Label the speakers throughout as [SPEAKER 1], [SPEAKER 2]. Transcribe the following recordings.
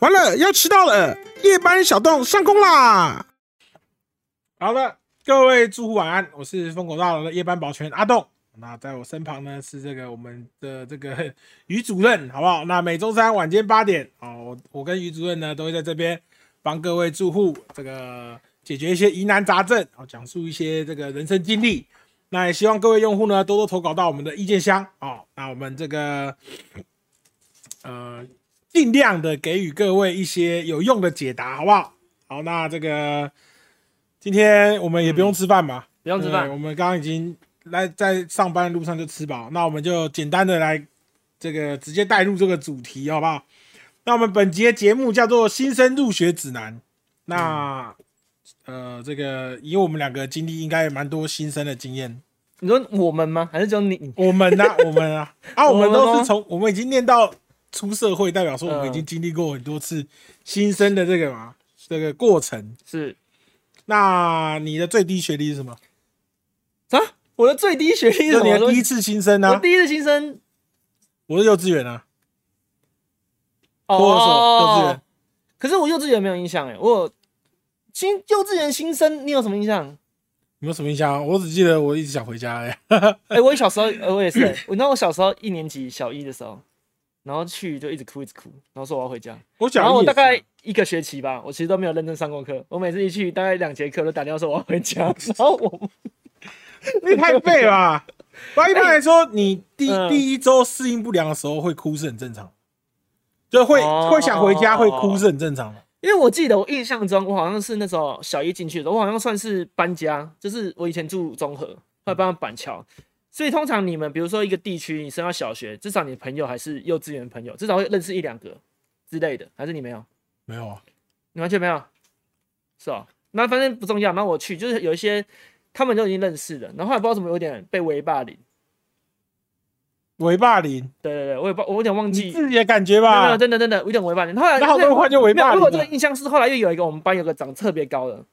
[SPEAKER 1] 完了，要迟到了！呃夜班小洞上工啦！好了，各位住户晚安，我是疯狗大佬的夜班保全阿栋。那在我身旁呢是这个我们的这个于主任，好不好？那每周三晚间八点哦，我我跟于主任呢都会在这边帮各位住户这个解决一些疑难杂症，哦，讲述一些这个人生经历。那也希望各位用户呢多多投稿到我们的意见箱哦。那我们这个呃尽量的给予各位一些有用的解答，好不好？好，那这个今天我们也不用吃饭吧？
[SPEAKER 2] 不用吃
[SPEAKER 1] 对
[SPEAKER 2] 饭，
[SPEAKER 1] 我们刚刚已经来在上班路上就吃饱，那我们就简单的来这个直接带入这个主题，好不好？那我们本节节目叫做《新生入学指南》，那、呃，这个以我们两个经历，应该也蛮多新生的经验。
[SPEAKER 2] 你说我们吗？还是只有你？
[SPEAKER 1] 我们 呢、我们啊，啊，我
[SPEAKER 2] 我们
[SPEAKER 1] 们都是
[SPEAKER 2] 吗
[SPEAKER 1] 从我们已经念到出社会，代表说我们
[SPEAKER 2] 嗯
[SPEAKER 1] 已经经历过很多次新生的这个嘛这个过程。
[SPEAKER 2] 是
[SPEAKER 1] 那你的最低学历是什么？
[SPEAKER 2] 啊，我的最低学历是
[SPEAKER 1] 就
[SPEAKER 2] 什
[SPEAKER 1] 你
[SPEAKER 2] 么？
[SPEAKER 1] 的
[SPEAKER 2] 我
[SPEAKER 1] 第一次新生
[SPEAKER 2] 我
[SPEAKER 1] 啊，
[SPEAKER 2] 第一次新生，
[SPEAKER 1] 我是幼稚园啊。
[SPEAKER 2] 哦，
[SPEAKER 1] 托儿所幼稚园
[SPEAKER 2] 可是我幼稚园没有印象哎，我有新幼稚园新生，你有什么印象？
[SPEAKER 1] 有没有什么印象啊？我只记得我一直想回家、欸。
[SPEAKER 2] 哎、我小时候，呃，我也是、欸，我那我小时候一年级小一的时候，然后去就一直哭，一直哭，然后说我要回家，
[SPEAKER 1] 我小
[SPEAKER 2] 然
[SPEAKER 1] 姨
[SPEAKER 2] 后我
[SPEAKER 1] 也
[SPEAKER 2] 大
[SPEAKER 1] 是啊
[SPEAKER 2] 概一个学期吧，我其实都没有认真上过课，我每次一去大概两节课都打电话说我要回家， 然后我
[SPEAKER 1] 那太废了 吧。不然一般来说，你第
[SPEAKER 2] 嗯
[SPEAKER 1] 第一周适应不良的时候会哭是很正常的，就会
[SPEAKER 2] 哦
[SPEAKER 1] 会想回家会哭是很正常的。
[SPEAKER 2] 因为我记得我印象中，我好像是那时候小一进去的时候，我好像算是搬家，就是我以前住中和，后来搬到板桥，所以通常你们比如说一个地区，你升到小学，至少你的朋友还是幼稚园朋友，至少会认识一两个之类的，还是你没有？
[SPEAKER 1] 没有啊，
[SPEAKER 2] 你完全没有？是哦，那反正不重要。那我去，就是有一些他们就已经认识的，然后后来不知道怎么有点被围霸凌。
[SPEAKER 1] 围霸凌，
[SPEAKER 2] 对对对，我也不我有点忘记
[SPEAKER 1] 你，自己的感觉
[SPEAKER 2] 没有没有
[SPEAKER 1] 吧。
[SPEAKER 2] 真的真的有点围霸凌。后来
[SPEAKER 1] 那好多人换就围
[SPEAKER 2] 没有，
[SPEAKER 1] 霸
[SPEAKER 2] 如
[SPEAKER 1] 凌
[SPEAKER 2] 果这个
[SPEAKER 1] 了。
[SPEAKER 2] 印象是后来又有一个我们班有个长得特别高的，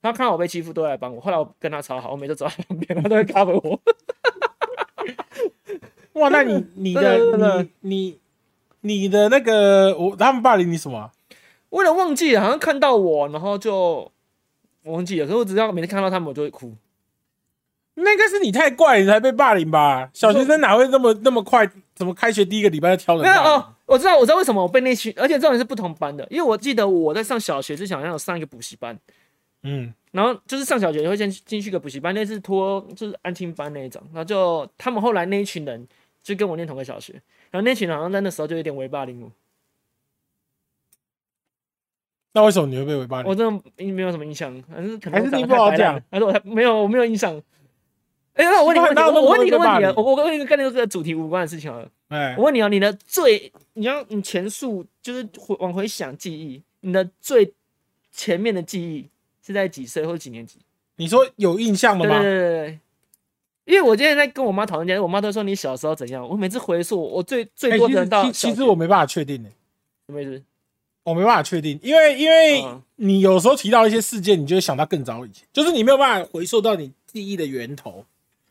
[SPEAKER 2] 他看到我被欺负都会来帮我。后来我跟他超好，我每次走在旁边，他都会 cover 我。
[SPEAKER 1] 哇，那你你
[SPEAKER 2] 真的真
[SPEAKER 1] 的
[SPEAKER 2] 的
[SPEAKER 1] 你你你的那个我他们霸凌你什么啊？
[SPEAKER 2] 我有点忘记了，好像看到我，然后就我忘记了。可是我只要每次看到他们，我就会哭。
[SPEAKER 1] 那应该是你太怪，你才被霸凌吧？小学生哪会那么那么快？怎么开学第一个礼拜就挑人
[SPEAKER 2] 没有
[SPEAKER 1] 霸凌？
[SPEAKER 2] 哦，我知道，我知道为什么我被那群，而且这种是不同班的，因为我记得我在上小学之前好像有上一个补习班，
[SPEAKER 1] 嗯，
[SPEAKER 2] 然后就是上小学会先进去个补习班，那是托就是安亲班那一种，然后就他们后来那一群人就跟我念同个小学，然后那群人好像在那时候就有点围霸凌我。
[SPEAKER 1] 那为什么你会被围霸凌？
[SPEAKER 2] 我真的没有什么印象，反正可
[SPEAKER 1] 还
[SPEAKER 2] 能
[SPEAKER 1] 是
[SPEAKER 2] 我长
[SPEAKER 1] 你
[SPEAKER 2] 得
[SPEAKER 1] 不好
[SPEAKER 2] 太白烂了，还是我太没有我没有印象。哎、那我问你
[SPEAKER 1] 西班牙
[SPEAKER 2] 个
[SPEAKER 1] 都
[SPEAKER 2] 问题，我问你一个
[SPEAKER 1] 不会被
[SPEAKER 2] 问题
[SPEAKER 1] 霸
[SPEAKER 2] 啊，
[SPEAKER 1] 凌
[SPEAKER 2] 我我问你一个跟这个主题无关的事情好了。
[SPEAKER 1] 哎
[SPEAKER 2] 我，问你哦，你的最你要你前述就是回往回想记忆，你的最前面的记忆是在几岁或者几年级？
[SPEAKER 1] 你说有印象的
[SPEAKER 2] 对
[SPEAKER 1] 吗
[SPEAKER 2] 对对？对对。因为我今天在跟我妈讨论这件事，我妈都说你小时候怎样。我每次回溯，我最最
[SPEAKER 1] 哎
[SPEAKER 2] 多
[SPEAKER 1] 其
[SPEAKER 2] 只能
[SPEAKER 1] 实
[SPEAKER 2] 到
[SPEAKER 1] 其
[SPEAKER 2] 小
[SPEAKER 1] 其
[SPEAKER 2] 学
[SPEAKER 1] 实我没办法确定呢、
[SPEAKER 2] 什么意思？
[SPEAKER 1] 我没办法确定，因为因为
[SPEAKER 2] 嗯
[SPEAKER 1] 你有时候提到一些事件，你就会想到更早以前，就是你没有办法回溯到你记忆的源头。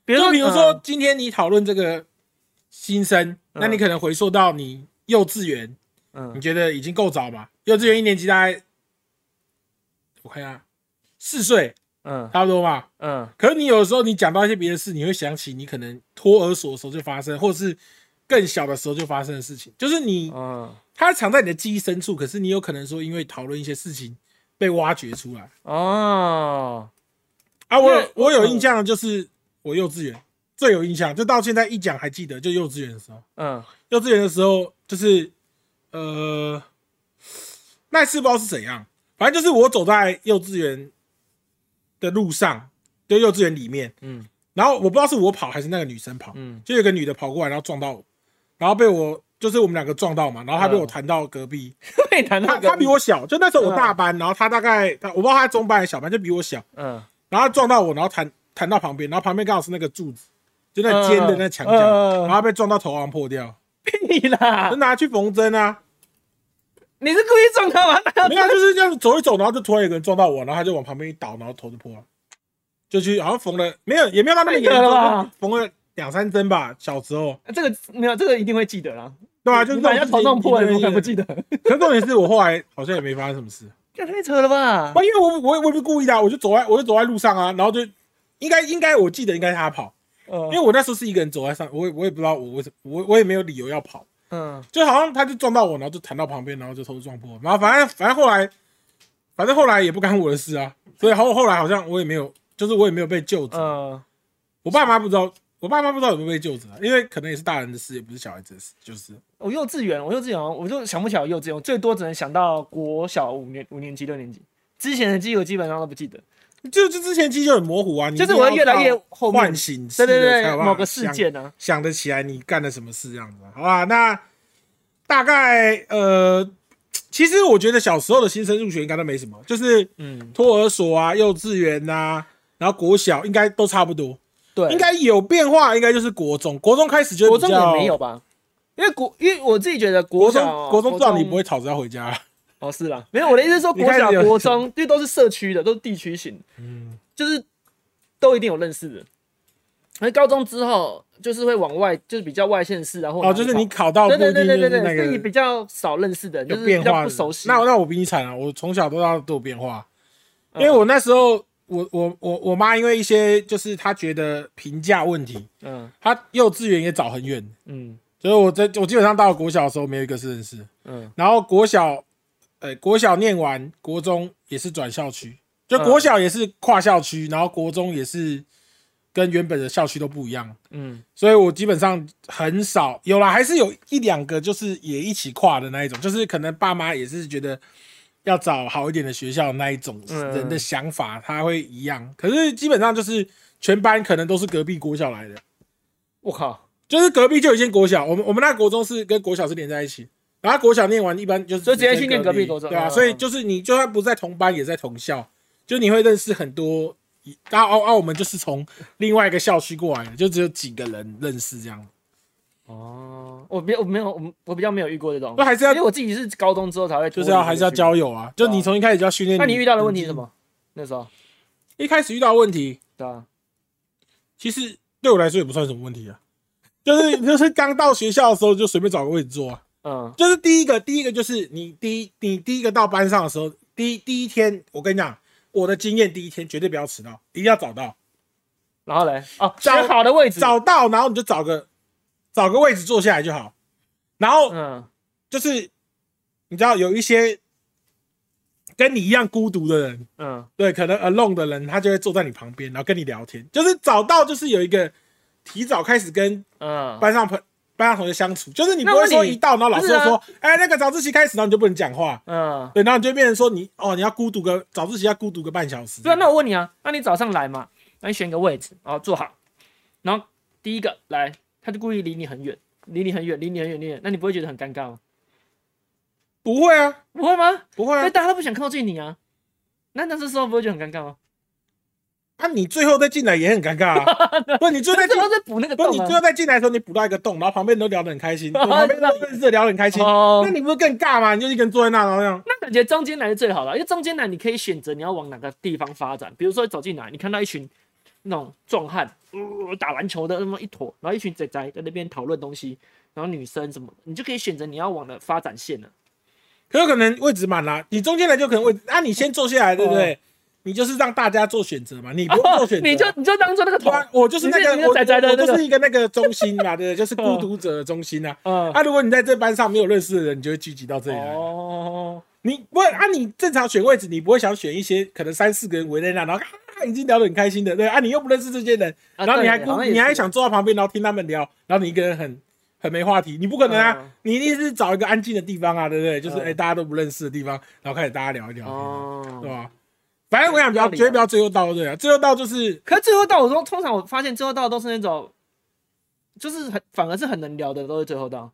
[SPEAKER 2] 比
[SPEAKER 1] 比
[SPEAKER 2] 如说，
[SPEAKER 1] 比如说
[SPEAKER 2] 嗯，
[SPEAKER 1] 今天你讨论这个新生，那你可能回溯到你幼稚园，
[SPEAKER 2] 嗯
[SPEAKER 1] 你觉得已经够早嘛？幼稚园一年级大概，我看一下，四岁
[SPEAKER 2] 嗯
[SPEAKER 1] 差不多吧。
[SPEAKER 2] 嗯
[SPEAKER 1] 可是你有时候你讲到一些别的事，你会想起你可能托儿所的时候就发生，或是更小的时候就发生的事情，就是你
[SPEAKER 2] 嗯
[SPEAKER 1] 它藏在你的记忆深处，可是你有可能说因为讨论一些事情被挖掘出来
[SPEAKER 2] 哦，
[SPEAKER 1] 啊。我
[SPEAKER 2] 那嗯
[SPEAKER 1] 有我有印象的就是我幼稚园最有印象，就到现在一讲还记得，就幼稚园的时候，
[SPEAKER 2] 嗯
[SPEAKER 1] 幼稚园的时候就是呃，那次不知道是怎样，反正就是我走在幼稚园的路上，就幼稚园里面，
[SPEAKER 2] 嗯
[SPEAKER 1] 然后我不知道是我跑还是那个女生跑，
[SPEAKER 2] 嗯。
[SPEAKER 1] 就有个女的跑过来，然后撞到我，然后被我就是我们两个撞到嘛，然后她被我
[SPEAKER 2] 嗯
[SPEAKER 1] 弹到隔壁。
[SPEAKER 2] 被谈
[SPEAKER 1] 他
[SPEAKER 2] 到
[SPEAKER 1] 他比
[SPEAKER 2] 我
[SPEAKER 1] 我小，就那时候我大班，然后他大概他我不知道他中班还是小班，就比我小，
[SPEAKER 2] 嗯
[SPEAKER 1] 然后他撞到我，然后弹弹到旁边，然后旁边刚好是那个柱子，就那尖的那墙角，然后
[SPEAKER 2] 嗯
[SPEAKER 1] 他被撞到头好像破掉，
[SPEAKER 2] 你啦
[SPEAKER 1] 就，拿去缝针啊，
[SPEAKER 2] 你是故意撞他吗？
[SPEAKER 1] 没有就是这样走一走，然后就突然有个人撞到我，然后他就往旁边一倒，然后头就破了，就去好像缝了没有也没有到那么严
[SPEAKER 2] 太扯
[SPEAKER 1] 重，
[SPEAKER 2] 了吧
[SPEAKER 1] 就缝了两三针吧，小时候
[SPEAKER 2] 这个没有，这个一定会记得啦。
[SPEAKER 1] 对啊，就
[SPEAKER 2] 你
[SPEAKER 1] 是
[SPEAKER 2] 把人家
[SPEAKER 1] 这种事
[SPEAKER 2] 头
[SPEAKER 1] 情
[SPEAKER 2] 弄破了，
[SPEAKER 1] 一
[SPEAKER 2] 你
[SPEAKER 1] 定
[SPEAKER 2] 怎么
[SPEAKER 1] 会
[SPEAKER 2] 可能不记得？
[SPEAKER 1] 可是重点是我后来好像也没发生什么 事，
[SPEAKER 2] 这太扯了吧
[SPEAKER 1] 不，！哦因为我我也我也不是故意的啊、我就走在我就走在路上啊，然后就应该应该我记得应该是他跑，
[SPEAKER 2] 因
[SPEAKER 1] 因为我那时候是一个人走在上，我也我也不知道我为什么我我也没有理由要跑，
[SPEAKER 2] 嗯
[SPEAKER 1] 就好像他就撞到我，然后就弹到旁边，然后就头撞破，然后反正反正后来反正后来也不干我的事啊，所以后后来好像我也没有，就是我也没有被救治，
[SPEAKER 2] 嗯，
[SPEAKER 1] 我爸妈不知道。我爸妈不知道有没有被救治啊，因为可能也是大人的事，也不是小孩子的事，就是
[SPEAKER 2] 我幼稚园，我幼稚园好像我就想不起来我幼稚园，我最多只能想到国小五年五年级六年级之前的记忆，我基本上都不记得，
[SPEAKER 1] 就就之前记忆就很模糊啊，你
[SPEAKER 2] 就是
[SPEAKER 1] 一定
[SPEAKER 2] 我
[SPEAKER 1] 要
[SPEAKER 2] 越来越
[SPEAKER 1] 到
[SPEAKER 2] 后面
[SPEAKER 1] 唤，醒式
[SPEAKER 2] 对
[SPEAKER 1] 的
[SPEAKER 2] 对
[SPEAKER 1] 才
[SPEAKER 2] 对，
[SPEAKER 1] 有办法
[SPEAKER 2] 某个事
[SPEAKER 1] 想
[SPEAKER 2] 件啊呢，
[SPEAKER 1] 想得起来你干了什么事这样子啊，好吧？那大概呃，其实我觉得小时候的新生入学应该都没什么，就是
[SPEAKER 2] 嗯，
[SPEAKER 1] 托儿所啊、幼稚园呐、然后国小应该都差不多，
[SPEAKER 2] 对，
[SPEAKER 1] 应该有变化，应该就是国中，国中开始就
[SPEAKER 2] 国
[SPEAKER 1] 比较
[SPEAKER 2] 中也没有，吧？因为国，因为我自己觉得国
[SPEAKER 1] 国
[SPEAKER 2] 小
[SPEAKER 1] 中国中知道你不会吵着要回家了，
[SPEAKER 2] 哦，是啦，没有我的意思是说
[SPEAKER 1] 你
[SPEAKER 2] 国
[SPEAKER 1] 开始
[SPEAKER 2] 小
[SPEAKER 1] 有
[SPEAKER 2] 国中，因为都是社区的，都是地区型，
[SPEAKER 1] 嗯，
[SPEAKER 2] 就是都一定有认识的。而高中之后就是会往外，就是比较外县市啊，或
[SPEAKER 1] 哦，就是你考到
[SPEAKER 2] 对
[SPEAKER 1] 不
[SPEAKER 2] 对
[SPEAKER 1] 一定
[SPEAKER 2] 对
[SPEAKER 1] 就
[SPEAKER 2] 对对
[SPEAKER 1] 是
[SPEAKER 2] 对，
[SPEAKER 1] 那
[SPEAKER 2] 所以你
[SPEAKER 1] 个
[SPEAKER 2] 比较少认识的，就
[SPEAKER 1] 有
[SPEAKER 2] 是
[SPEAKER 1] 变
[SPEAKER 2] 比较
[SPEAKER 1] 化
[SPEAKER 2] 不
[SPEAKER 1] 的
[SPEAKER 2] 熟悉。
[SPEAKER 1] 那那我比你惨啊，我从小到大都有变化。
[SPEAKER 2] 嗯
[SPEAKER 1] 因为我那时候，我我我我妈因为一些就是她觉得评价问题，
[SPEAKER 2] 嗯
[SPEAKER 1] 她幼稚园也找很远，
[SPEAKER 2] 嗯
[SPEAKER 1] 所以我在我基本上到了国小的时候没有一个是认识。
[SPEAKER 2] 嗯
[SPEAKER 1] 然后国小，呃，国小念完，国中也是转校区，就
[SPEAKER 2] 嗯
[SPEAKER 1] 国小也是跨校区，然后国中也是跟原本的校区都不一样，
[SPEAKER 2] 嗯
[SPEAKER 1] 所以我基本上很少有啦，还是有一两个就是也一起跨的那一种，就是可能爸妈也是觉得要找好一点的学校的那一种
[SPEAKER 2] 嗯
[SPEAKER 1] 人的想法，他会一样。可是基本上就是全班可能都是隔壁国小来的，
[SPEAKER 2] 我靠，
[SPEAKER 1] 就是隔壁就有一间国小，我们我们那国中是跟国小是连在一起，然后国小念完一般就是
[SPEAKER 2] 就直接去念
[SPEAKER 1] 隔
[SPEAKER 2] 隔壁国中
[SPEAKER 1] 对啊，
[SPEAKER 2] 嗯
[SPEAKER 1] 所以就是你就算不在同班，也在同校，就你会认识很多。啊然后澳澳门就是从另外一个校区过来的，就只有几个人认识这样。
[SPEAKER 2] 哦，我比我没有，我我比较没有遇过这种
[SPEAKER 1] 那，还是要
[SPEAKER 2] 因为我自己是高中之后才会，
[SPEAKER 1] 就是要还是要。交友啊，就
[SPEAKER 2] 对
[SPEAKER 1] 你
[SPEAKER 2] 啊
[SPEAKER 1] 从一开始就要训练。
[SPEAKER 2] 那你遇到的问题是什？么？那时候
[SPEAKER 1] 一开始遇到问题，
[SPEAKER 2] 对啊，
[SPEAKER 1] 其实对我来说也不算什么问题啊，就是就是刚到学校的时候就随便找个位置坐啊。
[SPEAKER 2] 嗯
[SPEAKER 1] 就是第一个，第一个就是你第一你第一个到班上的时候，第一第一天，我跟你讲，我的经验，第一天绝对不要迟到，一定要早到，
[SPEAKER 2] 然后嘞，哦，
[SPEAKER 1] 找
[SPEAKER 2] 选好的位置，
[SPEAKER 1] 早到，然后你就找个找个位置坐下来就好。然后
[SPEAKER 2] 嗯
[SPEAKER 1] 就是你知道有一些跟你一样孤独的人，
[SPEAKER 2] 嗯
[SPEAKER 1] 对，可能 alone 的人，他就会坐在你旁边，然后跟你聊天，就是找到就是有一个提早开始跟
[SPEAKER 2] 嗯，
[SPEAKER 1] 班上朋、班上同学相处，就是你不
[SPEAKER 2] 那
[SPEAKER 1] 会
[SPEAKER 2] 问
[SPEAKER 1] 说
[SPEAKER 2] 你
[SPEAKER 1] 一到，然后老师
[SPEAKER 2] 不
[SPEAKER 1] 就是
[SPEAKER 2] 啊
[SPEAKER 1] 说，哎、那个早自习开始，然后你就不能讲话，
[SPEAKER 2] 嗯，
[SPEAKER 1] 对，然后你就变成说你哦，你要孤独个早自习要孤独个半小时，
[SPEAKER 2] 对啊，那我问你啊，那你早上来嘛，那你选个位置，然后坐好，然后第一个来，他就故意离你很远，离你很远，离你很远，离你很远，那你不会觉得很尴尬吗？
[SPEAKER 1] 不会啊，
[SPEAKER 2] 不会吗？
[SPEAKER 1] 不会
[SPEAKER 2] 因为
[SPEAKER 1] 啊，
[SPEAKER 2] 大家都不想靠近你啊。那那这时候不会觉得很尴尬吗？
[SPEAKER 1] 那、啊你最后再进来也很尴尬 啊，不，你最后再
[SPEAKER 2] 那
[SPEAKER 1] 进
[SPEAKER 2] 最。后再补那个
[SPEAKER 1] 不，
[SPEAKER 2] 洞
[SPEAKER 1] 你最
[SPEAKER 2] 啊
[SPEAKER 1] 后。再进来的时候，你补到一个洞，然后旁边人都聊得很开 心，我旁边都认识的聊得很开心，
[SPEAKER 2] 哦
[SPEAKER 1] 那，你不是更尬吗？你就一个人坐在那，然后这样，
[SPEAKER 2] 那感觉中间来是最好的，因为中间来你可以选择你要往哪个地方发展。比如说走进来，你看到一群那种壮汉，呃打篮球的那么一坨，然后一群仔仔在那边讨论东西，然后女生什么的，你就可以选择你要往的发展线了。
[SPEAKER 1] 可有可能位置满啦、你中间来就可能位置，那、你先坐下来，对不对？你就是让大家做选择嘛，你不用做选择、
[SPEAKER 2] 哦你就你就当做那个
[SPEAKER 1] 不
[SPEAKER 2] 头，
[SPEAKER 1] 然我就是那个
[SPEAKER 2] 你是你是
[SPEAKER 1] 我
[SPEAKER 2] 宅宅的
[SPEAKER 1] 我
[SPEAKER 2] 那
[SPEAKER 1] 我
[SPEAKER 2] 个
[SPEAKER 1] 就是一个那个中心嘛，对不对？就是孤独者的中心啊。
[SPEAKER 2] 嗯，
[SPEAKER 1] 啊，如果你在这班上没有认识的人，你就会聚集到这里来。
[SPEAKER 2] 哦，
[SPEAKER 1] 你不会啊，你正常选位置，你不会想选一些可能三四个人围在那，然后、啊、已经聊得很开心的，对啊，你又不认识这些人，
[SPEAKER 2] 啊
[SPEAKER 1] 然后你还
[SPEAKER 2] 对
[SPEAKER 1] 孤
[SPEAKER 2] 好，像也
[SPEAKER 1] 你还
[SPEAKER 2] 是
[SPEAKER 1] 想坐到旁边，然后听他们聊，然后你一个人很很没话题，你不可能啊，
[SPEAKER 2] 嗯
[SPEAKER 1] 你一定是找一个安静的地方啊，对不对？就是哎、
[SPEAKER 2] 嗯
[SPEAKER 1] 大家都不认识的地方，然后开始大家聊一聊，对
[SPEAKER 2] 哦。
[SPEAKER 1] 吧？反正我想比较
[SPEAKER 2] 道理啊
[SPEAKER 1] 绝对不要最后到，对啊，最后到就是
[SPEAKER 2] 可是最后到我说，通常我发现最后到都是那种，就是很反而是很能聊的，都是最后到，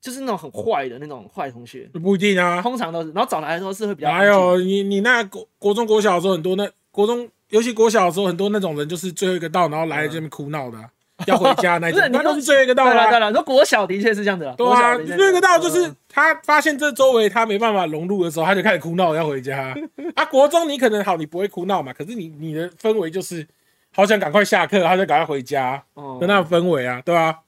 [SPEAKER 2] 就是那种很坏的那种坏同学，
[SPEAKER 1] 不一定啊，
[SPEAKER 2] 通常都是。然后找来的时候是会比较
[SPEAKER 1] 哪有你你那国国中国小的时候很多那国中，尤其国小的时候很多那种人就是最后一个到，然后来这边哭闹的 啊、要回家那
[SPEAKER 2] 不是
[SPEAKER 1] 种，
[SPEAKER 2] 你
[SPEAKER 1] 那都
[SPEAKER 2] 都
[SPEAKER 1] 是最后一个到啊
[SPEAKER 2] 对
[SPEAKER 1] 啦
[SPEAKER 2] 了对了，你说国小的确是这样子啦，
[SPEAKER 1] 对
[SPEAKER 2] 国小
[SPEAKER 1] 啊，
[SPEAKER 2] 的确
[SPEAKER 1] 那个道就是
[SPEAKER 2] 嗯
[SPEAKER 1] 他发现这周围他没办法融入的时候，他就开始哭闹要回 家。啊，国中你可能好，你不会哭闹嘛，可是你你的氛围就是好想赶快下课，他就赶快回家
[SPEAKER 2] 哦
[SPEAKER 1] 的那种氛围啊，对吧、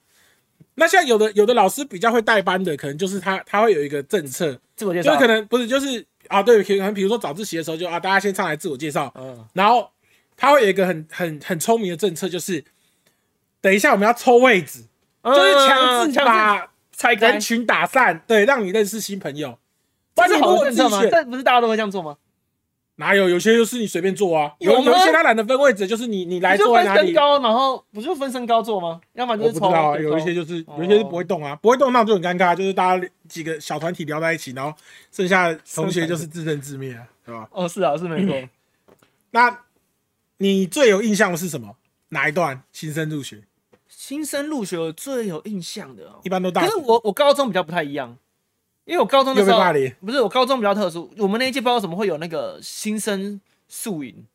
[SPEAKER 1] 那像有的有的老师比较会带班的，可能就是他他会有一个政策，
[SPEAKER 2] 自我介
[SPEAKER 1] 就
[SPEAKER 2] 绍
[SPEAKER 1] 是可，能不是就是啊，对，可能比如说早自习的时候就啊，大家先上来自我介绍，
[SPEAKER 2] 嗯，
[SPEAKER 1] 然后他会有一个很很很聪明的政策，就是等一下我们要抽位置，就是强制
[SPEAKER 2] 强制
[SPEAKER 1] 把
[SPEAKER 2] 嗯拆开
[SPEAKER 1] 人，群打散，对，让你认识新朋友。
[SPEAKER 2] 这
[SPEAKER 1] 但
[SPEAKER 2] 是
[SPEAKER 1] 是
[SPEAKER 2] 好
[SPEAKER 1] 如
[SPEAKER 2] 的
[SPEAKER 1] 果
[SPEAKER 2] 政
[SPEAKER 1] 自己
[SPEAKER 2] 策吗？
[SPEAKER 1] 选，
[SPEAKER 2] 但不是大家都会这样做吗？
[SPEAKER 1] 哪有？有些就是你随便坐啊，有
[SPEAKER 2] 有吗
[SPEAKER 1] 有一些他懒得分位置，就是你你来
[SPEAKER 2] 不就
[SPEAKER 1] 坐在
[SPEAKER 2] 分
[SPEAKER 1] 哪里
[SPEAKER 2] 身，高，然后不就分身高做吗？要么
[SPEAKER 1] 我
[SPEAKER 2] 就
[SPEAKER 1] 不
[SPEAKER 2] 是
[SPEAKER 1] 知
[SPEAKER 2] 从
[SPEAKER 1] 道啊。
[SPEAKER 2] 对
[SPEAKER 1] 有一
[SPEAKER 2] 从哦
[SPEAKER 1] 些就是有一些是不会动啊，不会动那就很尴尬，就是大家几个小团体聊在一起，然后剩下同学就是自生自灭啊，对吧？
[SPEAKER 2] 哦，是啊，是没
[SPEAKER 1] 嗯
[SPEAKER 2] 错。
[SPEAKER 1] 那你最有印象的是什么？哪一段新生入学？
[SPEAKER 2] 新生入学我最有印象的、哦，
[SPEAKER 1] 一般都大
[SPEAKER 2] 可是我我高中比较不太一样，因为我高中的
[SPEAKER 1] 又
[SPEAKER 2] 时
[SPEAKER 1] 被
[SPEAKER 2] 候
[SPEAKER 1] 霸凌，
[SPEAKER 2] 不是我高中比较特殊，我们那一届不知道怎么会有那个新生宿营。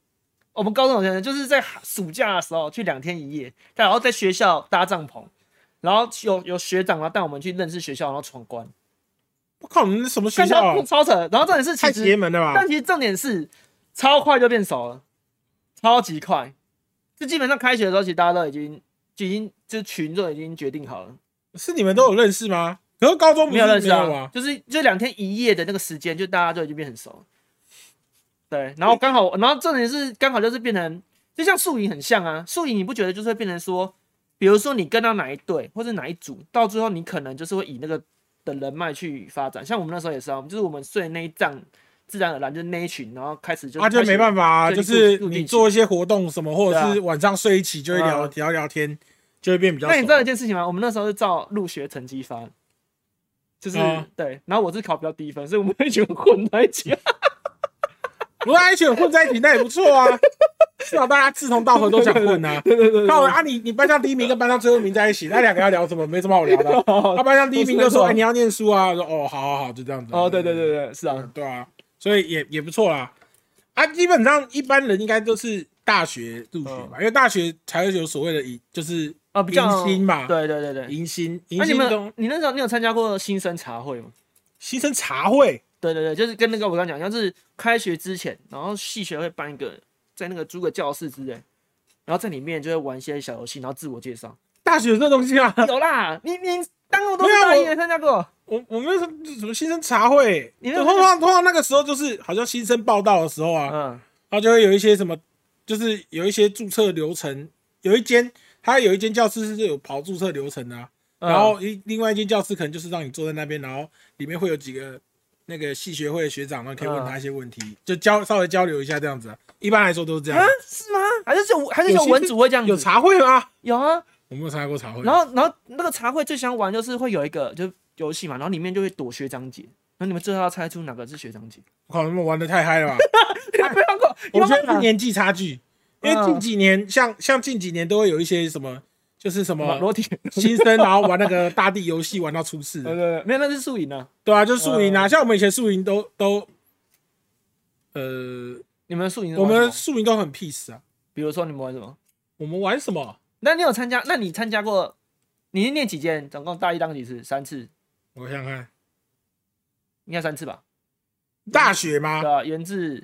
[SPEAKER 2] 我们高中好像就是在暑假的时候去两天一夜，然后在学校搭帐篷，然后有有学长然啊后带我们去认识学校，然后闯关，
[SPEAKER 1] 我靠，你们什么学
[SPEAKER 2] 看
[SPEAKER 1] 校啊
[SPEAKER 2] 超？超扯。然后重点是
[SPEAKER 1] 太
[SPEAKER 2] 其
[SPEAKER 1] 邪
[SPEAKER 2] 实，
[SPEAKER 1] 门了吧
[SPEAKER 2] 但！其实重点是超快就变熟了，超级快。就基本上开学的时候，其实大家都已经就已经就群众已经决定好了。
[SPEAKER 1] 是你们都有认识吗？可是高中不 是
[SPEAKER 2] 没有认识
[SPEAKER 1] 没有
[SPEAKER 2] 啊
[SPEAKER 1] 啊，，
[SPEAKER 2] 就是就两天一夜的那个时间，就大家就已经变很熟了。对，然后刚好，然后重点是刚好就是变成，就像宿营很像啊，宿营你不觉得就是会变成说，比如说你跟到哪一队或者哪一组，到最后你可能就是会以那个的人脉去发展。像我们那时候也是啊，我们就是我们睡那一仗，自然而然就是那一群，然后开始就
[SPEAKER 1] 啊，就没
[SPEAKER 2] 法，
[SPEAKER 1] 办法啊，
[SPEAKER 2] 对
[SPEAKER 1] 就是
[SPEAKER 2] 固固定
[SPEAKER 1] 你
[SPEAKER 2] 型
[SPEAKER 1] 做一些活动什么，或
[SPEAKER 2] 对
[SPEAKER 1] 者
[SPEAKER 2] 啊
[SPEAKER 1] 是晚上睡一起就会聊
[SPEAKER 2] 嗯
[SPEAKER 1] 聊聊天，就会变比较熟。
[SPEAKER 2] 那你知道一件事情吗？我们那时候是照入学成绩发的，就是、
[SPEAKER 1] 嗯
[SPEAKER 2] 对，然后我是考比较低分，所以我们一群混在一起啊。
[SPEAKER 1] 如果一群人哎混在一起，那也不错啊。 至少大家志同道合，都想混啊。
[SPEAKER 2] 对对对
[SPEAKER 1] 那我啊，你你班上第一名跟班上最后一名在一起，那两个要聊什么？没什么好聊的啊。他
[SPEAKER 2] 哦
[SPEAKER 1] 班上第一名就
[SPEAKER 2] 没错
[SPEAKER 1] 说：“哎，你要念书啊。”我说：“哦，好好好，就这样子啊。”
[SPEAKER 2] 哦，对对对对，是啊，
[SPEAKER 1] 对啊，所以也也不错啦。啊，基本上一般人应该都是大学入学吧，因为大学才会有所谓的迎，就是
[SPEAKER 2] 啊，嗯比较
[SPEAKER 1] 迎新嘛
[SPEAKER 2] 对对对对。
[SPEAKER 1] 迎新迎
[SPEAKER 2] 那你
[SPEAKER 1] 新
[SPEAKER 2] 们
[SPEAKER 1] 中
[SPEAKER 2] 你那时候你有参加过新生茶会吗？
[SPEAKER 1] 新生茶会。
[SPEAKER 2] 对对对，就是跟那个我刚讲，像是开学之前，然后系学会办一个，在那个租个教室之类，然后在里面就会玩一些小游戏，然后自我介绍。
[SPEAKER 1] 大学有这东西啊，
[SPEAKER 2] 有啦，你你当我都啊
[SPEAKER 1] 没
[SPEAKER 2] 是
[SPEAKER 1] 有
[SPEAKER 2] 大一
[SPEAKER 1] 我
[SPEAKER 2] 的参加过，
[SPEAKER 1] 我我没有什么什么新生茶会，
[SPEAKER 2] 你
[SPEAKER 1] 就
[SPEAKER 2] 没有
[SPEAKER 1] 通常通常那个时候就是好像新生报道的时候啊，
[SPEAKER 2] 嗯，
[SPEAKER 1] 然后就会有一些什么，就是有一些注册流程，有一间它有一间教室是有跑注册流程的啊、
[SPEAKER 2] 嗯
[SPEAKER 1] 然后一另外一间教室可能就是让你坐在那边，然后里面会有几个那个系学会的学长，然后可以
[SPEAKER 2] 嗯
[SPEAKER 1] 问他一些问题，就交稍微交流一下这样子、啊。一般来说都是这样
[SPEAKER 2] 啊。是吗？还是有还是
[SPEAKER 1] 有
[SPEAKER 2] 有
[SPEAKER 1] 新
[SPEAKER 2] 文
[SPEAKER 1] 生
[SPEAKER 2] 组会这样
[SPEAKER 1] 有
[SPEAKER 2] 子？
[SPEAKER 1] 茶会吗？
[SPEAKER 2] 有啊，
[SPEAKER 1] 我没有参加过茶会。
[SPEAKER 2] 然后然后那个茶会最想玩就是会有一个就游戏嘛，然后里面就会躲学长姐，然后你们最后要猜出哪个是学 长姐。啊
[SPEAKER 1] 我靠，他们玩的太嗨了吧！
[SPEAKER 2] 没玩过，
[SPEAKER 1] 我觉
[SPEAKER 2] 们
[SPEAKER 1] 得是年纪差距，
[SPEAKER 2] 嗯
[SPEAKER 1] 因为近几年像像近几年都会有一些什么，就是什么
[SPEAKER 2] 裸体，
[SPEAKER 1] 新生，然后玩那个大地游戏玩到出事的
[SPEAKER 2] 对对，对，没有，那是宿营啊。
[SPEAKER 1] 对啊，就是宿营啊，像我们以前宿营都都，呃，
[SPEAKER 2] 你们宿营是
[SPEAKER 1] 我
[SPEAKER 2] 玩什么，
[SPEAKER 1] 们宿营都很 peace 啊。
[SPEAKER 2] 比如说你们玩什么？
[SPEAKER 1] 我们玩什么？
[SPEAKER 2] 那你有参加？那你参加过？你是念几间？总共大一当几次？三次，
[SPEAKER 1] 我想想看，
[SPEAKER 2] 应该三次吧？
[SPEAKER 1] 大学吗
[SPEAKER 2] 对？啊，源自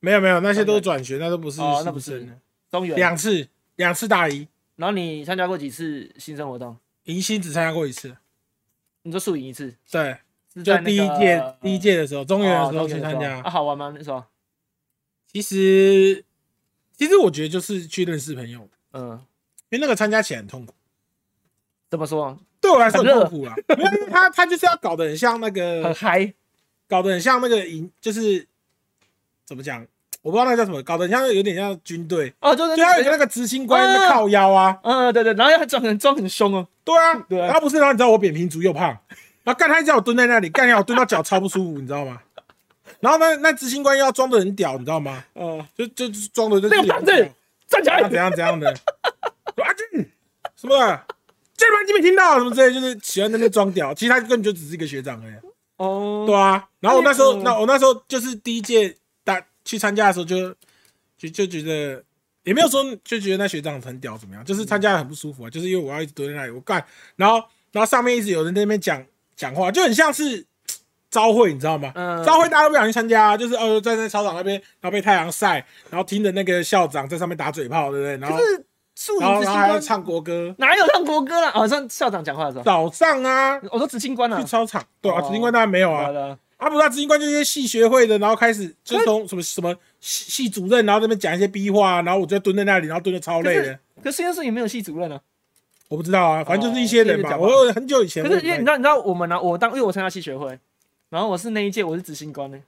[SPEAKER 1] 没有没有，那些都是转学，那都不是
[SPEAKER 2] 哦那
[SPEAKER 1] 新
[SPEAKER 2] 不是
[SPEAKER 1] 生的
[SPEAKER 2] 中原。
[SPEAKER 1] 两次，两次大一，
[SPEAKER 2] 然后你参加过几次新生活动？
[SPEAKER 1] 迎新只参加过一次，
[SPEAKER 2] 你说宿营一次，
[SPEAKER 1] 对，
[SPEAKER 2] 是
[SPEAKER 1] 就
[SPEAKER 2] 在那个
[SPEAKER 1] 第
[SPEAKER 2] 呃
[SPEAKER 1] 一届第一届的时候，中
[SPEAKER 2] 中
[SPEAKER 1] 原
[SPEAKER 2] 原
[SPEAKER 1] 的时候去参
[SPEAKER 2] 的时候啊，
[SPEAKER 1] 加。
[SPEAKER 2] 好玩吗？那时候，
[SPEAKER 1] 其实其实我觉得就是去认识朋友，
[SPEAKER 2] 嗯，
[SPEAKER 1] 因为那个参加起来很痛苦。
[SPEAKER 2] 怎么说？
[SPEAKER 1] 对我来说很
[SPEAKER 2] 很热
[SPEAKER 1] 痛苦啦，因为他他就是要搞得很像那个
[SPEAKER 2] 很嗨，
[SPEAKER 1] 搞得很像那个营，就是怎么讲，我不知道那个叫什么，搞得很像有点像军队，
[SPEAKER 2] 哦，就是
[SPEAKER 1] 就他有一个那个执行官
[SPEAKER 2] 啊
[SPEAKER 1] 在靠腰啊，
[SPEAKER 2] 嗯，对对，然后要装很装很凶哦，
[SPEAKER 1] 对啊，
[SPEAKER 2] 对啊
[SPEAKER 1] 然后不是，然后你知道我扁平足又胖， 然后干他一直叫我蹲在那里，干掉我蹲到脚超不舒服，你知道吗？然后那那执行官又要装的很屌，你知道吗？
[SPEAKER 2] 嗯，
[SPEAKER 1] 就就就装的就
[SPEAKER 2] 那个胖子站起
[SPEAKER 1] 怎
[SPEAKER 2] 来
[SPEAKER 1] 样，啊怎样怎样 的，说阿俊什么的，这把你没听到什么之类，就是喜欢在那边装屌，其实他根本就只是一个学长而已。
[SPEAKER 2] 哦，
[SPEAKER 1] 对啊，然后我那时候，
[SPEAKER 2] 嗯
[SPEAKER 1] 那我那时候就是第一届打去参加的时候就，就就觉得也没有说就觉得那学长很屌怎么样，就是参加的很不舒服啊，就是因为我要一直蹲在那里，我干，然后然后上面一直有人在那边讲讲话，就很像是招会，你知道吗？
[SPEAKER 2] 嗯
[SPEAKER 1] 招会大家都不想去参加、啊，就是哦站在操场那边，然后被太阳晒，然后听着那个校长在上面打嘴炮，对不对？然后
[SPEAKER 2] 可是树
[SPEAKER 1] 然
[SPEAKER 2] 影
[SPEAKER 1] 后
[SPEAKER 2] 执
[SPEAKER 1] 然
[SPEAKER 2] 行
[SPEAKER 1] 后还要
[SPEAKER 2] 官
[SPEAKER 1] 唱国歌，
[SPEAKER 2] 哪有唱国歌啦？哦，像校长讲话的时候，
[SPEAKER 1] 早上啊
[SPEAKER 2] 我说执行官啊
[SPEAKER 1] 去，操场，对啊，
[SPEAKER 2] 哦
[SPEAKER 1] 执行官当然没有啊
[SPEAKER 2] 好，的，
[SPEAKER 1] 阿不大执行官就是一些系学会的，然后开始就从什么什么系系主任，然后这边讲一些逼话，然后我就蹲在那里，然后蹲的超累
[SPEAKER 2] 可
[SPEAKER 1] 的
[SPEAKER 2] 是。可是实验室也没有系主任啊。
[SPEAKER 1] 我不知道啊，反正就是一些人吧。
[SPEAKER 2] 哦
[SPEAKER 1] 我很久以前
[SPEAKER 2] 可
[SPEAKER 1] 我，
[SPEAKER 2] 是因为你知道，你知道我们呢、我当因为我参加系学会，然后我是那一届我是执行官呢、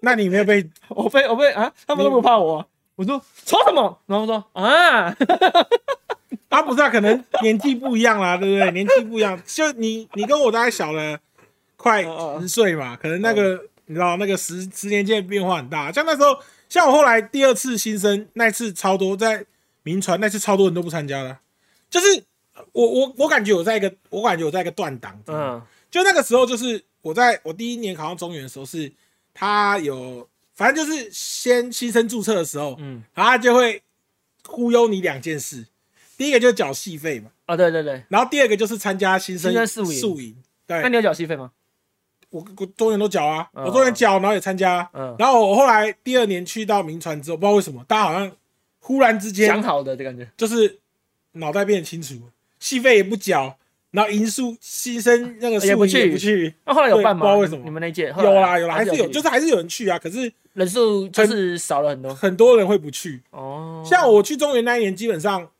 [SPEAKER 1] 那你没有被
[SPEAKER 2] 我被我被啊，他们都不怕我啊、我说吵什么？然后说啊，
[SPEAKER 1] 阿啊不大可能年纪不一样啦，对不对？年纪不一样，就你你跟我大概小了快
[SPEAKER 2] 嗯嗯
[SPEAKER 1] 十岁嘛，可能那个你知道那个十十年间的变化很大。像那时候，像我后来第二次新生那次超多在民传那次超多人都不参加了，就是我我我感觉我在一个我感觉我在一个断档，嗯。
[SPEAKER 2] 嗯
[SPEAKER 1] 就那个时候，就是我在我第一年考上中原的时候是，他有反正就是先新生注册的时候，
[SPEAKER 2] 嗯
[SPEAKER 1] 然后他就会忽悠你两件事，第一个就是缴戏费嘛，
[SPEAKER 2] 啊，对对对，
[SPEAKER 1] 然后第二个就是参加新生
[SPEAKER 2] 新生宿营
[SPEAKER 1] 宿营。
[SPEAKER 2] 那
[SPEAKER 1] 对，
[SPEAKER 2] 你有缴戏费吗？
[SPEAKER 1] 我我中原都缴啊，
[SPEAKER 2] 嗯
[SPEAKER 1] 我中原缴，然后也参加。
[SPEAKER 2] 嗯，
[SPEAKER 1] 然后我后来第二年去到民传之后，不知道为什么，大家好像忽然之间
[SPEAKER 2] 讲好的这感觉，
[SPEAKER 1] 就是脑袋变清楚，戏费也不缴，然后营宿新生那个宿
[SPEAKER 2] 也不
[SPEAKER 1] 营也
[SPEAKER 2] 去
[SPEAKER 1] 不去，
[SPEAKER 2] 那、后来有办
[SPEAKER 1] 对
[SPEAKER 2] 吗？
[SPEAKER 1] 不知道为什么
[SPEAKER 2] 你们那一届后来
[SPEAKER 1] 有啦有啦，还是有，
[SPEAKER 2] 去
[SPEAKER 1] 就是还是有人去啊，可是
[SPEAKER 2] 人数就是少了很多
[SPEAKER 1] 很多人会不去。
[SPEAKER 2] 哦，
[SPEAKER 1] 像我去中原那一年，基本上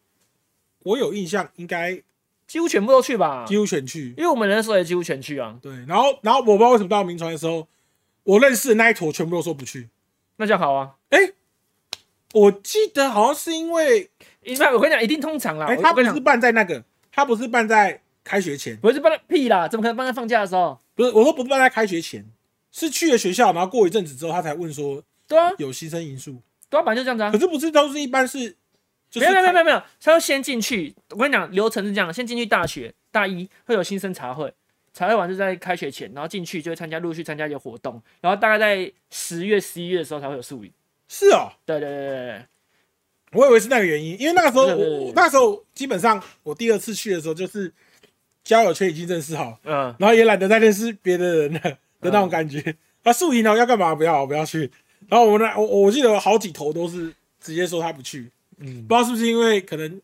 [SPEAKER 1] 我有印象，应该
[SPEAKER 2] 几乎全部都去吧，
[SPEAKER 1] 几乎全去。
[SPEAKER 2] 因为我们那时候也几乎全去啊，
[SPEAKER 1] 对，然后然后我不知道为什么到名传的时候，我认识的那一坨全部都说不去。
[SPEAKER 2] 那就好啊。
[SPEAKER 1] 我记得好像是因为，
[SPEAKER 2] 因为我跟你讲，一定通常啦，
[SPEAKER 1] 哎、
[SPEAKER 2] 啊我
[SPEAKER 1] 他
[SPEAKER 2] 我
[SPEAKER 1] 不
[SPEAKER 2] 跟你
[SPEAKER 1] 是
[SPEAKER 2] 讲，
[SPEAKER 1] 办在那个，他不是办在开学前，
[SPEAKER 2] 不是办在屁啦，怎么可能办在放假的时候？
[SPEAKER 1] 不是我说不是办在开学前，是去了学校，然后过一阵子之后，他才问说
[SPEAKER 2] 对啊，
[SPEAKER 1] 有新生因素，
[SPEAKER 2] 对啊，本来就这样子啊
[SPEAKER 1] 可。是不是都是一般是，就是
[SPEAKER 2] 没有没有没
[SPEAKER 1] 有，
[SPEAKER 2] 有没有，他要先进去。我跟你讲，流程是这样：先进去大学大一会有新生茶会，茶会完就在开学前，然后进去就会参加陆续参加一些活动，然后大概在十月十一月的时候才会有宿营。
[SPEAKER 1] 是哦、
[SPEAKER 2] 对对对对对，
[SPEAKER 1] 我以为是那个原因，因为那个时候
[SPEAKER 2] 不是不是
[SPEAKER 1] 我
[SPEAKER 2] 不
[SPEAKER 1] 我
[SPEAKER 2] 是
[SPEAKER 1] 那时候基本上我第二次去的时候，就是交友圈已经认识好，
[SPEAKER 2] 嗯，
[SPEAKER 1] 然后也懒得再认识别的人了的那种感觉。啊那宿营呢哦要干嘛？不要不要去。然后我们那我我记得有好几头都是直接说他不去，
[SPEAKER 2] 嗯
[SPEAKER 1] 不知道是不是因为可能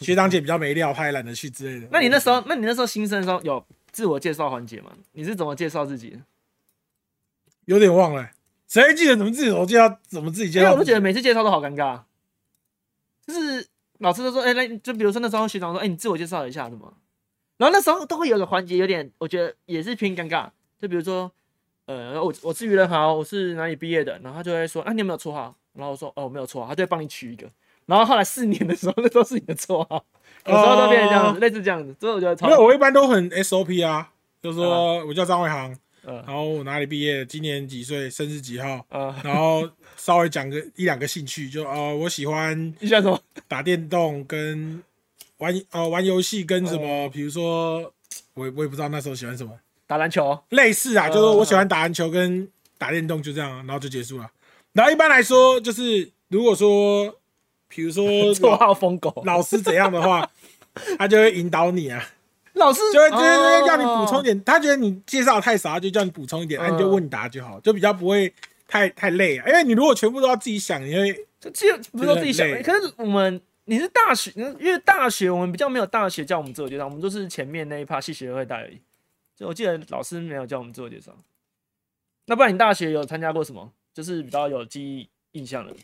[SPEAKER 1] 学长姐比较没料，他也懒得去之类的。
[SPEAKER 2] 那你那时候，那你那时候新生的时候有自我介绍环节吗？你是怎么介绍自己的？
[SPEAKER 1] 有点忘了、谁会记得怎么自己怎么介绍怎么自己介
[SPEAKER 2] 因为
[SPEAKER 1] 绍
[SPEAKER 2] 我都？觉得每次介绍都好尴尬，就是老师都说，哎、来，就比如说那时候学长说，哎、你自我介绍一下什么，然后那时候都会有个环节，有点我觉得也是偏尴尬，就比如说，呃，我我是于人豪，我是哪里毕业的，然后他就会说，啊，你有没有绰号？然后我说，哦，我没有绰号，他就会帮你取一个。然后后来四年的时候， 那都是你的绰号，有时候都变成这样子，类似这样子，所以我觉得超
[SPEAKER 1] 哦没有，我一般都很 SOP 啊，就说我叫张伟航，
[SPEAKER 2] 呃
[SPEAKER 1] 然后我哪里毕业，今年几岁，生日几号。
[SPEAKER 2] 呃，
[SPEAKER 1] 然后稍微讲个一两个兴趣，就呃，我喜欢
[SPEAKER 2] 你想什么？
[SPEAKER 1] 打电动跟玩呃玩游戏跟什
[SPEAKER 2] 嗯
[SPEAKER 1] 么，比如说我也我也不知道那时候喜欢什么，
[SPEAKER 2] 打篮球，
[SPEAKER 1] 类似啊，
[SPEAKER 2] 嗯
[SPEAKER 1] 就是我喜欢打篮球跟打电动，就这样啊，然后就结束了。然后一般来说，就是如果说，比如说
[SPEAKER 2] 绰
[SPEAKER 1] 老
[SPEAKER 2] 号疯狗，
[SPEAKER 1] 呃老师怎样的 话，他就会引导你啊，
[SPEAKER 2] 老师
[SPEAKER 1] 就会就会叫你补充
[SPEAKER 2] 哦
[SPEAKER 1] 点，他觉得你介绍太少，他就叫你补充一点，啊那你就
[SPEAKER 2] 嗯
[SPEAKER 1] 问答就好，就比较不会太太累啊。因为你如果全部都要自己想，你会
[SPEAKER 2] 就其实不是说自己想
[SPEAKER 1] 真的，很累
[SPEAKER 2] 可是我们你是大学，因为大学我们比较没有大学教我们自我介绍，我们都是前面那一趴系学会带而已。就我记得老师没有教我们自我介绍。那不然你大学有参加过什么？就是比较有记忆印象的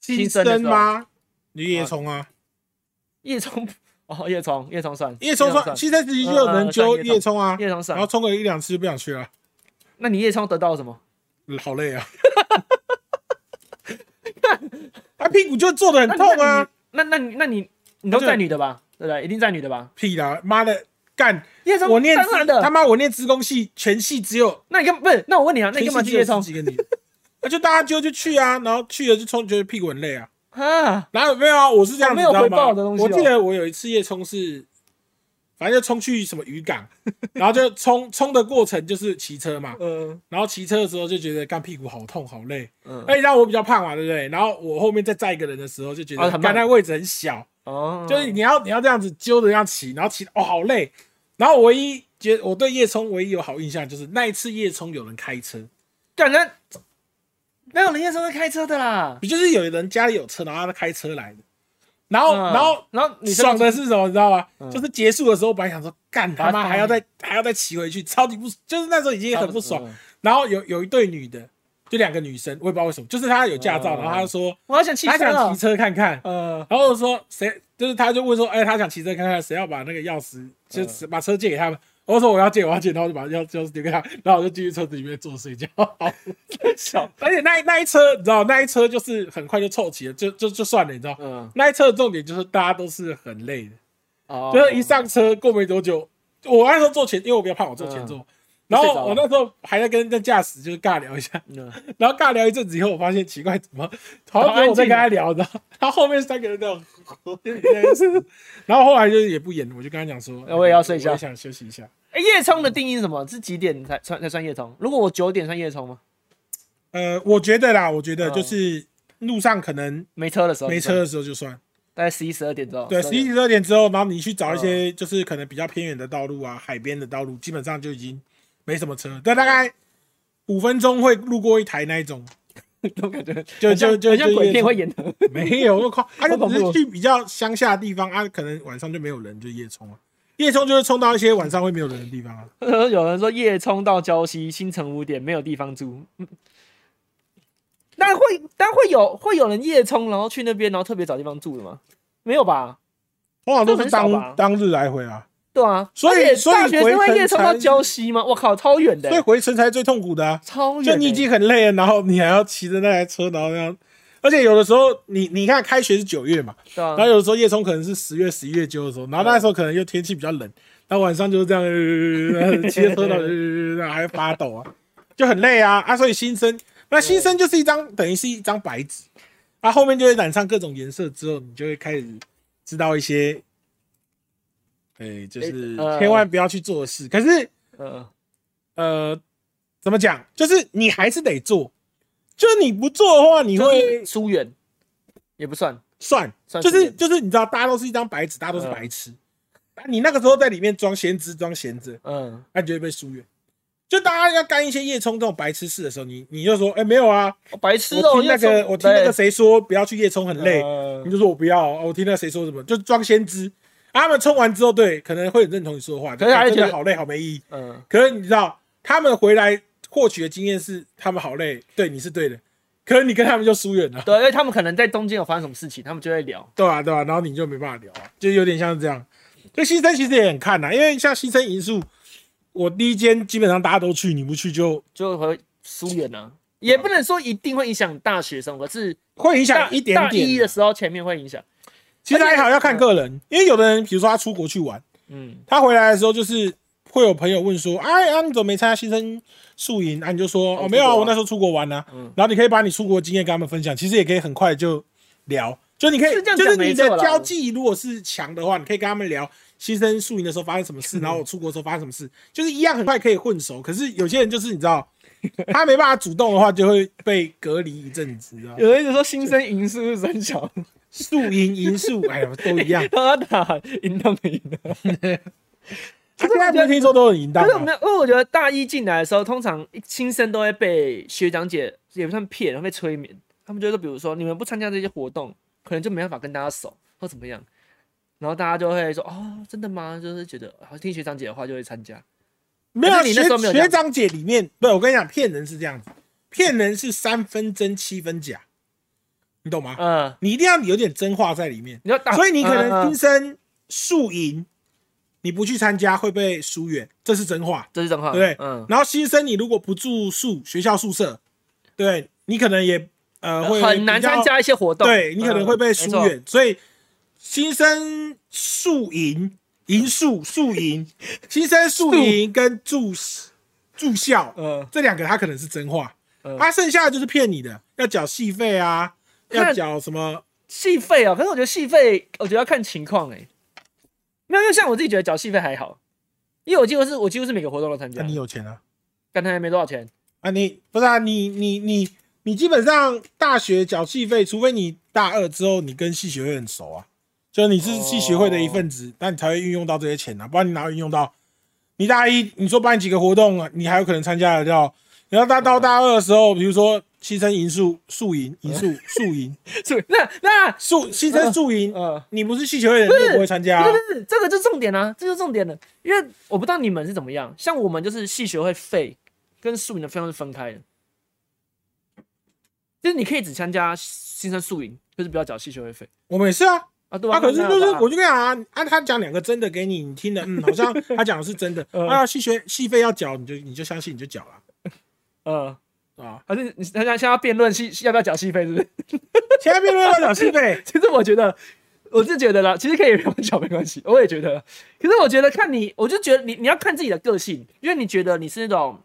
[SPEAKER 1] 新
[SPEAKER 2] 新生的时候嗯
[SPEAKER 1] 吗？你也冲啊，
[SPEAKER 2] 叶冲 哦，叶冲叶冲算
[SPEAKER 1] 叶冲说，新生时期就有人揪叶冲啊，
[SPEAKER 2] 叶冲算
[SPEAKER 1] 然后。冲个一两次就不想去了，
[SPEAKER 2] 那你叶冲得到了什么？
[SPEAKER 1] 好累啊。 他屁股就坐得很痛啊！
[SPEAKER 2] 那那你那你你都
[SPEAKER 1] 就
[SPEAKER 2] 在女的吧？对不对？一定在女的吧？
[SPEAKER 1] 屁啦，妈的，干！
[SPEAKER 2] 叶冲
[SPEAKER 1] 我念
[SPEAKER 2] 当
[SPEAKER 1] 资
[SPEAKER 2] 然的
[SPEAKER 1] 他，妈我念职工系，全系只有
[SPEAKER 2] 那你干不是？那我问你啊，那你干嘛去
[SPEAKER 1] 全
[SPEAKER 2] 叶
[SPEAKER 1] 系只有
[SPEAKER 2] 冲
[SPEAKER 1] 十几个你？ 那就大家揪就去啊，然后去了就冲，觉得屁股很累啊。
[SPEAKER 2] 啊？
[SPEAKER 1] 哪有没有啊？我是这样子，
[SPEAKER 2] 哦没有
[SPEAKER 1] 你知道
[SPEAKER 2] 回
[SPEAKER 1] 吗
[SPEAKER 2] 报的东西哦
[SPEAKER 1] 我记得我有一次夜冲是，反正就冲去什么渔港， 然后就冲冲的过程就是骑车嘛，
[SPEAKER 2] 嗯
[SPEAKER 1] 然后骑车的时候就觉得干屁股好痛好累，
[SPEAKER 2] 嗯
[SPEAKER 1] 呃哎，让我比较胖嘛，对不对？然后我后面再载一个人的时候就觉
[SPEAKER 2] 哦
[SPEAKER 1] 得
[SPEAKER 2] 很
[SPEAKER 1] 干
[SPEAKER 2] 慢
[SPEAKER 1] 那位置很小，
[SPEAKER 2] 哦，
[SPEAKER 1] 就是你要你要这样子揪着这样骑，然后骑哦好累。然后我唯一觉我对夜冲唯一有好印象就是那一次夜冲有人开车，
[SPEAKER 2] 感觉没有人那时候会开车的啦。
[SPEAKER 1] 就是有人家里有车，然后他开车来的，然后、
[SPEAKER 2] 嗯
[SPEAKER 1] 然后
[SPEAKER 2] 然后女生
[SPEAKER 1] 爽的是什么，你知道吗？
[SPEAKER 2] 嗯
[SPEAKER 1] 就是结束的时候，本来想说干他
[SPEAKER 2] 把
[SPEAKER 1] 妈
[SPEAKER 2] 他
[SPEAKER 1] 还要再还要再骑回去，超级不，就是那时候已经很不爽。
[SPEAKER 2] 嗯
[SPEAKER 1] 然后有有一对女的，就两个女生，我也不知道为什么，就是她有驾照，
[SPEAKER 2] 嗯
[SPEAKER 1] 然后她说
[SPEAKER 2] 我好想骑
[SPEAKER 1] 她
[SPEAKER 2] 车哦
[SPEAKER 1] 想
[SPEAKER 2] 了
[SPEAKER 1] 骑。车看看，
[SPEAKER 2] 呃，
[SPEAKER 1] 然后我说谁，就是她就问说，哎，她想骑车看看，谁要把那个钥匙，
[SPEAKER 2] 嗯
[SPEAKER 1] 就是把车借给他们。我说我要借，我要借，然后我就把钥钥匙留给他，然后我就进去车子里面坐睡 觉。
[SPEAKER 2] 小，
[SPEAKER 1] 而且那一那一车，你知道，那一车就是很快就凑齐了，就就就算了，你知道。
[SPEAKER 2] 嗯，
[SPEAKER 1] 那一车的重点就是大家都是很累的，
[SPEAKER 2] 哦
[SPEAKER 1] 就是一上车过没多久，我那时候坐前，因为我比较胖，我坐前座。然
[SPEAKER 2] 嗯睡着
[SPEAKER 1] 后
[SPEAKER 2] 了
[SPEAKER 1] 我那时候还在跟跟驾驶就是尬聊一下，
[SPEAKER 2] 嗯
[SPEAKER 1] 然后尬聊一阵子以后，我发现奇怪，怎 么好像只有我在跟他聊，然后然后后面三个人都，然后后来就是也不演了，我就跟他讲说，哎
[SPEAKER 2] 那我也要睡觉
[SPEAKER 1] 我也想休息一下。
[SPEAKER 2] 哎，夜冲的定义是什么？是几点才算才算夜冲？如果我九点算夜冲吗？
[SPEAKER 1] 呃，我觉得啦，我觉得
[SPEAKER 2] 嗯
[SPEAKER 1] 就是路上可能
[SPEAKER 2] 没车的时候，
[SPEAKER 1] 没车，的时候就算，
[SPEAKER 2] 大概哦十一十二点之后。
[SPEAKER 1] 对，
[SPEAKER 2] 12
[SPEAKER 1] 十
[SPEAKER 2] 点嗯
[SPEAKER 1] 一十二点之后，然后你去找一些就是可能比较偏远的道路啊，海边的道路，基本上就已经没什么车，但大概五分钟会路过一台那一种，
[SPEAKER 2] 都感觉
[SPEAKER 1] 就
[SPEAKER 2] 很像
[SPEAKER 1] 就就
[SPEAKER 2] 很像
[SPEAKER 1] 就
[SPEAKER 2] 鬼
[SPEAKER 1] 夜
[SPEAKER 2] 片
[SPEAKER 1] 冲
[SPEAKER 2] 会演的。
[SPEAKER 1] 没有那靠，他
[SPEAKER 2] 好
[SPEAKER 1] 就
[SPEAKER 2] 恐
[SPEAKER 1] 只是
[SPEAKER 2] 怖
[SPEAKER 1] 去比较乡下的地方啊，可能晚上就没有人，就夜冲啊，夜冲就是冲到一些晚上会没有人的地方啊，
[SPEAKER 2] 有人说夜冲到礁溪，清晨五点没有地方住。嗯那会但会有会有人夜冲，然后去那边，然后特别找地方住的吗？没有吧？
[SPEAKER 1] 通常都是
[SPEAKER 2] 这很少吧
[SPEAKER 1] 当当日来回啊，
[SPEAKER 2] 对啊，
[SPEAKER 1] 所以
[SPEAKER 2] 而且
[SPEAKER 1] 所以
[SPEAKER 2] 大学生
[SPEAKER 1] 回
[SPEAKER 2] 会
[SPEAKER 1] 程
[SPEAKER 2] 夜冲到
[SPEAKER 1] 才
[SPEAKER 2] 礁溪吗？我靠，超远的欸、
[SPEAKER 1] 所以回程才最痛苦的啊。
[SPEAKER 2] 超远欸、
[SPEAKER 1] 就你已经很累了，然后你还要骑着那台车，然后那样，而且有的时候你你看开学是九月嘛，
[SPEAKER 2] 对啊
[SPEAKER 1] 然，后有的时候夜冲可能是十月、十一月揪的时候，然后那时候可能又天气比较冷，然后晚上就是这样 呃骑着车到，呃然后还会发抖啊，就很累啊啊！所以新生，那新生就是一张
[SPEAKER 2] 嗯
[SPEAKER 1] 等于是一张白纸，啊，后面就会染上各种颜色之后，你就会开始知道一些，哎，就是
[SPEAKER 2] 诶呃
[SPEAKER 1] 千万不要去做的事。可是
[SPEAKER 2] 呃，
[SPEAKER 1] 呃，怎么讲？就是你还是得做，就你不做的话，你
[SPEAKER 2] 就
[SPEAKER 1] 会
[SPEAKER 2] 是疏远也不算，
[SPEAKER 1] 算，
[SPEAKER 2] 算
[SPEAKER 1] 就是是就是你知道，大家都是一张白纸，大家都是白痴。啊你那个时候在里面装先知、装闲着，
[SPEAKER 2] 嗯，
[SPEAKER 1] 那、你就会被疏远。就大家要干一些夜冲这种白痴事的时候，你你就说，哎、没有啊，
[SPEAKER 2] 哦白痴哦、
[SPEAKER 1] 我听那
[SPEAKER 2] 夜
[SPEAKER 1] 个
[SPEAKER 2] 冲
[SPEAKER 1] 我听那个
[SPEAKER 2] 对
[SPEAKER 1] 谁说不要去夜冲很累，
[SPEAKER 2] 呃
[SPEAKER 1] 你就说我不要啊，我听那谁说什么，就装先知。啊、他们冲完之后，对，可能会很认同你说的话，
[SPEAKER 2] 可是还
[SPEAKER 1] 就是觉
[SPEAKER 2] 觉
[SPEAKER 1] 得
[SPEAKER 2] 得
[SPEAKER 1] 好累，好没意义。
[SPEAKER 2] 嗯，
[SPEAKER 1] 可是你知道，他们回来获取的经验是，他们好累，对你是对的，可是你跟他们就疏远了，
[SPEAKER 2] 对，因为他们可能在中间有发生什么事情，他们就会聊。
[SPEAKER 1] 对啊吧、对吧、然后你就没办法聊啊，就有点像是这样。所以新生其实也很看呐、因为像新生银数，我第一间基本上大家都去，你不去就
[SPEAKER 2] 就会疏远啊，也不能说一定会影响大学生活，是
[SPEAKER 1] 嗯会影
[SPEAKER 2] 大
[SPEAKER 1] 响一点
[SPEAKER 2] 大一
[SPEAKER 1] 点
[SPEAKER 2] 的嗯
[SPEAKER 1] 啊。
[SPEAKER 2] 时候前面会影响，
[SPEAKER 1] 其实还好要看个人，因为有的人比如说他出国去玩，
[SPEAKER 2] 嗯，
[SPEAKER 1] 他回来的时候就是会有朋友问说：“哎啊，你怎么没参加新生宿营？”啊，你就说：“哦，没有啊，
[SPEAKER 2] 出国啊
[SPEAKER 1] 我那时候出国玩呢、
[SPEAKER 2] 嗯
[SPEAKER 1] 然后你可以把你出国经验跟他们分享，其实也可以很快就聊，就你可以
[SPEAKER 2] 是这样
[SPEAKER 1] 就
[SPEAKER 2] 讲
[SPEAKER 1] 是你
[SPEAKER 2] 没
[SPEAKER 1] 的
[SPEAKER 2] 错啦
[SPEAKER 1] 交际如果是强的话，你可以跟他们聊新生宿营的时候发生什么 事，然后我出国的时候发生什么事，就是一样很快可以混熟。可是有些人就是你知道，他没办法主动的话，就会被隔离一阵子，你知道吗？
[SPEAKER 2] 有人一直说新生赢是不是 三小，
[SPEAKER 1] 宿营、营宿，哎呀，都一样。
[SPEAKER 2] 他打赢他没赢的，
[SPEAKER 1] 他现在不是听说都很淫荡
[SPEAKER 2] 可是我
[SPEAKER 1] 吗
[SPEAKER 2] 没？有，因为我觉得大一进来的时候，通常新生都会被学长姐也不算骗，然后被催眠，他们就说，比如说你们不参加这些活动，可能就没办法跟大家熟或怎么样，然后大家就会说哦，真的吗？就是觉得好像听学长姐的话就会参加，
[SPEAKER 1] 没有
[SPEAKER 2] 还是你那时候没有
[SPEAKER 1] 学
[SPEAKER 2] 这样
[SPEAKER 1] 学长姐里面，不，我跟你讲，骗人是这样子，骗人是三分真七分假，你懂吗？
[SPEAKER 2] 嗯、
[SPEAKER 1] 你一定要有点真话在里面，
[SPEAKER 2] 你要打，
[SPEAKER 1] 所以你可
[SPEAKER 2] 嗯嗯
[SPEAKER 1] 能
[SPEAKER 2] 嗯
[SPEAKER 1] 新生宿营，你不去参加会被疏远，这是真话，
[SPEAKER 2] 这是真
[SPEAKER 1] 对
[SPEAKER 2] 话，
[SPEAKER 1] 不对？
[SPEAKER 2] 嗯，
[SPEAKER 1] 然后新生你如果不住宿学校宿舍，对你可能也呃会
[SPEAKER 2] 很难
[SPEAKER 1] 比较
[SPEAKER 2] 参加一些活动，
[SPEAKER 1] 对你可能会被
[SPEAKER 2] 嗯
[SPEAKER 1] 疏。远，所以新生宿营、营宿、宿 营、新生宿营跟住住校
[SPEAKER 2] 嗯，
[SPEAKER 1] 这两个，它可能是真话，
[SPEAKER 2] 嗯
[SPEAKER 1] 它剩下的就是骗你的，要缴戏费啊，要
[SPEAKER 2] 看
[SPEAKER 1] 缴什么？
[SPEAKER 2] 戏费啊，可是我觉得戏费，我觉得要看情况哎、没有，因为像我自己觉得缴戏费还好，因为我几乎是我几乎是每个活动都参加
[SPEAKER 1] 那、，你有钱啊？
[SPEAKER 2] 刚才没多少钱，
[SPEAKER 1] 啊你，不是啊？你你你你基本上大学缴戏费，除非你大二之后你跟系学会很熟啊，就是你是
[SPEAKER 2] 哦
[SPEAKER 1] 系学会的一份子，那、你才会运用到这些钱啊，不然你哪会运用到？啊你大一你说办几个活动，你还有可能参加得到。然后大到大二的时候，比如说牺牲银数数赢银数数赢
[SPEAKER 2] 是那那
[SPEAKER 1] 数牺牲数 赢，
[SPEAKER 2] 呃，
[SPEAKER 1] 你不是气球人，你也不会参加 啊
[SPEAKER 2] 不。是不是，这个就是重点啊，这就是重点了。因为我不知道你们是怎么样，像我们就是系学会费跟宿营的费用是分开的，就是你可以只参加新生宿营，就是不要缴系学会费
[SPEAKER 1] 我们也是啊，
[SPEAKER 2] 啊。对啊，
[SPEAKER 1] 啊，可是
[SPEAKER 2] 那
[SPEAKER 1] 就是
[SPEAKER 2] 那
[SPEAKER 1] 我就跟你讲啊，啊，他讲两个真的给你，你听了，嗯，好 像他讲的是真的，
[SPEAKER 2] 嗯
[SPEAKER 1] 啊，戏学戏费要缴，你就你就相信，你就缴了
[SPEAKER 2] 呃，
[SPEAKER 1] 啊。
[SPEAKER 2] 还是你大家现在要辩论系要不要缴系费，是不是？，
[SPEAKER 1] 现在辩论要缴戏费
[SPEAKER 2] 其实我觉得，我是觉得啦，其实可以不用缴没关系，我也觉得。可是我觉得看你，我就觉得你你要看自己的个性，因为你觉得你是那种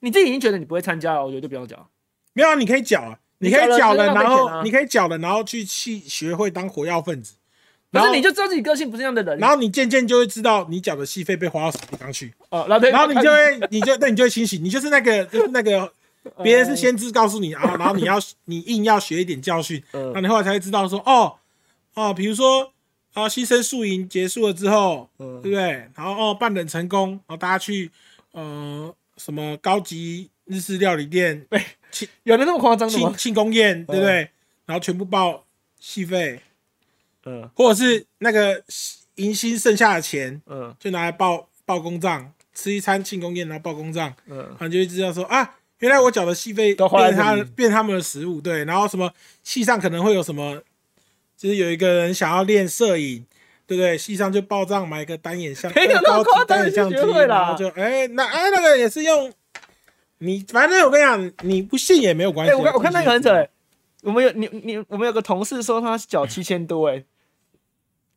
[SPEAKER 2] 你自己已经觉得你不会参加了，我觉得就不用缴。
[SPEAKER 1] 没有啊，你可以缴啊，
[SPEAKER 2] 你
[SPEAKER 1] 你可以
[SPEAKER 2] 缴
[SPEAKER 1] 缴
[SPEAKER 2] 了
[SPEAKER 1] 了，
[SPEAKER 2] 就是浪费
[SPEAKER 1] 然
[SPEAKER 2] 钱
[SPEAKER 1] 后
[SPEAKER 2] 啊
[SPEAKER 1] 你可以缴了，然后去戏学会当火药分子，
[SPEAKER 2] 可
[SPEAKER 1] 然
[SPEAKER 2] 是
[SPEAKER 1] 后
[SPEAKER 2] 你就知道自己个性不是那样的人，
[SPEAKER 1] 然后你渐渐就会知道你缴的戏费被花到什么地方去，
[SPEAKER 2] 哦，然后对
[SPEAKER 1] 然后你就会你就对你就会清醒，你就是那个就是那 个
[SPEAKER 2] 嗯
[SPEAKER 1] 别人是先知告诉你啊，然后你要你硬要学一点教训，
[SPEAKER 2] 嗯
[SPEAKER 1] 那你后来才会知道说，哦，哦，比如说啊，牺牲宿营结束了之后，
[SPEAKER 2] 嗯
[SPEAKER 1] 对不对？然后哦，办等成功，然后大家去呃什么高级日式料理店
[SPEAKER 2] 有人那么夸张的
[SPEAKER 1] 庆
[SPEAKER 2] 吗？
[SPEAKER 1] 庆功宴，对不对？然后全部报戏费，
[SPEAKER 2] 嗯
[SPEAKER 1] 或者是那个迎新剩下的钱
[SPEAKER 2] 嗯
[SPEAKER 1] 就拿来报报公账，吃一餐庆功宴然后报公账，
[SPEAKER 2] 嗯，
[SPEAKER 1] 然后你就会知道说啊，原来我缴的戏费
[SPEAKER 2] 都
[SPEAKER 1] 变
[SPEAKER 2] 花在
[SPEAKER 1] 成
[SPEAKER 2] 这
[SPEAKER 1] 他
[SPEAKER 2] 里
[SPEAKER 1] 变成他们的食物，对，然后什么戏上可能会有什么，就是有一个人想要练摄影，对不对？戏上就报账买一个单眼相，呃
[SPEAKER 2] 没有那么
[SPEAKER 1] 高
[SPEAKER 2] 夸
[SPEAKER 1] 级
[SPEAKER 2] 张
[SPEAKER 1] 单眼相机，
[SPEAKER 2] 你就学会啦
[SPEAKER 1] 然后就哎、那哎、那个也是用你，反正我跟你讲，你不信也没有关
[SPEAKER 2] 哎、
[SPEAKER 1] 系。
[SPEAKER 2] 我看我看那个很扯、欸
[SPEAKER 1] 对，
[SPEAKER 2] 我们有你你我们有个同事说他缴七千多、哎，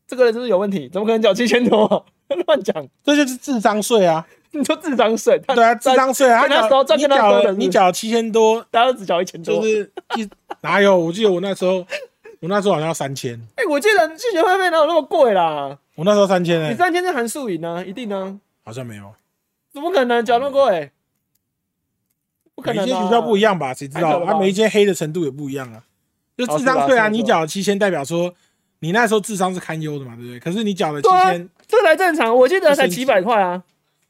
[SPEAKER 2] 这个人是不是有问题？怎么可能缴七千多？ 乱讲，
[SPEAKER 1] 这就是智商税 啊，
[SPEAKER 2] 你说智商税，他
[SPEAKER 1] 对啊，智商税啊，
[SPEAKER 2] 跟他
[SPEAKER 1] 他缴
[SPEAKER 2] 收赚
[SPEAKER 1] 你
[SPEAKER 2] 跟他收
[SPEAKER 1] 缴
[SPEAKER 2] 的
[SPEAKER 1] 了
[SPEAKER 2] 是不是
[SPEAKER 1] 你缴七千多，
[SPEAKER 2] 大家都只缴一千多，
[SPEAKER 1] 就是一哪有？我记得我那时候，我那时候好像要三千，
[SPEAKER 2] 哎、我记得去学会费哪有那么贵啦？
[SPEAKER 1] 我那时候三千呢、欸
[SPEAKER 2] 你三千是含宿营啊呢，一定呢、
[SPEAKER 1] 好像没有。
[SPEAKER 2] 怎么可能缴那么贵？不可
[SPEAKER 1] 每
[SPEAKER 2] 能、啊，
[SPEAKER 1] 间学校嗯不一样吧？谁知
[SPEAKER 2] 还可
[SPEAKER 1] 道？
[SPEAKER 2] 能吧
[SPEAKER 1] 他每一间黑的程度也不一样啊。就
[SPEAKER 2] 哦
[SPEAKER 1] 智
[SPEAKER 2] 是吧
[SPEAKER 1] 商税啊，
[SPEAKER 2] 是吧
[SPEAKER 1] 你缴七千，代表说你那时候智商是堪忧的嘛，对不对？可是你缴了七
[SPEAKER 2] 对啊
[SPEAKER 1] 千，
[SPEAKER 2] 这才正常，我记得才
[SPEAKER 1] 一千
[SPEAKER 2] 几百块啊，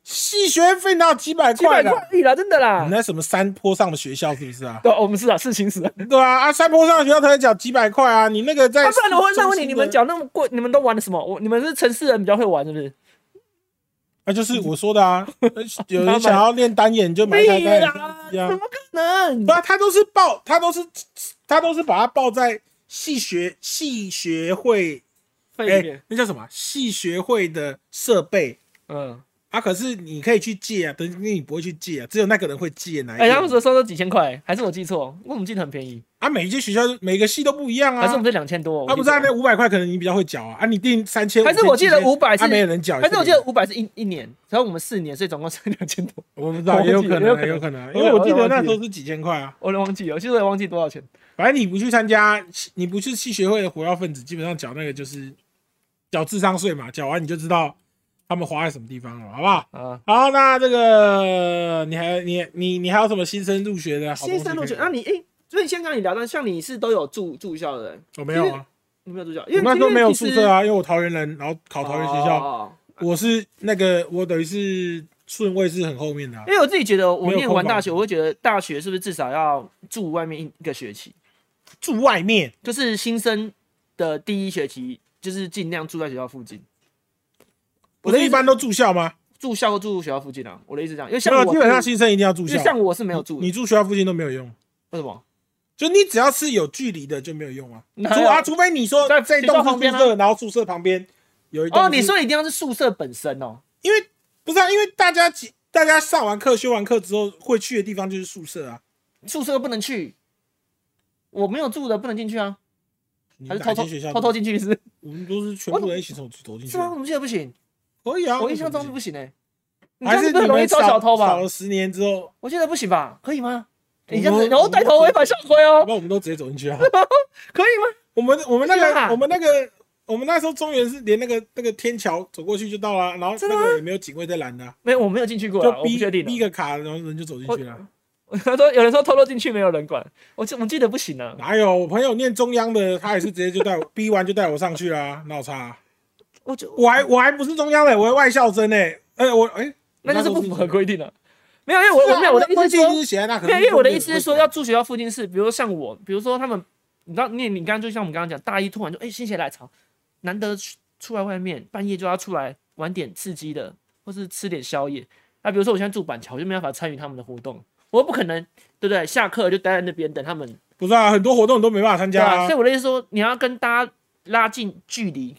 [SPEAKER 1] 系学费哪有几百
[SPEAKER 2] 几百
[SPEAKER 1] 块的？
[SPEAKER 2] 块而已啦，真的啦
[SPEAKER 1] 你。那什么山坡上的学校是不是啊？
[SPEAKER 2] 对，我们是啊，是行死啊。
[SPEAKER 1] 对啊，啊，山坡上的学校才缴几百块啊！你那个在
[SPEAKER 2] 啊，不然我那问你，
[SPEAKER 1] 中心的
[SPEAKER 2] 你们讲那么贵，你们都玩的什么？我你们是城市人比较会玩，是不是？
[SPEAKER 1] 啊，就是我说的 啊，有人想要练单眼就买一台单眼
[SPEAKER 2] 啦，
[SPEAKER 1] 相机啊
[SPEAKER 2] 怎么可能
[SPEAKER 1] 不？啊，他都是报，他都是他都是把它报在系学系学会
[SPEAKER 2] 费
[SPEAKER 1] 哎、
[SPEAKER 2] 面，
[SPEAKER 1] 那叫什么啊系学会的设备
[SPEAKER 2] 嗯，
[SPEAKER 1] 啊？可是你可以去借啊，等于你不会去借啊，只有那个人会借哪一个
[SPEAKER 2] 哎，
[SPEAKER 1] 人？
[SPEAKER 2] 他们说收都几千块，还是我记错？我怎么记得很便宜？
[SPEAKER 1] 啊，每一间学校每个系都不一样
[SPEAKER 2] 还是我
[SPEAKER 1] 啊
[SPEAKER 2] 们。是两千多？
[SPEAKER 1] 啊，不是啊，那五百块可能你比较会缴啊，啊，你定三千，
[SPEAKER 2] 还是我记得
[SPEAKER 1] 5000
[SPEAKER 2] 500是
[SPEAKER 1] 啊，没有人缴，
[SPEAKER 2] 还是我记得五百是一一年，然后我们四年，所以总共剩两千多。
[SPEAKER 1] 我不知道，也有可能，啊也有可能，因为我记得那时候是几千块啊。
[SPEAKER 2] 我有点忘记了，其实我也忘记多少钱。
[SPEAKER 1] 反正你不去参加，你不去系学会的火药分子，基本上缴那个就是缴智商税嘛，缴完你就知道他们花在什么地方了，好不好？
[SPEAKER 2] 啊。
[SPEAKER 1] 好，那这个你还你你你还有什么新生入学的好东
[SPEAKER 2] 新
[SPEAKER 1] 西可以？
[SPEAKER 2] 生入学，那你哎、所以先跟你聊，但像你是都有住住校的人，
[SPEAKER 1] 我没有啊，
[SPEAKER 2] 你没有住校，因
[SPEAKER 1] 我
[SPEAKER 2] 为
[SPEAKER 1] 那时候没有宿舍
[SPEAKER 2] 啊，
[SPEAKER 1] 啊，因为我桃园人，然后考桃园学校，
[SPEAKER 2] 哦
[SPEAKER 1] 我是那个我等于是顺位是很后面的、啊
[SPEAKER 2] 因，为我自己觉得，我
[SPEAKER 1] 没有
[SPEAKER 2] 念完
[SPEAKER 1] 空房
[SPEAKER 2] 大学，我会觉得大学是不是至少要住外面一一个学期？
[SPEAKER 1] 住外面。
[SPEAKER 2] 就是新生的第一学期，就是尽量住在学校附近。
[SPEAKER 1] 不
[SPEAKER 2] 我的
[SPEAKER 1] 是
[SPEAKER 2] 意
[SPEAKER 1] 一
[SPEAKER 2] 思
[SPEAKER 1] 般都住校吗？
[SPEAKER 2] 住校或住学校附近啊，我的意思是这样，因为像
[SPEAKER 1] 没有，
[SPEAKER 2] 我
[SPEAKER 1] 基本上
[SPEAKER 2] 是
[SPEAKER 1] 新生一定要住
[SPEAKER 2] 因
[SPEAKER 1] 校
[SPEAKER 2] 为。像我是没有住的，
[SPEAKER 1] 你住学校附近都没有用，
[SPEAKER 2] 为什么？
[SPEAKER 1] 就你只要是有距离的就没有用啊。
[SPEAKER 2] 哪有
[SPEAKER 1] 除啊，除非你说
[SPEAKER 2] 在
[SPEAKER 1] 这一
[SPEAKER 2] 学校
[SPEAKER 1] 栋是
[SPEAKER 2] 旁
[SPEAKER 1] 宿
[SPEAKER 2] 边啊
[SPEAKER 1] 舍，然后宿舍旁边有一栋
[SPEAKER 2] 哦，
[SPEAKER 1] 是
[SPEAKER 2] 你说一定要是宿舍本身哦，
[SPEAKER 1] 因为不是啊，因为大家几大家上完课、修完课之后会去的地方就是宿舍啊。
[SPEAKER 2] 宿舍不能去，我没有住的不能进去啊，
[SPEAKER 1] 你
[SPEAKER 2] 还是
[SPEAKER 1] 哪
[SPEAKER 2] 偷
[SPEAKER 1] 间
[SPEAKER 2] 偷
[SPEAKER 1] 学校
[SPEAKER 2] 偷偷，进去是不是？
[SPEAKER 1] 我们都是全部人一起走走进去
[SPEAKER 2] 是吗？
[SPEAKER 1] 啊。
[SPEAKER 2] 我们记得不行。
[SPEAKER 1] 可以啊，
[SPEAKER 2] 我印象中是
[SPEAKER 1] 为
[SPEAKER 2] 不行哎、欸，你
[SPEAKER 1] 什么不行，还
[SPEAKER 2] 这样
[SPEAKER 1] 是
[SPEAKER 2] 子不
[SPEAKER 1] 你
[SPEAKER 2] 是很容易
[SPEAKER 1] 们
[SPEAKER 2] 招
[SPEAKER 1] 少
[SPEAKER 2] 小偷
[SPEAKER 1] 少
[SPEAKER 2] 吧
[SPEAKER 1] 了？十年之后，
[SPEAKER 2] 我觉得不行吧，可以吗？
[SPEAKER 1] 我
[SPEAKER 2] 你这样子，
[SPEAKER 1] 们
[SPEAKER 2] 然后带头违反校规
[SPEAKER 1] 要
[SPEAKER 2] 哦
[SPEAKER 1] 不，然我们都直接走进去啊。
[SPEAKER 2] 可以吗？
[SPEAKER 1] 我们我们那
[SPEAKER 2] 不行啊
[SPEAKER 1] 个我们那个我们那时候中原是连那个那个天桥走过去就到了，然后
[SPEAKER 2] 真的
[SPEAKER 1] 那
[SPEAKER 2] 吗
[SPEAKER 1] 个也没有警卫在拦的啊，
[SPEAKER 2] 没有，我没有进去过
[SPEAKER 1] 就
[SPEAKER 2] 啊，我不
[SPEAKER 1] 逼
[SPEAKER 2] 确定
[SPEAKER 1] 逼
[SPEAKER 2] 啊。
[SPEAKER 1] 个卡，然后人就走进去了。
[SPEAKER 2] 他说有人说偷偷进去没有人管，我记我记得不行啊，
[SPEAKER 1] 哪有我朋友念中央的，他也是直接就带我逼完就带我上去啦，那有差啊。
[SPEAKER 2] 我就
[SPEAKER 1] 我还我还不是中央的，我是外校生呢。哎，我哎，
[SPEAKER 2] 那就是不
[SPEAKER 1] 时
[SPEAKER 2] 符
[SPEAKER 1] 候
[SPEAKER 2] 合规定了、啊没有，因为我我没有我的意思是
[SPEAKER 1] 一定
[SPEAKER 2] 说，
[SPEAKER 1] 是写在那，可
[SPEAKER 2] 没有，因为我的意思是说，要
[SPEAKER 1] 要
[SPEAKER 2] 住学校附近是，比如说像我，比如说他们，你知道，你你刚刚就像我们刚刚讲，大一突然就哎心血来潮，难得出出来外面，半夜就要出来玩点刺激的，或是吃点宵夜。那、比如说我现在住板桥，我就没办法参与他们的活动，我又不可能，对不对？下课就待在那边等他们
[SPEAKER 1] 不是啊，很多活动你都没办法参
[SPEAKER 2] 对
[SPEAKER 1] 加
[SPEAKER 2] 啊，
[SPEAKER 1] 啊
[SPEAKER 2] 所以。我的意思说，你要跟大家拉近距离，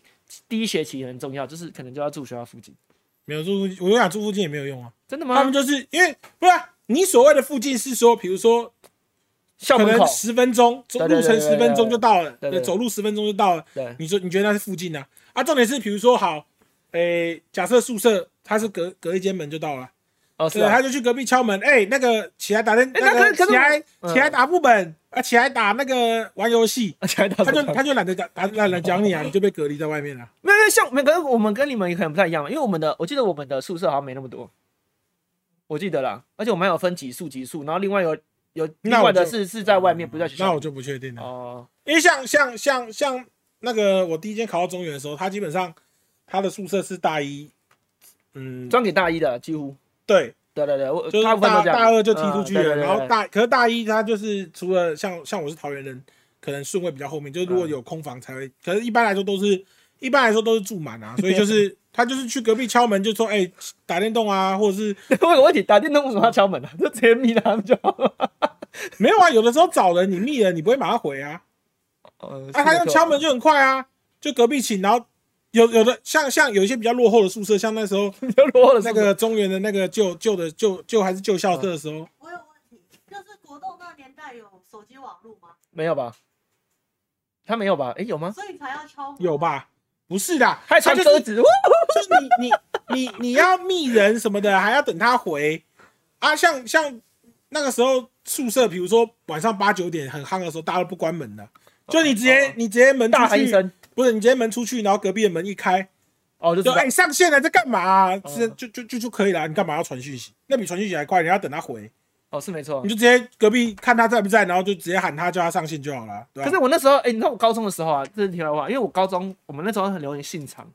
[SPEAKER 2] 第一学期很重要，就是可能就要住学校附近。
[SPEAKER 1] 没有住附近，我就想住附近也没有用啊。
[SPEAKER 2] 真的
[SPEAKER 1] 他
[SPEAKER 2] 吗
[SPEAKER 1] 们？就是因为不是啊你所谓的附近是说，比如说
[SPEAKER 2] 校
[SPEAKER 1] 可
[SPEAKER 2] 门
[SPEAKER 1] 能
[SPEAKER 2] 口，
[SPEAKER 1] 十分钟，走
[SPEAKER 2] 对对
[SPEAKER 1] 路程
[SPEAKER 2] 对对
[SPEAKER 1] 十分钟就到了，
[SPEAKER 2] 对对对
[SPEAKER 1] 走路十分钟就到了。
[SPEAKER 2] 对
[SPEAKER 1] 你说你觉得那是附近啊？啊，重点是比如说好，诶、假设宿舍它是隔隔一间门就到了，
[SPEAKER 2] 哦是
[SPEAKER 1] 对，
[SPEAKER 2] 啊，
[SPEAKER 1] 他就去隔壁敲门，哎、那个起来打电，
[SPEAKER 2] 那
[SPEAKER 1] 个
[SPEAKER 2] 可可是
[SPEAKER 1] 起来
[SPEAKER 2] 我嗯
[SPEAKER 1] 起来打副本啊，起来打那个玩游 戏，
[SPEAKER 2] 而且还到
[SPEAKER 1] 他
[SPEAKER 2] 处
[SPEAKER 1] 就
[SPEAKER 2] 看
[SPEAKER 1] 他就懒得讲，懒懒得讲你啊，你就被隔离在外 面了。
[SPEAKER 2] 没有没有像没有，可是我们跟你们可能不太一样，因为我们的我记得我们的宿舍好像没那么多，我记得啦，而且我们还有分几宿几宿，然后另外有有
[SPEAKER 1] 那
[SPEAKER 2] 另
[SPEAKER 1] 我
[SPEAKER 2] 外的
[SPEAKER 1] 就是
[SPEAKER 2] 是在外面，不在学
[SPEAKER 1] 那
[SPEAKER 2] 校
[SPEAKER 1] 我
[SPEAKER 2] 里。
[SPEAKER 1] 就不确定了。
[SPEAKER 2] 哦，
[SPEAKER 1] 因为像像像像那个我第一间考到中原的时候，他基本上他的宿舍是大一，嗯，
[SPEAKER 2] 专给大一的几乎，
[SPEAKER 1] 对，
[SPEAKER 2] 对对对，我
[SPEAKER 1] 就是
[SPEAKER 2] 大部分
[SPEAKER 1] 大
[SPEAKER 2] 都这样。
[SPEAKER 1] 大二就踢出去
[SPEAKER 2] 嗯对
[SPEAKER 1] 了，
[SPEAKER 2] 对对
[SPEAKER 1] 然后大可是大一他就是除了像像我是桃园人，可能顺位比较后面，就是
[SPEAKER 2] 嗯
[SPEAKER 1] 如果有空房才会，可是一般来说都是一般来说都是住满啊，所 以就是他就是去隔壁敲门就说哎、打电动啊，或者是
[SPEAKER 2] 我有个问题，打电动为什么要敲门啊？就直接密他们就好 了。
[SPEAKER 1] 没有啊，有的时候找人你密了你不会马上回啊，
[SPEAKER 2] 哦
[SPEAKER 1] 啊，他用敲 门，就很快啊，就隔壁寝，然后有有的像像有一些比较落后的宿舍，像那时候。
[SPEAKER 2] 是没错就落了
[SPEAKER 1] 那
[SPEAKER 2] 是不是
[SPEAKER 1] 个中原的那个旧旧的旧旧还是旧校舍的时
[SPEAKER 2] 嗯
[SPEAKER 1] 候，
[SPEAKER 3] 我有问题，就是国栋那年代有手机网络吗？
[SPEAKER 2] 没有吧？他没有吧？诶，有吗？
[SPEAKER 3] 所以才要敲门。啊
[SPEAKER 1] 有吧？不是的，
[SPEAKER 2] 还
[SPEAKER 1] 他
[SPEAKER 2] 穿
[SPEAKER 1] 就是
[SPEAKER 2] 鸽子？哇
[SPEAKER 1] 就是你你你你要密人什么的，还要等他回啊。像像那个时候宿舍，比如说晚上八九点很夯的时候，大家都不关门的，就你直接、
[SPEAKER 2] 哦
[SPEAKER 1] 你直接门出
[SPEAKER 2] 大喊一
[SPEAKER 1] 去，
[SPEAKER 2] 声，
[SPEAKER 1] 不是你直接门出去，然后隔壁的门一开，
[SPEAKER 2] 哦，就知
[SPEAKER 1] 就
[SPEAKER 2] 道
[SPEAKER 1] 哎、上线了，在干嘛、
[SPEAKER 2] 哦
[SPEAKER 1] 啊？是就就就就可以了，你干嘛要传讯息？那比传讯息还快，你要等他回，
[SPEAKER 2] 哦，是没错
[SPEAKER 1] 你。就直接隔壁看他在不在，然后就直接喊他叫他上线就好了，对吧
[SPEAKER 2] 可是？我那时候，哎、你知道我高中的时候啊，这是题外话，因为我高中我们那时候很流行信场，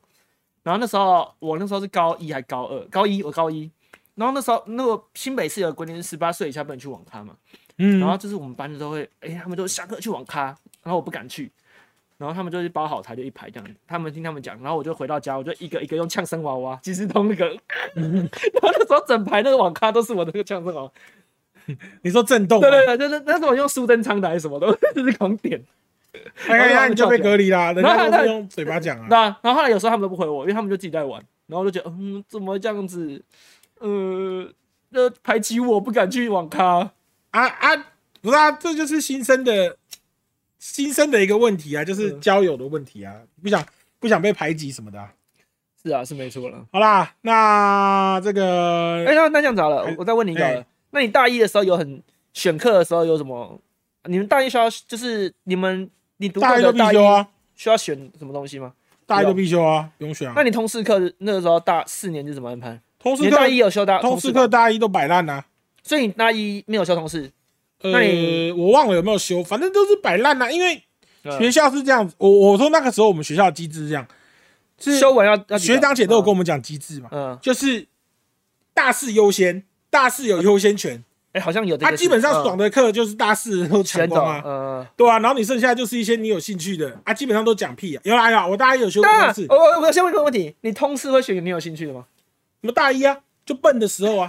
[SPEAKER 2] 然后那时候我那时候是高一还高二，高一我高一，然后那时候那个新北市有规定是十八岁以下不能去网咖嘛，
[SPEAKER 1] 嗯
[SPEAKER 2] 然后就是我们班的都会，哎、他们都下课去网咖，然后我不敢去，然后他们就是包好台就一排这样，他们听他们讲，然后我就回到家，我就一个一个用呛声娃娃、即时通那个， 然后那时候整排那个网咖都是我那个呛声娃娃，
[SPEAKER 1] 你说震动吗，
[SPEAKER 2] 对对对，就是那时候我用苏贞昌的还是什么的，就是狂点，
[SPEAKER 1] 哎呀呀，你就被隔离 啦，人
[SPEAKER 2] 然后
[SPEAKER 1] 家都
[SPEAKER 2] 他
[SPEAKER 1] 是用嘴巴讲啊。
[SPEAKER 2] 那然后后来有时候他们都不回我，因为他们就自己在玩，然后我就觉得嗯怎么这样子，呃，那排挤我不敢去网咖，
[SPEAKER 1] 啊啊，不是啊，这就是新生的新生的一个问题啊，就是
[SPEAKER 2] 嗯
[SPEAKER 1] 交友的问题啊，不想不想被排挤什么的啊、
[SPEAKER 2] 是啊是没错了。
[SPEAKER 1] 好啦，那这个、
[SPEAKER 2] 哎、那那这样子好了
[SPEAKER 1] 哎，
[SPEAKER 2] 我再问你一个好了
[SPEAKER 1] 哎
[SPEAKER 2] 那你大一的时候有很选课的时候有什么？你们大一需要就是你们你读
[SPEAKER 1] 大
[SPEAKER 2] 过
[SPEAKER 1] 一
[SPEAKER 2] 的
[SPEAKER 1] 都必
[SPEAKER 2] 大一
[SPEAKER 1] 修啊，
[SPEAKER 2] 需要选什么东西吗？
[SPEAKER 1] 大一都必修啊，不用选啊
[SPEAKER 2] 那。你通识课那个时候大四年是怎么安排？
[SPEAKER 1] 通
[SPEAKER 2] 你
[SPEAKER 1] 识
[SPEAKER 2] 的大
[SPEAKER 1] 课
[SPEAKER 2] 一有修大
[SPEAKER 1] 通
[SPEAKER 2] 识
[SPEAKER 1] 识
[SPEAKER 2] 吧
[SPEAKER 1] 课，大一都摆烂啊。
[SPEAKER 2] 所以你大一没有修通识。那你
[SPEAKER 1] 呃，我忘了有没有修，反正都是摆烂啊。因为
[SPEAKER 2] 嗯
[SPEAKER 1] 学校是这样子，我我说那个时候我们学校的机制是这样，是
[SPEAKER 2] 修完要要几个
[SPEAKER 1] 学长姐都有跟我们讲机制嘛，
[SPEAKER 2] 嗯，
[SPEAKER 1] 就是大四优先，大四有优先权，
[SPEAKER 2] 哎、好像有这
[SPEAKER 1] 他、
[SPEAKER 2] 个
[SPEAKER 1] 啊
[SPEAKER 2] 是。
[SPEAKER 1] 基本上爽
[SPEAKER 2] 的
[SPEAKER 1] 的课就是大四都抢
[SPEAKER 2] 先走，
[SPEAKER 1] 光啊，
[SPEAKER 2] 嗯。
[SPEAKER 1] 对啊，然后你剩下就是一些你有兴趣的啊，基本上都讲屁啊。有啦有啦，我大一有修过
[SPEAKER 2] 当
[SPEAKER 1] 通
[SPEAKER 2] 然
[SPEAKER 1] 识，，
[SPEAKER 2] 我我我先问一个问题，你通识会选你有兴趣的吗？
[SPEAKER 1] 你们大一啊，就笨的时候 啊，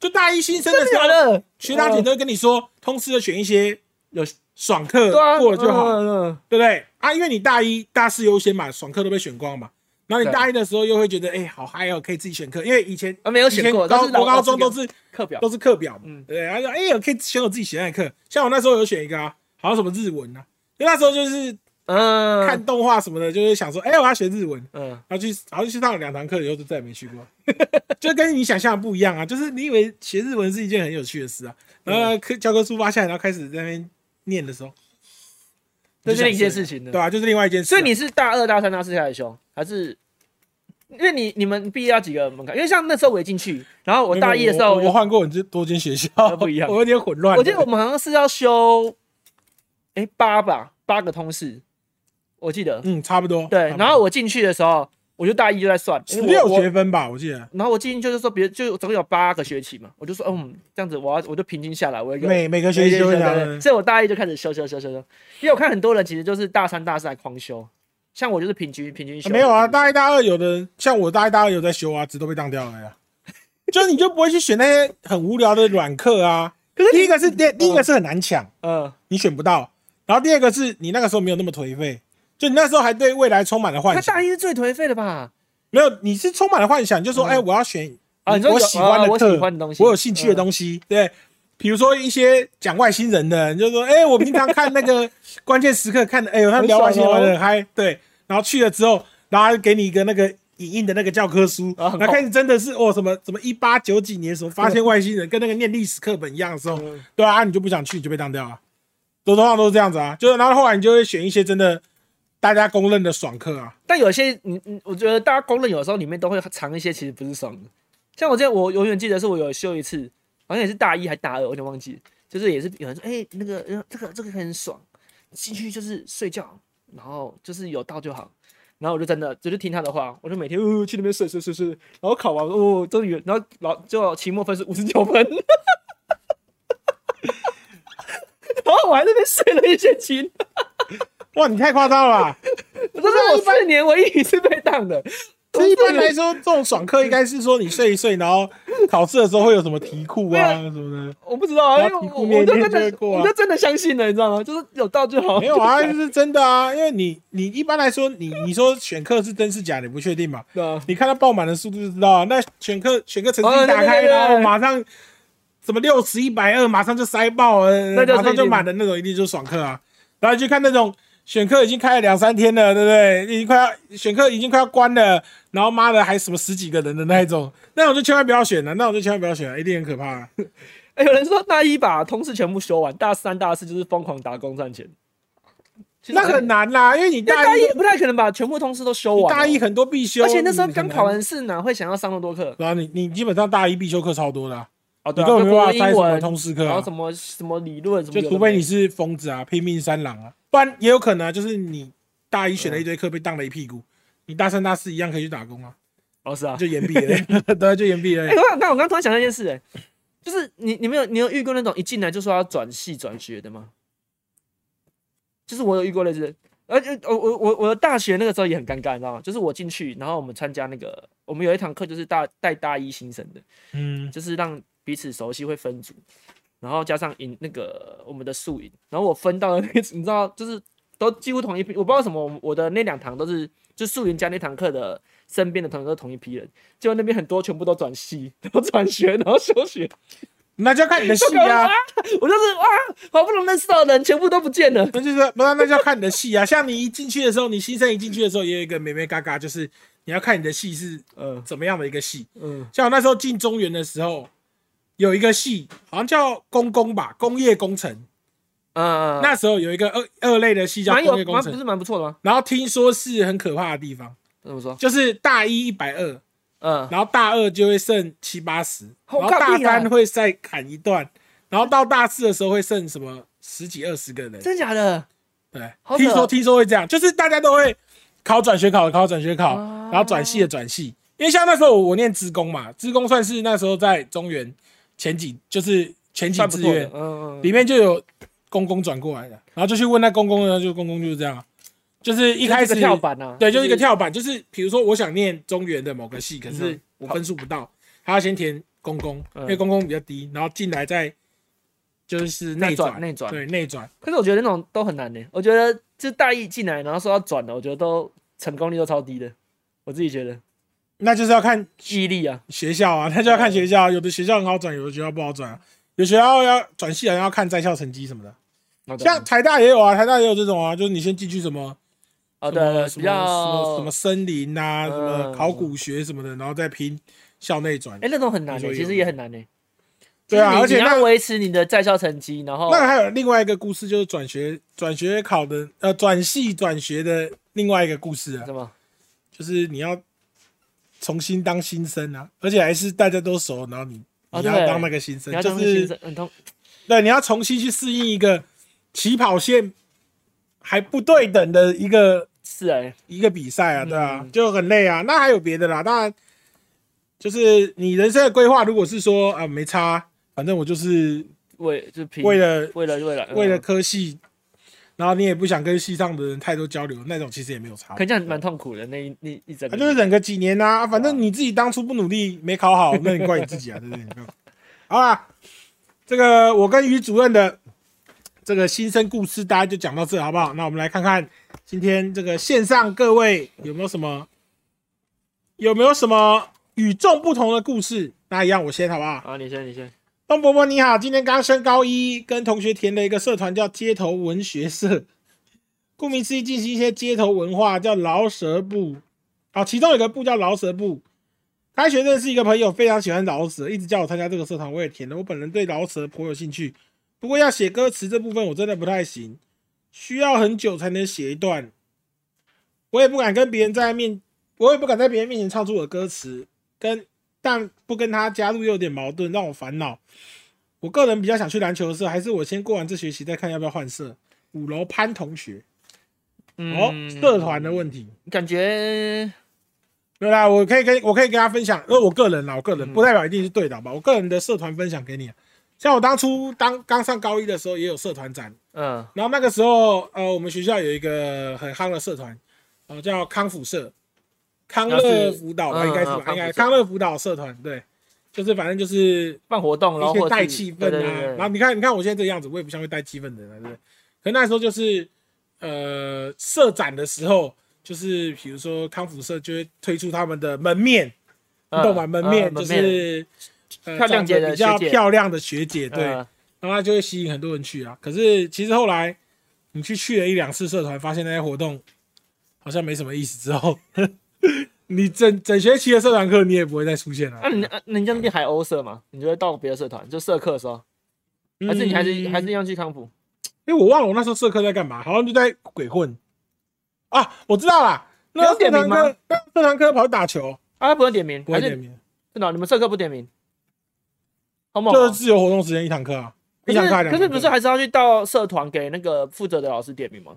[SPEAKER 1] 就大一新生的时
[SPEAKER 2] 假
[SPEAKER 1] 候，啊
[SPEAKER 2] 的？
[SPEAKER 1] 学长姐
[SPEAKER 2] 嗯
[SPEAKER 1] 都会跟你说，通识要选一些
[SPEAKER 2] 有
[SPEAKER 1] 爽课
[SPEAKER 2] 对啊，
[SPEAKER 1] 过了就好，
[SPEAKER 2] 嗯嗯嗯
[SPEAKER 1] 对不对？啊，因为你大一大四优先嘛，爽课都被选光嘛。然后你
[SPEAKER 2] 对
[SPEAKER 1] 大一的时候又会觉得，哎，好嗨哦，可以自己选课，因为以前
[SPEAKER 2] 啊，没有
[SPEAKER 1] 以
[SPEAKER 2] 选
[SPEAKER 1] 前
[SPEAKER 2] 过，但
[SPEAKER 1] 高
[SPEAKER 2] 是老
[SPEAKER 1] 国高中
[SPEAKER 2] 老
[SPEAKER 1] 都
[SPEAKER 2] 师
[SPEAKER 1] 是
[SPEAKER 2] 给课表
[SPEAKER 1] 都是课表嘛，
[SPEAKER 2] 嗯
[SPEAKER 1] 对，然后就哎、我可以选我自己喜欢的课，像我那时候有选一个啊，好像什么日文啊，因为那时候就是
[SPEAKER 2] 嗯，
[SPEAKER 1] 看动画什么的，就是想说，哎、我要学日文，
[SPEAKER 2] 嗯，
[SPEAKER 1] 然后去，然后去上了两堂课以后就再也没去过， 就跟你想象的不一样啊，就是你以为学日文是一件很有趣的事啊，然后课教科书发下来，然后开始在那边念的时候，
[SPEAKER 2] 这是另一件
[SPEAKER 1] 就想
[SPEAKER 2] 事情
[SPEAKER 1] 睡
[SPEAKER 2] 的
[SPEAKER 1] 了，对。啊，就是另外一件事啊、
[SPEAKER 2] 所以你是大二、大三、大四开始修，还是因为你你们毕业要几个门槛？因为像那时候我也进去，然后我
[SPEAKER 1] 没有
[SPEAKER 2] 大一的时候，
[SPEAKER 1] 我我
[SPEAKER 2] 我
[SPEAKER 1] 换过很多间学校
[SPEAKER 2] 都，不一样
[SPEAKER 1] 我有点混乱了。
[SPEAKER 2] 我记得我们好像是要修，哎八吧，八个通识，我记得
[SPEAKER 1] 嗯，差不多。
[SPEAKER 2] 对
[SPEAKER 1] 差。不多
[SPEAKER 2] 然后我进去的时候，我就大一就在算，
[SPEAKER 1] 十
[SPEAKER 2] 因为
[SPEAKER 1] 六
[SPEAKER 2] 我我
[SPEAKER 1] 学分吧，我记得。
[SPEAKER 2] 然后我进去就是说别就总共有八个学期嘛，我就说嗯这样子我要我就平均下来我要有
[SPEAKER 1] 每每个学期都会嗯
[SPEAKER 2] 对
[SPEAKER 1] 拿
[SPEAKER 2] 对对
[SPEAKER 1] 的。
[SPEAKER 2] 所以我大一就开始修修修修修，因为我看很多人其实就是大三大四还狂修，像我就是平均平均修。
[SPEAKER 1] 没有啊，大一大二有的像我大一大二有在修啊，只都被当掉了呀。 就你就不会去选那些很无聊的软课啊。
[SPEAKER 2] 可是
[SPEAKER 1] 第
[SPEAKER 2] 你
[SPEAKER 1] 一个是第第一个是很难抢，
[SPEAKER 2] 呃，
[SPEAKER 1] 你选不到；然后第二个是你那个时候没有那么颓废，就你那时候还对未来充满了幻
[SPEAKER 2] 他
[SPEAKER 1] 想
[SPEAKER 2] 大。一是最颓废的吧？
[SPEAKER 1] 没有，你是充满了幻想，就说哎，我要选
[SPEAKER 2] 嗯啊，你说有
[SPEAKER 1] 我喜欢
[SPEAKER 2] 啊
[SPEAKER 1] 的
[SPEAKER 2] 我
[SPEAKER 1] 课
[SPEAKER 2] 喜欢的东西，嗯
[SPEAKER 1] 我有兴趣的东西，对，比如说一些讲外星人的，你就说，哎、 我平常看那个关键时刻看的，哎呦，他们聊外星人玩
[SPEAKER 2] 很爽哦
[SPEAKER 1] 的很嗨，对，然后去了之后，然后他就给你一个那个影印的那个教科书，
[SPEAKER 2] 啊
[SPEAKER 1] 然
[SPEAKER 2] 很
[SPEAKER 1] 后
[SPEAKER 2] 好
[SPEAKER 1] 开始真的是哦，什么什么一八九几年什么发现外星人，跟那个念历史课本一样的时候，
[SPEAKER 2] 嗯
[SPEAKER 1] 对啊，你就不想去，你就被当掉了，都通常都是这样子啊，就是然后后来你就会选一些真的大家公认的爽课啊，
[SPEAKER 2] 但有些你你，我觉得大家公认有时候里面都会藏一些其实不是爽的。像我记得我永远记得是我有修一次，好像也是大一还大二，我有点忘记，就是也是有人说，哎、那个呃这个这个很爽，进去就是睡觉，然后就是有到就好。然后我就真的就是听他的话，我就每天呜、呃、去那边睡睡睡睡，然后考完哦，终于，然后老就期末分是五十九分， 然后我还在那边睡了一学期，
[SPEAKER 1] 哇，你太夸张了吧！
[SPEAKER 2] 我 这是我四年唯一一次被当 的，
[SPEAKER 1] 这一般来说，这种爽课应该是说你睡一睡，然后考试的时候会有什么题库啊什么
[SPEAKER 2] 我不知道啊，因
[SPEAKER 1] 然
[SPEAKER 2] 为
[SPEAKER 1] 后
[SPEAKER 2] 我
[SPEAKER 1] 题
[SPEAKER 2] 我
[SPEAKER 1] 库面
[SPEAKER 2] 就
[SPEAKER 1] 面
[SPEAKER 2] 真的
[SPEAKER 1] 就会过啊
[SPEAKER 2] 我就真的相信了，你知道吗？就是有到就好。
[SPEAKER 1] 的。没有啊，这是真的啊，因为你你一般来说，你你说选课是真是假，你不确定嘛？
[SPEAKER 2] 对啊，
[SPEAKER 1] 你看它爆满的速度就知道啊。那选课选课成绩
[SPEAKER 2] 哦
[SPEAKER 1] 一打
[SPEAKER 2] 对对
[SPEAKER 1] 开，
[SPEAKER 2] 对对
[SPEAKER 1] 然后马上什么六十一百二，马上就塞爆了，
[SPEAKER 2] 那就是
[SPEAKER 1] 马上就满的那种，一定就是爽课啊。然后你去看那种选课已经开了两三天了，对不对？已经快要选课已经快要关了，然后妈的还什么十几个人的那一种，那种就千万不要选了，那种就千万不要选了，一定很可怕啊、
[SPEAKER 2] 哎，有人说大一把通识全部修完，大三、大四就是疯狂打工赚钱。其实
[SPEAKER 1] 那很，难啦，因为你
[SPEAKER 2] 因为
[SPEAKER 1] 大
[SPEAKER 2] 大
[SPEAKER 1] 一
[SPEAKER 2] 一也不太可能把全部通识都修
[SPEAKER 1] 你
[SPEAKER 2] 完哦。
[SPEAKER 1] 大一很多必修，
[SPEAKER 2] 而且那时候
[SPEAKER 1] 你
[SPEAKER 2] 刚
[SPEAKER 1] 很难
[SPEAKER 2] 考，完试，哪会想要上那么多课
[SPEAKER 1] 然后你你基本上大一必修课超多的啊，
[SPEAKER 2] 啊？对
[SPEAKER 1] 你
[SPEAKER 2] 啊，
[SPEAKER 1] 根本
[SPEAKER 2] 就
[SPEAKER 1] 没
[SPEAKER 2] 国
[SPEAKER 1] 办法塞
[SPEAKER 2] 文英
[SPEAKER 1] 什么
[SPEAKER 2] 文，
[SPEAKER 1] 通识课
[SPEAKER 2] 然后
[SPEAKER 1] 啊
[SPEAKER 2] 什，么什么理论什么
[SPEAKER 1] 就
[SPEAKER 2] 有的没的，
[SPEAKER 1] 除非你是疯子啊，拼命三郎啊，不然也有可能啊，就是你大一选了一堆课被当了一屁股，你大三大四一样可以去打工啊，
[SPEAKER 2] 哦是啊，
[SPEAKER 1] 就延毕 了，对啊，就延毕了
[SPEAKER 2] 哎、。我那我刚刚突然想到一件事、哎，就是你你们有你有遇过那种一进来就说要转系转学的吗？就是我有遇过类似的，而且我我我我的大学那个时候也很尴尬，你知道吗？就是我进去，然后我们参加那个，我们有一堂课就是大带大一新生的，
[SPEAKER 1] 嗯，
[SPEAKER 2] 就是让彼此熟悉，会分组，然后加上营那个我们的宿营，然后我分到了那个， 你知道，就是都几乎同一批，我不知道为什么，我的那两堂都是就宿营加那堂课的身边的同学都是同一批人，结果那边很多全部都转系，然后转学，然后休学，
[SPEAKER 1] 那就要看你的戏
[SPEAKER 2] 我就
[SPEAKER 1] 啊
[SPEAKER 2] 啊。我就是哇，好不容易认识到的人全部都不见了，
[SPEAKER 1] 那就是不是，那就要看你的戏啊。像你一进去的时候，你新生一进去的时候，也有一个美美嘎嘎，就是你要看你的戏是
[SPEAKER 2] 嗯
[SPEAKER 1] 怎么样的一个戏。
[SPEAKER 2] 嗯，
[SPEAKER 1] 像我那时候进中原的时候，有一个系好像叫工工吧，工业工程。
[SPEAKER 2] 呃，
[SPEAKER 1] 那时候有一个二二类的系叫
[SPEAKER 2] 蛮
[SPEAKER 1] 工业
[SPEAKER 2] 有
[SPEAKER 1] 工
[SPEAKER 2] 蛮不是
[SPEAKER 1] 程，
[SPEAKER 2] 蛮不错的吗？
[SPEAKER 1] 然后听说是很可怕的地方，
[SPEAKER 2] 怎么说？
[SPEAKER 1] 就是大一一百二，
[SPEAKER 2] 嗯，
[SPEAKER 1] 然后大二就会剩七八十，
[SPEAKER 2] 好
[SPEAKER 1] 然后
[SPEAKER 2] 尬
[SPEAKER 1] 大
[SPEAKER 2] 毙啊
[SPEAKER 1] 三会再砍一段，然后到大四的时候会剩什么十几二十个人。
[SPEAKER 2] 真假的？
[SPEAKER 1] 对，
[SPEAKER 2] 好扯
[SPEAKER 1] 听
[SPEAKER 2] 哦
[SPEAKER 1] 说听说会这样，就是大家都会考转学考的考转学考，
[SPEAKER 2] 哦
[SPEAKER 1] 然后转系的转系。因为像那时候我我念职工嘛，职工算是那时候在中原前几就是前几
[SPEAKER 2] 算不
[SPEAKER 1] 志
[SPEAKER 2] 错的
[SPEAKER 1] 愿，
[SPEAKER 2] 嗯嗯，
[SPEAKER 1] 里面就有公公转过来的，然后就去问那公公，然后就公公就是这样啊，就是一
[SPEAKER 2] 一
[SPEAKER 1] 开始
[SPEAKER 2] 跳板啊，
[SPEAKER 1] 对，就是一个，跳板，就是比如说我想念中原的某个系，可是
[SPEAKER 2] 嗯
[SPEAKER 1] 我分数不到，他要先填公公，
[SPEAKER 2] 嗯
[SPEAKER 1] 因为公公比较低，然后进来再就是内
[SPEAKER 2] 转
[SPEAKER 1] 转
[SPEAKER 2] 内转
[SPEAKER 1] 对内转，
[SPEAKER 2] 可是我觉得那种都很难呢。我觉得就大一进来，然后说要转的，我觉得都成功率都超低的。我自己觉得
[SPEAKER 1] 那就是要看
[SPEAKER 2] 记忆力啊，
[SPEAKER 1] 学校啊，那就要
[SPEAKER 2] 嗯
[SPEAKER 1] 看学校啊、有的学校很好转，有的学校不好转、啊。有学校要转系，好像要看在校成绩什么的。像台大也有啊，台大也有这种啊，就是你先进去什么
[SPEAKER 2] 啊，
[SPEAKER 1] 什
[SPEAKER 2] 对对
[SPEAKER 1] 么
[SPEAKER 2] 对，
[SPEAKER 1] 什
[SPEAKER 2] 比
[SPEAKER 1] 么什
[SPEAKER 2] 较
[SPEAKER 1] 么什么森林啊，
[SPEAKER 2] 嗯
[SPEAKER 1] 什么考古学什么的，然后再拼校内转。
[SPEAKER 2] 哎，那种很难
[SPEAKER 1] 你说
[SPEAKER 2] 的，
[SPEAKER 1] 有
[SPEAKER 2] 其实也很难的。
[SPEAKER 1] 对啊，而
[SPEAKER 2] 就是你
[SPEAKER 1] 且
[SPEAKER 2] 你要
[SPEAKER 1] 那
[SPEAKER 2] 维持你的在校成绩，然后
[SPEAKER 1] 那个还有另外一个故事，就是转学转学考的呃转系转学的另外一个故事啊，
[SPEAKER 2] 什么？
[SPEAKER 1] 就是你要重新当新生啊，而且还是大家都熟，然后你
[SPEAKER 2] 哦
[SPEAKER 1] 你要
[SPEAKER 2] 对
[SPEAKER 1] 当那个新生
[SPEAKER 2] 你，要
[SPEAKER 1] 就
[SPEAKER 2] 当
[SPEAKER 1] 是
[SPEAKER 2] 新生，很痛。
[SPEAKER 1] 对，你要重新去适应一个起跑线还不对等的一个
[SPEAKER 2] 是哎、
[SPEAKER 1] 一个比赛啊，对啊，
[SPEAKER 2] 嗯
[SPEAKER 1] 就很累啊。那还有别的啦，当然就是你人生的规划，如果是说啊没差，反正我就是
[SPEAKER 2] 为就拼
[SPEAKER 1] 为了
[SPEAKER 2] 为了为了
[SPEAKER 1] 为了
[SPEAKER 2] 嗯
[SPEAKER 1] 科系，然后你也不想跟系上的人太多交流，那种其实也没有差
[SPEAKER 2] 可。能这样蛮痛苦的那一那一一整
[SPEAKER 1] 他
[SPEAKER 2] 个，
[SPEAKER 1] 就是忍个几年呐、啊，反正你自己当初不努力，没考好，那你怪你自己啊，对不对？你不要好啦，这个我跟于主任的这个新生故事，大家就讲到这，好不好？那我们来看看今天这个线上各位有没有什么有没有什么与众不同的故事？那一样我先好不好？
[SPEAKER 2] 啊，你先你先，
[SPEAKER 1] 东伯伯你好，今天刚升高一，跟同学填了一个社团叫街头文学社，顾名思义进行一些街头文化，叫饶舌部。好，其中有一个部叫饶舌部。开学认识一个朋友，非常喜欢饶舌，一直叫我参加这个社团，我也填了。我本人对饶舌颇有兴趣，不过要写歌词这部分我真的不太行，需要很久才能写一段。我也不敢跟别人在面，我也不敢在别人面前唱出我的歌词，跟但不跟他加入又有点矛盾，让我烦恼。我个人比较想去篮球社，还是我先过完这学期再看要不要换社。五楼潘同学，
[SPEAKER 2] 嗯
[SPEAKER 1] 哦，社团的问题，
[SPEAKER 2] 感觉
[SPEAKER 1] 对啦，我可以跟我可以跟他分享，呃因为我个人啦，我个人
[SPEAKER 2] 嗯
[SPEAKER 1] 不代表一定是对的好吧，我个人的社团分享给你啊。像我当初当刚上高一的时候，也有社团展，
[SPEAKER 2] 嗯
[SPEAKER 1] 然后那个时候呃，我们学校有一个很夯的社团，哦、叫康复社，康乐辅导吧，
[SPEAKER 2] 嗯
[SPEAKER 1] 应该是吧，
[SPEAKER 2] 嗯
[SPEAKER 1] 应
[SPEAKER 2] 嗯
[SPEAKER 1] 该
[SPEAKER 2] 康复社
[SPEAKER 1] 康乐辅导社团，对，就是反正就是
[SPEAKER 2] 办活动，然后
[SPEAKER 1] 一
[SPEAKER 2] 或
[SPEAKER 1] 些
[SPEAKER 2] 者
[SPEAKER 1] 带
[SPEAKER 2] 是
[SPEAKER 1] 气氛
[SPEAKER 2] 对
[SPEAKER 1] 啊。
[SPEAKER 2] 对对对
[SPEAKER 1] 然后你看，你看我现在这个样子，我也不像会带气氛的人啊，对不对？可那时候就是，呃，社展的时候，就是比如说康复社就会推出他们的门面，你
[SPEAKER 2] 嗯
[SPEAKER 1] 懂吗？门面
[SPEAKER 2] 嗯
[SPEAKER 1] 就
[SPEAKER 2] 门
[SPEAKER 1] 是、呃
[SPEAKER 2] 漂亮
[SPEAKER 1] 长
[SPEAKER 2] 姐
[SPEAKER 1] 得
[SPEAKER 2] 的
[SPEAKER 1] 比较
[SPEAKER 2] 学姐
[SPEAKER 1] 漂亮的学姐，对，
[SPEAKER 2] 嗯
[SPEAKER 1] 然后它就会吸引很多人去啊。可是其实后来你去去了一两次社团，发现那些活动好像没什么意思，之后 你整整学期的社团课你也不会再出现了、啊
[SPEAKER 2] 那、啊你那你这样变海鸥社嘛？你就会到别的社团，就社课的时候，
[SPEAKER 1] 嗯
[SPEAKER 2] 还是你还是、还是一样去康复？
[SPEAKER 1] 因为哎我忘了我那时候社课在干嘛，好像就在鬼混啊，我知道啦。那
[SPEAKER 2] 你要
[SPEAKER 1] 社
[SPEAKER 2] 点
[SPEAKER 1] 团
[SPEAKER 2] 名吗
[SPEAKER 1] 课，那社团课跑去打球，
[SPEAKER 2] 啊，不能点名，
[SPEAKER 1] 不
[SPEAKER 2] 还
[SPEAKER 1] 会
[SPEAKER 2] 是
[SPEAKER 1] 点名，
[SPEAKER 2] 真的哦、你们社课不点名？好猛哦、
[SPEAKER 1] 就是自由活动时间一堂课啊，
[SPEAKER 2] 可
[SPEAKER 1] 一
[SPEAKER 2] 是
[SPEAKER 1] 堂课还两
[SPEAKER 2] 可是
[SPEAKER 1] 堂课
[SPEAKER 2] 不是还是要去到社团给那个负责的老师点名吗？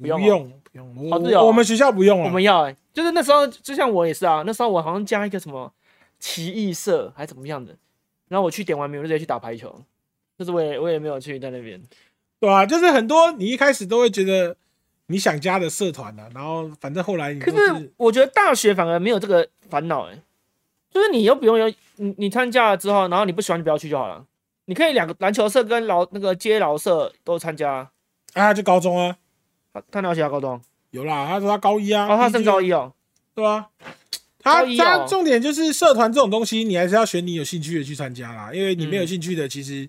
[SPEAKER 1] 不
[SPEAKER 2] 用哦
[SPEAKER 1] 用不用，
[SPEAKER 2] 好自由哦
[SPEAKER 1] 我我们学校不用
[SPEAKER 2] 我
[SPEAKER 1] 啊，
[SPEAKER 2] 们要哎、就是那时候就像我也是啊，那时候我好像加一个什么奇异社还怎么样的，然后我去点完名我就直接去打排球，就是我也我也没有去在那边，
[SPEAKER 1] 对吧、就是很多你一开始都会觉得你想加的社团啊，然后反正后来你
[SPEAKER 2] 可
[SPEAKER 1] 都
[SPEAKER 2] 是我觉得大学反而没有这个烦恼哎，就是你又不用有你你参加了之后，然后你不喜欢就不要去就好了，你可以两个篮球社跟劳那个街劳社都参加，
[SPEAKER 1] 啊，就高中啊，
[SPEAKER 2] 他他了解他高中，
[SPEAKER 1] 有啦，他说他高一啊，
[SPEAKER 2] 然后他升高
[SPEAKER 1] 一，
[SPEAKER 2] 一哦，
[SPEAKER 1] 对啊。他
[SPEAKER 2] 高一哦
[SPEAKER 1] 他重点就是社团这种东西，你还是要选你有兴趣的去参加啦，因为你没有兴趣的，其实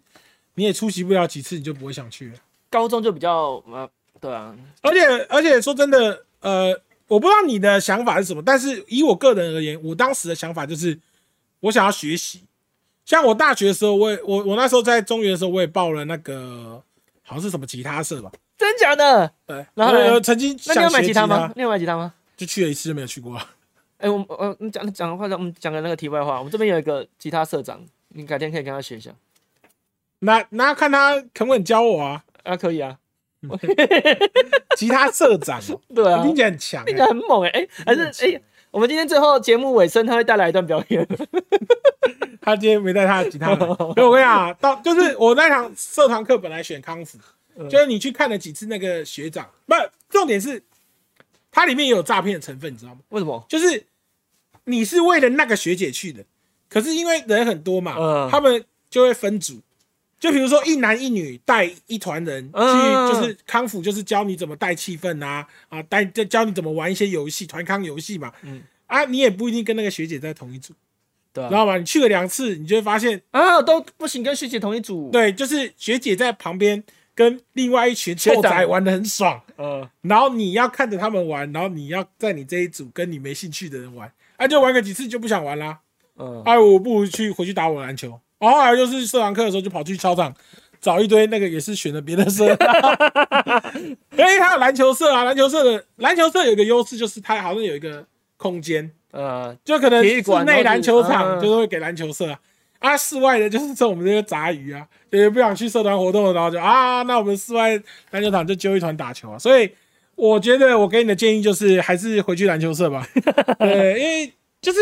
[SPEAKER 1] 你也出席不了几次，你就不会想去了。
[SPEAKER 2] 高中就比较呃对啊，
[SPEAKER 1] 而且而且说真的，呃，我不知道你的想法是什么，但是以我个人而言，我当时的想法就是我想要学习。像我大学的时候，我也我我那时候在中原的时候，我也报了那个好像是什么吉他社吧，
[SPEAKER 2] 真假的？
[SPEAKER 1] 对，
[SPEAKER 2] 然后呢
[SPEAKER 1] 我有曾经
[SPEAKER 2] 那你
[SPEAKER 1] 想
[SPEAKER 2] 有买
[SPEAKER 1] 学
[SPEAKER 2] 吉
[SPEAKER 1] 吉
[SPEAKER 2] 他吗？？你有买吉他吗？
[SPEAKER 1] 就去了一次就没有去过。
[SPEAKER 2] 哎、我们呃，你讲讲话，我们讲个那个题外话，我们这边有一个吉他社长，你改天可以跟他学一下。
[SPEAKER 1] 那那看他肯不肯教我啊？
[SPEAKER 2] 啊，可以啊，
[SPEAKER 1] 吉他社长哦，
[SPEAKER 2] 对啊，
[SPEAKER 1] 听起来很强、
[SPEAKER 2] 听起来
[SPEAKER 1] 欸。
[SPEAKER 2] 很猛哎、哎、还是哎、我们今天最后节目尾声，他会带来一段表演。
[SPEAKER 1] 他今天没带他的吉他来，所以我跟你讲啊，到就是我那堂社团课本来选康复，
[SPEAKER 2] 嗯
[SPEAKER 1] 就是你去看了几次那个学长，不，重点是它里面也有诈骗的成分，你知道吗？
[SPEAKER 2] 为什么？
[SPEAKER 1] 就是你是为了那个学姐去的，可是因为人很多嘛，
[SPEAKER 2] 嗯
[SPEAKER 1] 他们就会分组。就比如说一男一女带一团人去，
[SPEAKER 2] 嗯
[SPEAKER 1] 就是康复，就是教你怎么带气氛啊，啊，带教教你怎么玩一些游戏，团康游戏嘛。
[SPEAKER 2] 嗯
[SPEAKER 1] 啊，你也不一定跟那个学姐在同一组，
[SPEAKER 2] 对
[SPEAKER 1] 知
[SPEAKER 2] 啊，
[SPEAKER 1] 道吗？你去了两次，你就会发现，
[SPEAKER 2] 啊，都不行，跟学姐同一组。，
[SPEAKER 1] 对，就是学姐在旁边跟另外一群
[SPEAKER 2] 学
[SPEAKER 1] 臭
[SPEAKER 2] 长
[SPEAKER 1] 仔玩的很爽，
[SPEAKER 2] 呃，
[SPEAKER 1] 然后你要看着他们玩，然后你要在你这一组跟你没兴趣的人玩，啊，就玩个几次就不想玩啦。
[SPEAKER 2] 嗯、
[SPEAKER 1] 哎，我不如去回去打我的篮球。然后后来就是社团课的时候，就跑去操场找一堆那个也是选了别的 社，因为他有篮球社啊，篮球社的篮球社有一个优势就是它好像有一个空间，
[SPEAKER 2] 呃，
[SPEAKER 1] 就可能
[SPEAKER 2] 体育
[SPEAKER 1] 室
[SPEAKER 2] 馆
[SPEAKER 1] 内篮球
[SPEAKER 2] 或
[SPEAKER 1] 场
[SPEAKER 2] 是嗯
[SPEAKER 1] 就是会给篮球社啊，啊，室外的就是这我们这些杂鱼啊，也不想去社团活动的，然后就啊，那我们室外篮球场就揪一团打球啊，所以我觉得我给你的建议就是，还是回去篮球社吧。对，因为就是，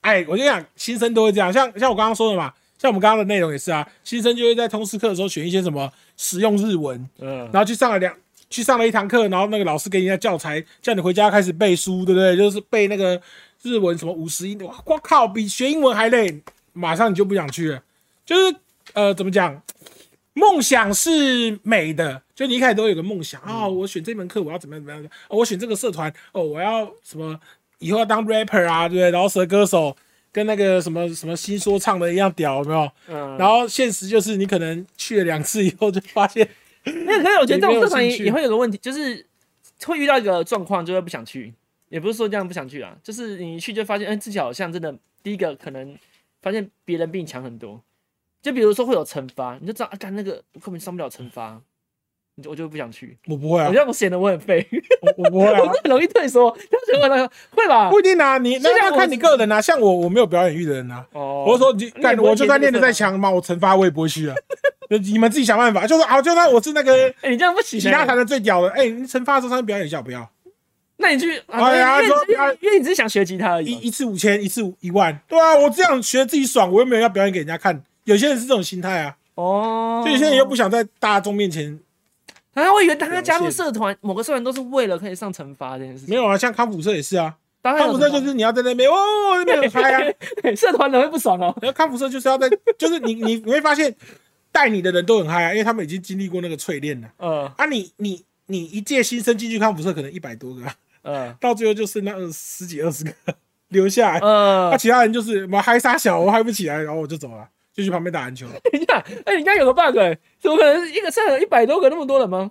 [SPEAKER 1] 哎，我就想新生都会这样，像像我刚刚说的嘛，像我们刚刚的内容也是啊，新生就会在通识课的时候选一些什么实用日文，
[SPEAKER 2] 嗯，
[SPEAKER 1] 然后去上了两去上了一堂课，然后那个老师给你的教材，叫你回家开始背书，对不对？就是背那个日文什么五十音，哇我靠，比学英文还累，马上你就不想去了。就是呃，怎么讲？梦想是美的，就你一开始都有个梦想啊、我选这门课我要怎么样怎么样，哦，我选这个社团，哦，我要什么以后要当 rapper 啊，对不对？然后蛇歌手跟那个什么什么新说唱的一样屌，有没有？
[SPEAKER 2] 嗯
[SPEAKER 1] 然后现实就是你可能去了两次以后就发现
[SPEAKER 2] 嗯那可是我觉得这种社团
[SPEAKER 1] 也没有兴
[SPEAKER 2] 也
[SPEAKER 1] 趣
[SPEAKER 2] 也会有个问题，就是会遇到一个状况，就会不想去。也不是说这样不想去啊，就是你一去就发现，哎、自己好像真的第一个可能发现别人比你强很多。就比如说会有惩罚，你就知道啊，干那个我根本上不了惩罚，你就我就不想去。
[SPEAKER 1] 我不会啊
[SPEAKER 2] 我觉，得我显得我很废，
[SPEAKER 1] 我我不会啊
[SPEAKER 2] 我，很容易退缩。 但是我那个会吧？
[SPEAKER 1] 不一定啊，你那
[SPEAKER 2] 虽然
[SPEAKER 1] 要
[SPEAKER 2] 我
[SPEAKER 1] 看你个人啊。像我，我没有表演欲的人啊。
[SPEAKER 2] 哦
[SPEAKER 1] 我说你，
[SPEAKER 2] 你也
[SPEAKER 1] 干
[SPEAKER 2] 不会
[SPEAKER 1] 我就算练
[SPEAKER 2] 练这
[SPEAKER 1] 的再
[SPEAKER 2] 个
[SPEAKER 1] 强嘛，我惩罚我也不会去啊。 就你们自己想办法，就是好，就算我是那个
[SPEAKER 2] 哎、你这样不行、
[SPEAKER 1] 吉他弹
[SPEAKER 2] 欸。
[SPEAKER 1] 的最屌的，哎，你惩罚周三表演一下，不要
[SPEAKER 2] 那你去，啊
[SPEAKER 1] 哎呀
[SPEAKER 2] 因为
[SPEAKER 1] 说
[SPEAKER 2] 因为因为你只是想学吉他而
[SPEAKER 1] 一
[SPEAKER 2] 已嘛。
[SPEAKER 1] 一次五千，一次五一万，对啊，我这样学自己爽，我又没有要表演给人家看。有些人是这种心态啊，
[SPEAKER 2] 哦，
[SPEAKER 1] 就有些人又不想在大众面前
[SPEAKER 2] 啊，我以为大家加入
[SPEAKER 1] 表现
[SPEAKER 2] 社团，某个社团都是为了可以上惩罚这件事情。
[SPEAKER 1] 没有啊，像康复社也是啊，
[SPEAKER 2] 当然
[SPEAKER 1] 康
[SPEAKER 2] 有
[SPEAKER 1] 复
[SPEAKER 2] 惩
[SPEAKER 1] 社
[SPEAKER 2] 罚，
[SPEAKER 1] 就是你要在那边哦，那边很嗨啊，
[SPEAKER 2] 社团人会不爽哦。
[SPEAKER 1] 然后康复社就是要在，就是你你你会发现带你的人都很嗨啊，因为他们已经经历过那个淬炼了。
[SPEAKER 2] 嗯
[SPEAKER 1] 啊你，你你一届新生进去康复社可能一百多个啊，
[SPEAKER 2] 嗯
[SPEAKER 1] 到最后就剩那二十几二十个留下来，那、啊
[SPEAKER 2] 嗯，
[SPEAKER 1] 其他人就是我嗨杀小，我嗨不起来，然后我就走了，就去旁边打篮球。
[SPEAKER 2] 等一下，哎，你家有个 bug 哎，怎么可能一个社团一百多个那么多人吗？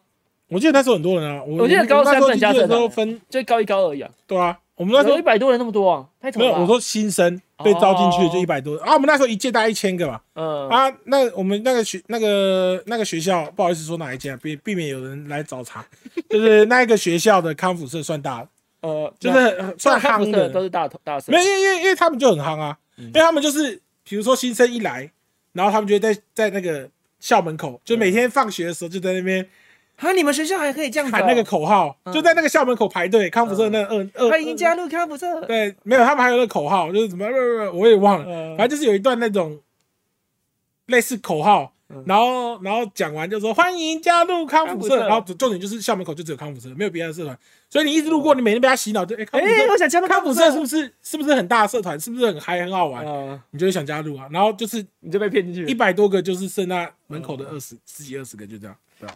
[SPEAKER 1] 我记得那时候很多人啊，我
[SPEAKER 2] 我记得高
[SPEAKER 1] 那
[SPEAKER 2] 三
[SPEAKER 1] 时候
[SPEAKER 2] 不能加
[SPEAKER 1] 进去的
[SPEAKER 2] 社
[SPEAKER 1] 时候
[SPEAKER 2] 团
[SPEAKER 1] 分
[SPEAKER 2] 就高一高二一啊，
[SPEAKER 1] 对啊，我们那
[SPEAKER 2] 怎
[SPEAKER 1] 时
[SPEAKER 2] 么
[SPEAKER 1] 候
[SPEAKER 2] 一百多人那么多啊？太扯
[SPEAKER 1] 没
[SPEAKER 2] 了
[SPEAKER 1] 有，
[SPEAKER 2] 吧。
[SPEAKER 1] 我说新生被招进去的就
[SPEAKER 2] 哦
[SPEAKER 1] 一百多啊，我们那时候一届大概一千个吧。
[SPEAKER 2] 嗯
[SPEAKER 1] 啊，那我们那个学那个那个学校，不好意思说哪一间、啊，避避免有人来找茬， 就是那一个学校的康复社算大的，
[SPEAKER 2] 呃，
[SPEAKER 1] 就是很算
[SPEAKER 2] 看
[SPEAKER 1] 夯
[SPEAKER 2] 不社
[SPEAKER 1] 的
[SPEAKER 2] 都，是大头大社
[SPEAKER 1] 没有，因为因为因为他们就很夯啊，
[SPEAKER 2] 嗯
[SPEAKER 1] 因为他们就是比如说新生一来，然后他们就会在在那个校门口，就每天放学的时候就在那边
[SPEAKER 2] 啊，你们学校还可以这样子哦
[SPEAKER 1] 喊那个口号，
[SPEAKER 2] 嗯
[SPEAKER 1] 就在那个校门口排队，康复社那二二
[SPEAKER 2] 他已经加入康普社。
[SPEAKER 1] 对，没有，他们还有那个口号，就是什么，我也忘了，
[SPEAKER 2] 嗯
[SPEAKER 1] 反正就是有一段那种类似口号，
[SPEAKER 2] 嗯
[SPEAKER 1] 然后然后讲完就说欢迎加入康
[SPEAKER 2] 康
[SPEAKER 1] 复
[SPEAKER 2] 复
[SPEAKER 1] 社，
[SPEAKER 2] 社
[SPEAKER 1] 然后重点就是校门口就只有康复社，没有别的社团，所以你一直路过，你每天被他洗脑，就哦哎、康
[SPEAKER 2] 哎
[SPEAKER 1] 复社，，
[SPEAKER 2] 我想加入
[SPEAKER 1] 康
[SPEAKER 2] 普
[SPEAKER 1] 复社是不是是不是很大的社团，是不是很嗨很好玩，
[SPEAKER 2] 嗯，
[SPEAKER 1] 你就会想加入啊，然后哦就是嗯
[SPEAKER 2] 你就被骗进去
[SPEAKER 1] 一。百多个，就是剩那门口的二十、十几二十个，就这样，对吧？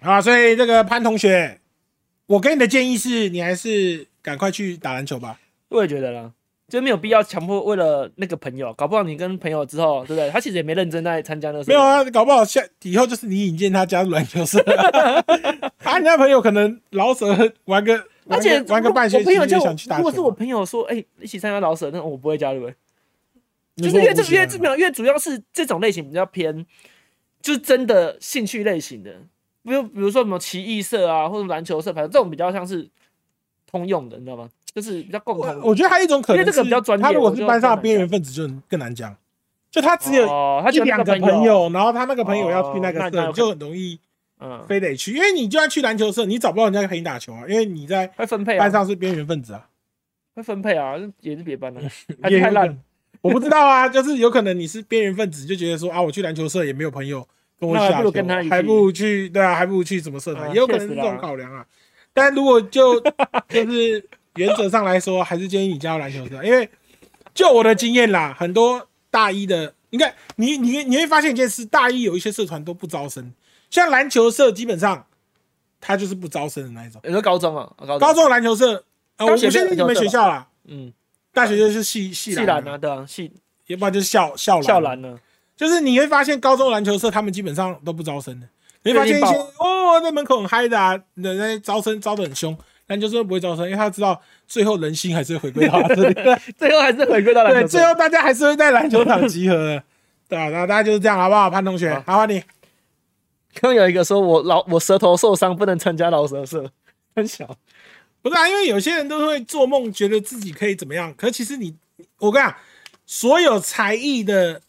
[SPEAKER 1] 啊，所以这个潘同学，我给你的建议是你还是赶快去打篮球吧。
[SPEAKER 2] 我也觉得啦，就没有必要强迫为了那个朋友，搞不好你跟朋友之后，对不对？他其实也没认真在参加那个社
[SPEAKER 1] 没有
[SPEAKER 2] 团，
[SPEAKER 1] 啊，搞不好下以后就是你引荐他加入篮球社， 啊，你那朋友可能老舍玩个，
[SPEAKER 2] 而且
[SPEAKER 1] 玩个玩个半学
[SPEAKER 2] 我
[SPEAKER 1] 期
[SPEAKER 2] 朋友
[SPEAKER 1] 也
[SPEAKER 2] 叫
[SPEAKER 1] 想去打
[SPEAKER 2] 我，
[SPEAKER 1] 球。啊
[SPEAKER 2] 如果是我朋友说，哎、一起参加老舍，那我不会加入、欸。
[SPEAKER 1] 你
[SPEAKER 2] 就
[SPEAKER 1] 说我
[SPEAKER 2] 是越
[SPEAKER 1] 不啊
[SPEAKER 2] 这
[SPEAKER 1] 喜欢
[SPEAKER 2] 越这没有，越主要是这种类型比较偏，就是真的兴趣类型的，比如比如说什么奇异社啊，或者篮球社，反正这种比较像是通用的，你知道吗？就是比较共同
[SPEAKER 1] 我我觉得还有一种可能
[SPEAKER 2] 因为这
[SPEAKER 1] 是
[SPEAKER 2] 个比较专，业
[SPEAKER 1] 他如果
[SPEAKER 2] 我
[SPEAKER 1] 是
[SPEAKER 2] 就
[SPEAKER 1] 班上的
[SPEAKER 2] 很难
[SPEAKER 1] 边缘分子，就更难讲。就他只有
[SPEAKER 2] 哦，他
[SPEAKER 1] 一
[SPEAKER 2] 就
[SPEAKER 1] 两个
[SPEAKER 2] 朋
[SPEAKER 1] 朋，友，然后他那个朋友要去
[SPEAKER 2] 哦
[SPEAKER 1] 那个
[SPEAKER 2] 那那
[SPEAKER 1] 社，
[SPEAKER 2] 有
[SPEAKER 1] 就很容易
[SPEAKER 2] 嗯，
[SPEAKER 1] 非得去，因为你就算去篮球社，你找不到人家陪你打球啊，因为你在
[SPEAKER 2] 会分配啊
[SPEAKER 1] 班，上是边缘分子啊，
[SPEAKER 2] 会分配啊，也是别班的、还
[SPEAKER 1] 也
[SPEAKER 2] 是
[SPEAKER 1] 有
[SPEAKER 2] 太
[SPEAKER 1] 可
[SPEAKER 2] 烂
[SPEAKER 1] 能。我不知道啊，就是有可能你是边缘分子，就觉得说啊，我去篮球社也没有朋友跟我一起
[SPEAKER 2] 那还
[SPEAKER 1] 打
[SPEAKER 2] 不
[SPEAKER 1] 球
[SPEAKER 2] 如跟他一，起
[SPEAKER 1] 还不如去对啊，还不如去什么社团，
[SPEAKER 2] 啊
[SPEAKER 1] 也有可能是
[SPEAKER 2] 确
[SPEAKER 1] 这
[SPEAKER 2] 实啦
[SPEAKER 1] 种考量啊。但如果就就是原则上来说，还是建议你加入篮球社，因为就我的经验啦，很多大一的，你看你你你会发现一件事，大一有一些社团都不招生，像篮球社基本上它就是不招生的那一种。
[SPEAKER 2] 你说高中啊，高中
[SPEAKER 1] 高中的篮球社，呃，我
[SPEAKER 2] 大
[SPEAKER 1] 不
[SPEAKER 2] 学
[SPEAKER 1] 确
[SPEAKER 2] 没有
[SPEAKER 1] 定你们
[SPEAKER 2] 篮球社
[SPEAKER 1] 学
[SPEAKER 2] 吧
[SPEAKER 1] 校啦，
[SPEAKER 2] 嗯，
[SPEAKER 1] 大学就是系系
[SPEAKER 2] 系
[SPEAKER 1] 篮
[SPEAKER 2] 篮
[SPEAKER 1] 的
[SPEAKER 2] 啊，，对啊，系
[SPEAKER 1] 要不然就是校校篮
[SPEAKER 2] 校啊篮呢，
[SPEAKER 1] 就是你会发现高中篮球社他们基本上都不招生的，你会发现一些
[SPEAKER 2] 最近
[SPEAKER 1] 哦，在门口很嗨的啊，人家招生招的很凶，篮球社不会招生，因为他知道最后人心还是会回归到他 这里，
[SPEAKER 2] 最后还是回归到篮
[SPEAKER 1] 对，
[SPEAKER 2] 球
[SPEAKER 1] 最
[SPEAKER 2] 社。
[SPEAKER 1] 后大家还是会在篮球场集合 的，对啊，那大家就是这样好不好？潘同学，
[SPEAKER 2] 好
[SPEAKER 1] 麻烦你，
[SPEAKER 2] 刚刚有一个说我老我舌头受伤不能参加老舌社，很小。
[SPEAKER 1] 不是啊，因为有些人都会做梦，觉得自己可以怎么样，可其实你，我跟你讲，所有才艺的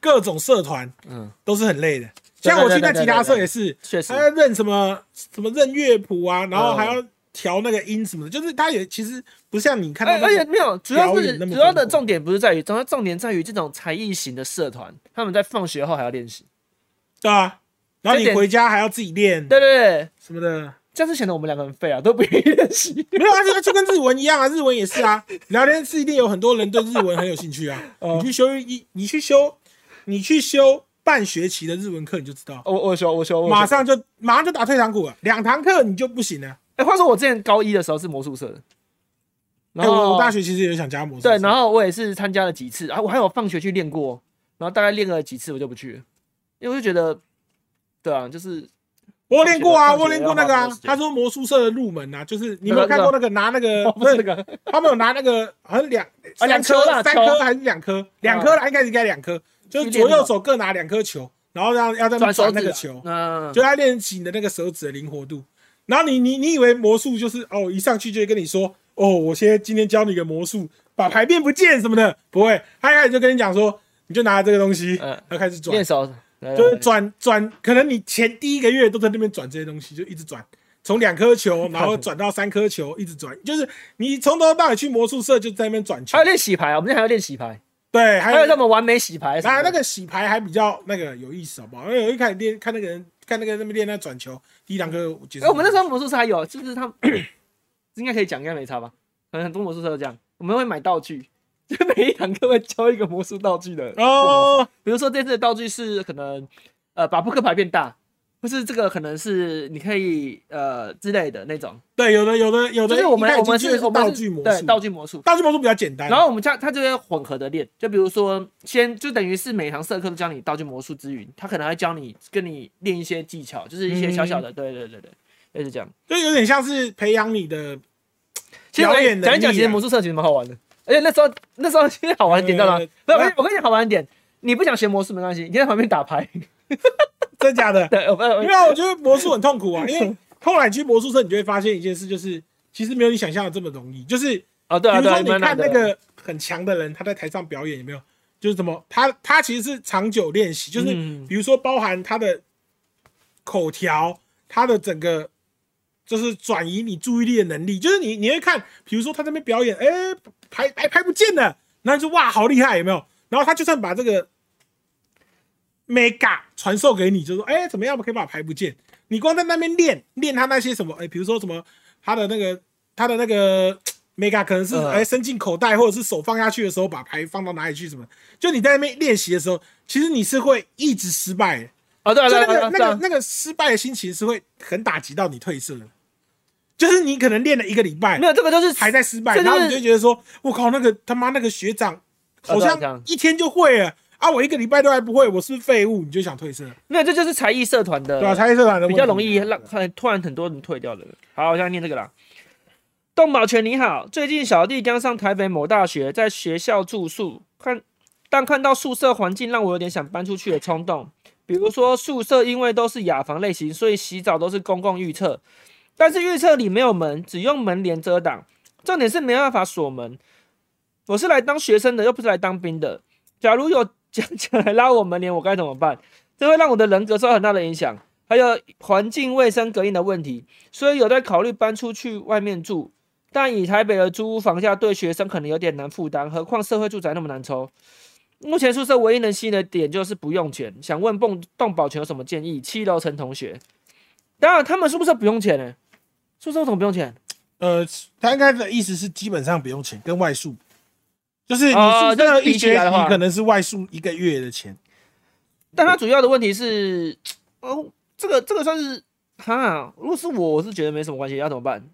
[SPEAKER 1] 各种社团
[SPEAKER 2] 嗯，
[SPEAKER 1] 都是很累的。像我去
[SPEAKER 2] 对
[SPEAKER 1] 看
[SPEAKER 2] 对对
[SPEAKER 1] 吉他社
[SPEAKER 2] 对对
[SPEAKER 1] 也是，
[SPEAKER 2] 确实
[SPEAKER 1] 他要认什么什么认乐谱啊，然
[SPEAKER 2] 嗯
[SPEAKER 1] 后还要调那个音什么的，就是他也其实不像你看到
[SPEAKER 2] 而
[SPEAKER 1] 那
[SPEAKER 2] 哎而且
[SPEAKER 1] 个，
[SPEAKER 2] 没有，主要
[SPEAKER 1] 表
[SPEAKER 2] 是
[SPEAKER 1] 演那么
[SPEAKER 2] 主要的
[SPEAKER 1] 丰富
[SPEAKER 2] 重点不是在于，主要重点在于这种才艺型的社团，他们在放学后还要练习。
[SPEAKER 1] 对啊，然后
[SPEAKER 2] 这
[SPEAKER 1] 你
[SPEAKER 2] 点
[SPEAKER 1] 回家还要自己练
[SPEAKER 2] 对对对，
[SPEAKER 1] 什么的，
[SPEAKER 2] 这样就显得我们两个很废啊，都不愿意练习。
[SPEAKER 1] 没有啊，就就跟日文一样啊，日文也是啊，聊天室一定有很多人对日文很有兴趣啊，
[SPEAKER 2] 哦
[SPEAKER 1] 你去修一，你去修，你去修半学期的日文课你就知道，
[SPEAKER 2] 我我修我修，我有修
[SPEAKER 1] 马。上就马上就打退堂鼓了，两堂课你就不行了。
[SPEAKER 2] 哎、话说我之前高一的时候是魔术社的，
[SPEAKER 1] 哎、
[SPEAKER 2] 然后、
[SPEAKER 1] 我我大学其实也想加魔术社，
[SPEAKER 2] 对，然后我也是参加了几次啊，我还有放学去练过，然后大概练了几次我就不去了，因为我就觉得，对啊，就是
[SPEAKER 1] 我有练过啊，
[SPEAKER 2] 放
[SPEAKER 1] 我
[SPEAKER 2] 学
[SPEAKER 1] 有练过那个
[SPEAKER 2] 要花
[SPEAKER 1] 啊
[SPEAKER 2] 多少时。间
[SPEAKER 1] 他说魔术社的入门啊，就是你有
[SPEAKER 2] 那
[SPEAKER 1] 没有
[SPEAKER 2] 个
[SPEAKER 1] 看过那个拿那个，
[SPEAKER 2] 哦 不是那个，
[SPEAKER 1] 他们有拿那个好像两
[SPEAKER 2] 啊两
[SPEAKER 1] 三
[SPEAKER 2] 颗啦
[SPEAKER 1] 三
[SPEAKER 2] 球啊
[SPEAKER 1] 颗还是两颗，两颗啦，应该是应该两颗，就是左右手各拿两颗球，然后让要在那
[SPEAKER 2] 转手
[SPEAKER 1] 转
[SPEAKER 2] 指
[SPEAKER 1] 那个
[SPEAKER 2] 啊
[SPEAKER 1] 球，
[SPEAKER 2] 嗯，
[SPEAKER 1] 就他练习你的那个手指的灵活度。然后你你你以为魔术就是哦，一上去就会跟你说哦，我现在今天教你一个魔术，把牌变不见什么的，不会，他一开始就跟你讲说，你就拿这个东西，
[SPEAKER 2] 嗯
[SPEAKER 1] 然后开始转
[SPEAKER 2] 练，手，对对
[SPEAKER 1] 就是
[SPEAKER 2] 对
[SPEAKER 1] 转转，可能你前第一个月都在那边转这些东西，就一直转，从两颗球，然后转到三颗球，一直转，就是你从头到尾去魔术社就在那边转球
[SPEAKER 2] 还有，练洗牌啊，我们那还要练洗牌，
[SPEAKER 1] 对，还
[SPEAKER 2] 还有
[SPEAKER 1] 有
[SPEAKER 2] 什么完美洗牌什么
[SPEAKER 1] 那
[SPEAKER 2] 的，
[SPEAKER 1] 那个洗牌还比较那个有意思，好不好？因为我一开始练看那个人，看那个人那边练那转球，第一堂课结
[SPEAKER 2] 哎、
[SPEAKER 1] 束，
[SPEAKER 2] 我们那时候魔术师还有，就是他们 应该可以讲，应该没差吧？可能很多魔术师都这样，我们会买道具，就每一堂课会教一个魔术道具的。
[SPEAKER 1] 哦，
[SPEAKER 2] 比如说这次的道具是可能呃把扑克牌变大，或是这个可能是你可以呃之类的那种，
[SPEAKER 1] 对，有的有的有
[SPEAKER 2] 就
[SPEAKER 1] 的，
[SPEAKER 2] 是我们
[SPEAKER 1] 一开始
[SPEAKER 2] 我们
[SPEAKER 1] 进去
[SPEAKER 2] 我们
[SPEAKER 1] 道
[SPEAKER 2] 是
[SPEAKER 1] 具魔
[SPEAKER 2] 对
[SPEAKER 1] 术，
[SPEAKER 2] 道具魔术。
[SPEAKER 1] 道具魔术比较简单，
[SPEAKER 2] 然后我们家他就会混合的练，就比如说先就等于是每堂社课都教你道具魔术之余，他可能还教你跟你练一些技巧，就是一些小
[SPEAKER 1] 嗯
[SPEAKER 2] 小的，对对对对，类似这样。
[SPEAKER 1] 就有点像是培养你的
[SPEAKER 2] 其实我
[SPEAKER 1] 表
[SPEAKER 2] 跟
[SPEAKER 1] 演
[SPEAKER 2] 你讲一讲，
[SPEAKER 1] 能力
[SPEAKER 2] 其实
[SPEAKER 1] 啊
[SPEAKER 2] 魔术社其实蛮好玩的，而且那时候那时候其实好玩的点在哪？
[SPEAKER 1] 呃
[SPEAKER 2] 没有，
[SPEAKER 1] 那
[SPEAKER 2] 我跟你讲好玩的点，你不想学魔术没关系，你在旁边打牌。
[SPEAKER 1] 真假的，
[SPEAKER 2] 对，我我
[SPEAKER 1] 没有，我觉得魔术很痛苦啊，因为后来去魔术社，你就会发现一件事，就是其实没有你想象的这么容易。就是比
[SPEAKER 2] 哦，对啊
[SPEAKER 1] 如
[SPEAKER 2] 对啊，
[SPEAKER 1] 说你
[SPEAKER 2] 蛮
[SPEAKER 1] 看
[SPEAKER 2] 难
[SPEAKER 1] 那
[SPEAKER 2] 的
[SPEAKER 1] 个很强的人，他在台上表演有没有？就是怎么他他其实是长久练习，就是
[SPEAKER 2] 嗯
[SPEAKER 1] 比如说包含他的口条，他的整个就是转移你注意力的能力，就是你你会看，比如说他在那边表演，哎、拍拍拍不见了，然后你就哇好厉害，有没有？然后他就算把这个 mega 传授给你，就说哎、怎么样，我们可以把它排不见？你光在那边练练他那些什么，哎、比如说什么他的那个他的那个 mega 可能是哎、
[SPEAKER 2] 嗯
[SPEAKER 1] 伸进口袋或者是手放下去的时候把牌放到哪里去什么，就你在那边练习的时候，其实你是会一直失败的。
[SPEAKER 2] 哦，对啊
[SPEAKER 1] 就
[SPEAKER 2] 对啊
[SPEAKER 1] 那个那
[SPEAKER 2] 对啊对
[SPEAKER 1] 个
[SPEAKER 2] 啊，
[SPEAKER 1] 那个失败的心情是会很打击到你褪色的，就是你可能练了一个礼拜
[SPEAKER 2] 没，有这个就是
[SPEAKER 1] 还在失败，
[SPEAKER 2] 这就
[SPEAKER 1] 然
[SPEAKER 2] 是
[SPEAKER 1] 后你就觉得说，我靠，那个他妈那个学长好
[SPEAKER 2] 这样
[SPEAKER 1] 像一天就会了啊，我一个礼拜都还不会，我是不是废物，你就想褪色，
[SPEAKER 2] 没有这就是才艺社团的
[SPEAKER 1] 对啊吧？才艺社团的
[SPEAKER 2] 比
[SPEAKER 1] 问
[SPEAKER 2] 较
[SPEAKER 1] 题
[SPEAKER 2] 容易让很突然很多人退掉的。好，我现在念这个啦。动保全你好，最近小弟刚上台北某大学，在学校住宿，看但看到宿舍环境让我有点想搬出去的冲动。比如说宿舍因为都是雅房类型，所以洗澡都是公共浴厕，但是浴厕里没有门，只用门帘遮挡，重点是没办法锁门。我是来当学生的，又不是来当兵的。假如有讲讲来拉我门帘，我该怎么办？这会让我的人格受到很大的影响。还有环境卫生隔音的问题，所以有在考虑搬出去外面住。但以台北的租屋房价对学生可能有点难负担，何况社会住宅那么难抽。目前宿舍唯一能吸引的点就是不用钱，想问动动保全有什么建议？七楼陈同学，当然他们宿舍不用钱呢、欸宿舍为什么不用钱？
[SPEAKER 1] 呃，他应该的意思是基本上不用钱，跟外宿，就是你
[SPEAKER 2] 哦
[SPEAKER 1] 宿舍
[SPEAKER 2] 就是比
[SPEAKER 1] 一
[SPEAKER 2] 起
[SPEAKER 1] 学
[SPEAKER 2] 来的话
[SPEAKER 1] 期可能是外宿一个月的钱，
[SPEAKER 2] 但他主要的问题是，哦，这个这个算是哈，如果是我，我是觉得没什么关系，要怎么办？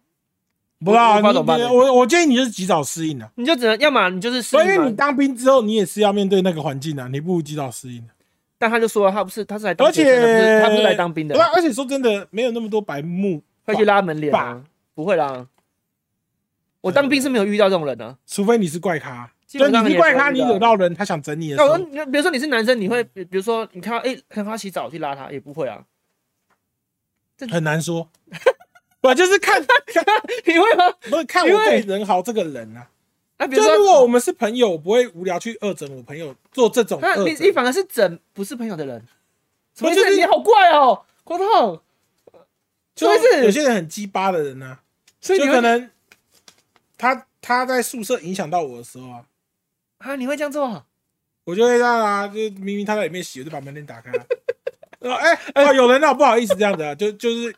[SPEAKER 1] 不知道啊
[SPEAKER 2] 我我不知道
[SPEAKER 1] 你
[SPEAKER 2] 怎么办
[SPEAKER 1] 你
[SPEAKER 2] 呢
[SPEAKER 1] 我我建议你就是及早适应啊。
[SPEAKER 2] 你就只能要么你就是适
[SPEAKER 1] 所以
[SPEAKER 2] 应啊嘛
[SPEAKER 1] 你当兵之后，你也是要面对那个环境啊，你不如及早适应。
[SPEAKER 2] 但他就说他不是，他是来当学生的，
[SPEAKER 1] 而且
[SPEAKER 2] 不是他不是来当兵的
[SPEAKER 1] 对，啊，而且说真的，没有那么多白目，
[SPEAKER 2] 会去拉门帘啊
[SPEAKER 1] 吧？
[SPEAKER 2] 不会啦，我当兵是没有遇到这种人啊的。
[SPEAKER 1] 除非你是怪咖。
[SPEAKER 2] 基
[SPEAKER 1] 就
[SPEAKER 2] 本
[SPEAKER 1] 你
[SPEAKER 2] 上
[SPEAKER 1] 是
[SPEAKER 2] 也
[SPEAKER 1] 怪
[SPEAKER 2] 不会
[SPEAKER 1] 咖，
[SPEAKER 2] 遇
[SPEAKER 1] 你
[SPEAKER 2] 到
[SPEAKER 1] 惹到人，他想整你的时
[SPEAKER 2] 那我
[SPEAKER 1] 候
[SPEAKER 2] 说，，比如说你是男生，你会比比如说你看到哎，看他洗澡去拉他，也不会啊，
[SPEAKER 1] 很难说。 我就是看，看
[SPEAKER 2] 你会吗？
[SPEAKER 1] 不是看我
[SPEAKER 2] 因为
[SPEAKER 1] 对人好这个人啊。
[SPEAKER 2] 那比
[SPEAKER 1] 就
[SPEAKER 2] 如
[SPEAKER 1] 如果
[SPEAKER 2] 说
[SPEAKER 1] 我们是朋友，我不会无聊去恶整我朋友做这种
[SPEAKER 2] 那
[SPEAKER 1] 恶
[SPEAKER 2] 你你
[SPEAKER 1] 整。
[SPEAKER 2] 反而是整不是朋友的人，什么意
[SPEAKER 1] 我觉得
[SPEAKER 2] 思？你好怪哦，光头。什么意思
[SPEAKER 1] 有些人很鸡巴的人呢、
[SPEAKER 2] 所以
[SPEAKER 1] 就
[SPEAKER 2] 你
[SPEAKER 1] 可
[SPEAKER 2] 会
[SPEAKER 1] 能他他在宿舍影响到我的时候啊，
[SPEAKER 2] 啊，你会这样做？
[SPEAKER 1] 我就会让他就明明他在里面洗，我就把门帘打开、啊，然后哎、哦有人了，不好意思这样子啊，就就是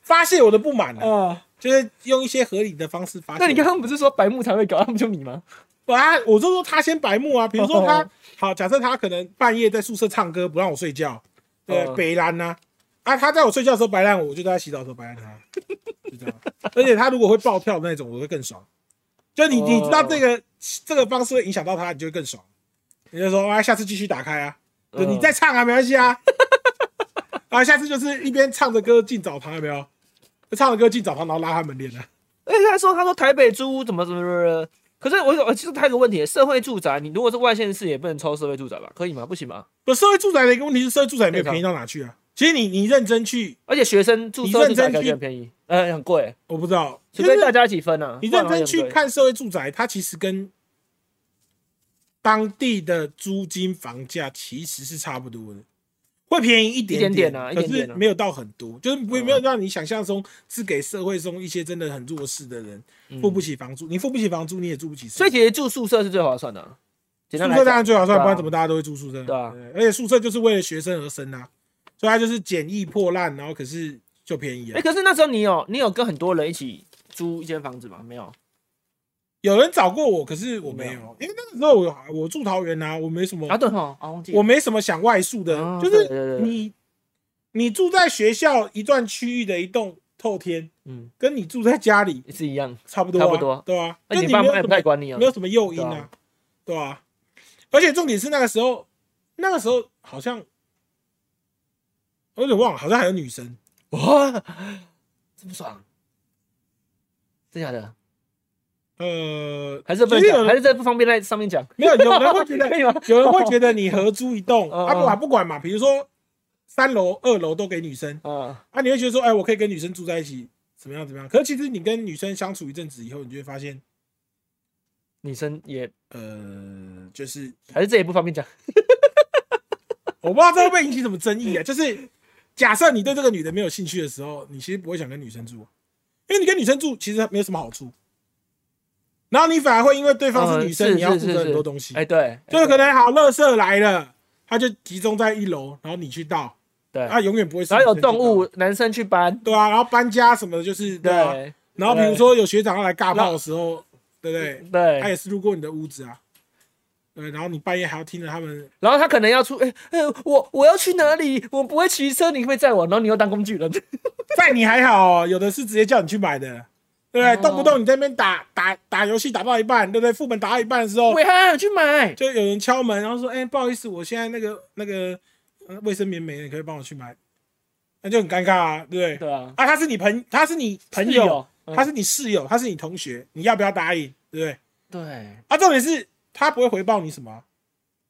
[SPEAKER 1] 发泄我的不满、啊，
[SPEAKER 2] 啊，
[SPEAKER 1] 就是用一些合理的方式发泄。
[SPEAKER 2] 那你刚刚不是说白木才会搞，那不就你吗？
[SPEAKER 1] 我啊，我就说他先白目啊，比如说他、
[SPEAKER 2] 哦
[SPEAKER 1] 好，假设他可能半夜在宿舍唱歌不让我睡觉，对，
[SPEAKER 2] 嗯
[SPEAKER 1] 北兰呐、啊，他在我睡觉的时候白烂我，我就在他洗澡的时候白烂他，就这样。而且他如果会暴跳的那种，我会更爽。就你你
[SPEAKER 2] 哦
[SPEAKER 1] 知道这个、这个方式会影响到他，你就会更爽。你就说啊，下次继续打开啊，就你
[SPEAKER 2] 嗯
[SPEAKER 1] 再唱啊，没关系啊。啊，下次就是一边唱着歌进澡堂，有没有？唱着歌进澡堂，然后拉他门帘啊。
[SPEAKER 2] 而且他说，他说台北租屋怎么怎么怎么怎么，可是我有呃其实他有个问题，社会住宅你如果是外县市也不能抽社会住宅吧？可以吗？不行吧？
[SPEAKER 1] 不，社会住宅的一个问题是，社会住宅也没有便宜到哪去啊。其实你你认真去，
[SPEAKER 2] 而且学生住
[SPEAKER 1] 你
[SPEAKER 2] 社会
[SPEAKER 1] 认
[SPEAKER 2] 住宅
[SPEAKER 1] 真
[SPEAKER 2] 感
[SPEAKER 1] 去
[SPEAKER 2] 觉很便宜，呃，很贵，
[SPEAKER 1] 我不知道，
[SPEAKER 2] 除
[SPEAKER 1] 就
[SPEAKER 2] 非大
[SPEAKER 1] 是
[SPEAKER 2] 家一起分啊。
[SPEAKER 1] 你
[SPEAKER 2] 不然
[SPEAKER 1] 认
[SPEAKER 2] 好像
[SPEAKER 1] 真
[SPEAKER 2] 很
[SPEAKER 1] 去
[SPEAKER 2] 贵，
[SPEAKER 1] 看社会住宅，它其实跟当地的租金房价其实是差不多的，会便宜一点
[SPEAKER 2] 一点点啊
[SPEAKER 1] 可
[SPEAKER 2] 一点
[SPEAKER 1] 是
[SPEAKER 2] 点啊
[SPEAKER 1] 没有到很多，就是没
[SPEAKER 2] 嗯
[SPEAKER 1] 没有让你想象中是给社会中一些真的很弱势的人
[SPEAKER 2] 嗯
[SPEAKER 1] 付不起房租，你付不起房租，你也住不起社
[SPEAKER 2] 所
[SPEAKER 1] 会，
[SPEAKER 2] 以其实住宿舍是最划算的啊。简单
[SPEAKER 1] 宿
[SPEAKER 2] 来
[SPEAKER 1] 舍
[SPEAKER 2] 讲
[SPEAKER 1] 当然最好算，
[SPEAKER 2] 对啊
[SPEAKER 1] 不然怎么大家都会住宿舍？
[SPEAKER 2] 对啊
[SPEAKER 1] 而且宿舍就是为了学生而生啊，所以它就是简易破烂，然后可是就便宜啊
[SPEAKER 2] 哎、。可是那时候你有你有跟很多人一起租一间房子吗？没有，
[SPEAKER 1] 有人找过我，可是我没
[SPEAKER 2] 没
[SPEAKER 1] 有，因为那个时候我我住桃园啊，我没什么，
[SPEAKER 2] 啊对哈，啊忘记了
[SPEAKER 1] 我没什么想外宿的，
[SPEAKER 2] 哦
[SPEAKER 1] 就是
[SPEAKER 2] 对对对对
[SPEAKER 1] 你你住在学校一段区域的一栋透天，
[SPEAKER 2] 嗯
[SPEAKER 1] 跟你住在家里
[SPEAKER 2] 是一样，
[SPEAKER 1] 差不多、啊，
[SPEAKER 2] 差不多
[SPEAKER 1] 对啊，
[SPEAKER 2] 那
[SPEAKER 1] 就
[SPEAKER 2] 你
[SPEAKER 1] 你
[SPEAKER 2] 爸
[SPEAKER 1] 没有
[SPEAKER 2] 妈也
[SPEAKER 1] 什
[SPEAKER 2] 不
[SPEAKER 1] 么
[SPEAKER 2] 太管你啊
[SPEAKER 1] 没。有什么诱因
[SPEAKER 2] 对
[SPEAKER 1] 啊
[SPEAKER 2] 啊，
[SPEAKER 1] 对啊，而且重点是那个时候，那个时候好像我有点忘了，好像还有女生，
[SPEAKER 2] 哇，这么爽，真假的？
[SPEAKER 1] 呃，
[SPEAKER 2] 还是不能
[SPEAKER 1] 其实有
[SPEAKER 2] 讲，
[SPEAKER 1] 人
[SPEAKER 2] 还是在不方便在上面讲？
[SPEAKER 1] 没有，有人会觉得
[SPEAKER 2] 可以吗？
[SPEAKER 1] 有人会觉得你合租一栋，
[SPEAKER 2] 嗯
[SPEAKER 1] 啊不
[SPEAKER 2] 嗯
[SPEAKER 1] 管不管嘛，比如说三楼、二楼都给女生，
[SPEAKER 2] 啊，
[SPEAKER 1] 啊你会觉得说，哎，我可以跟女生住在一起，怎么样怎么样？可是其实你跟女生相处一阵子以后，你就会发现，
[SPEAKER 2] 女生也
[SPEAKER 1] 呃，就是
[SPEAKER 2] 还是这也不方便讲。
[SPEAKER 1] 我不知道这会不会引起什么争议啊，就是假设你对这个女的没有兴趣的时候，你其实不会想跟女生住，啊因为你跟女生住其实没有什么好处，然后你反而会因为对方是女
[SPEAKER 2] 嗯
[SPEAKER 1] 生，
[SPEAKER 2] 是
[SPEAKER 1] 你要
[SPEAKER 2] 是
[SPEAKER 1] 负
[SPEAKER 2] 是
[SPEAKER 1] 责很
[SPEAKER 2] 是
[SPEAKER 1] 多东西
[SPEAKER 2] 哎、，对，
[SPEAKER 1] 嗯就是可能好，垃圾来了，他就集中在一楼，然后你去倒。
[SPEAKER 2] 对，
[SPEAKER 1] 啊，永远不会是
[SPEAKER 2] 然后有
[SPEAKER 1] 女生
[SPEAKER 2] 动
[SPEAKER 1] 去
[SPEAKER 2] 物，男生去搬
[SPEAKER 1] 搞，，对啊，然后搬家什么的，就是对啊。
[SPEAKER 2] 对
[SPEAKER 1] 然后比如说有学长要来尬炮的时候，对不对？
[SPEAKER 2] 对
[SPEAKER 1] 他，也是路过你的屋子啊，对，然后你半夜还要听着他们，
[SPEAKER 2] 然后他可能要出，哎、哎我我要去哪里？我不会骑车，你可不可以载我？然后你又当工具人，
[SPEAKER 1] 在你还好哦，有的是直接叫你去买的，对不对？
[SPEAKER 2] 哦
[SPEAKER 1] 动不动你在那边打打打游戏打到一半，对不对？副本打到一半的时候，
[SPEAKER 2] 伟汉去买，
[SPEAKER 1] 就有人敲门，然后说：“哎、不好意思，我现在那个那个呃卫生棉没了，你可以帮我去买。”那就很尴尬啊，对不对？
[SPEAKER 2] 对啊，
[SPEAKER 1] 啊，他是你朋，他是你朋
[SPEAKER 2] 室
[SPEAKER 1] 友，
[SPEAKER 2] 嗯
[SPEAKER 1] 他是你室友，他是你同学，你要不要答应？对不对？
[SPEAKER 2] 嗯对。
[SPEAKER 1] 啊，重点是他不会回报你什么啊，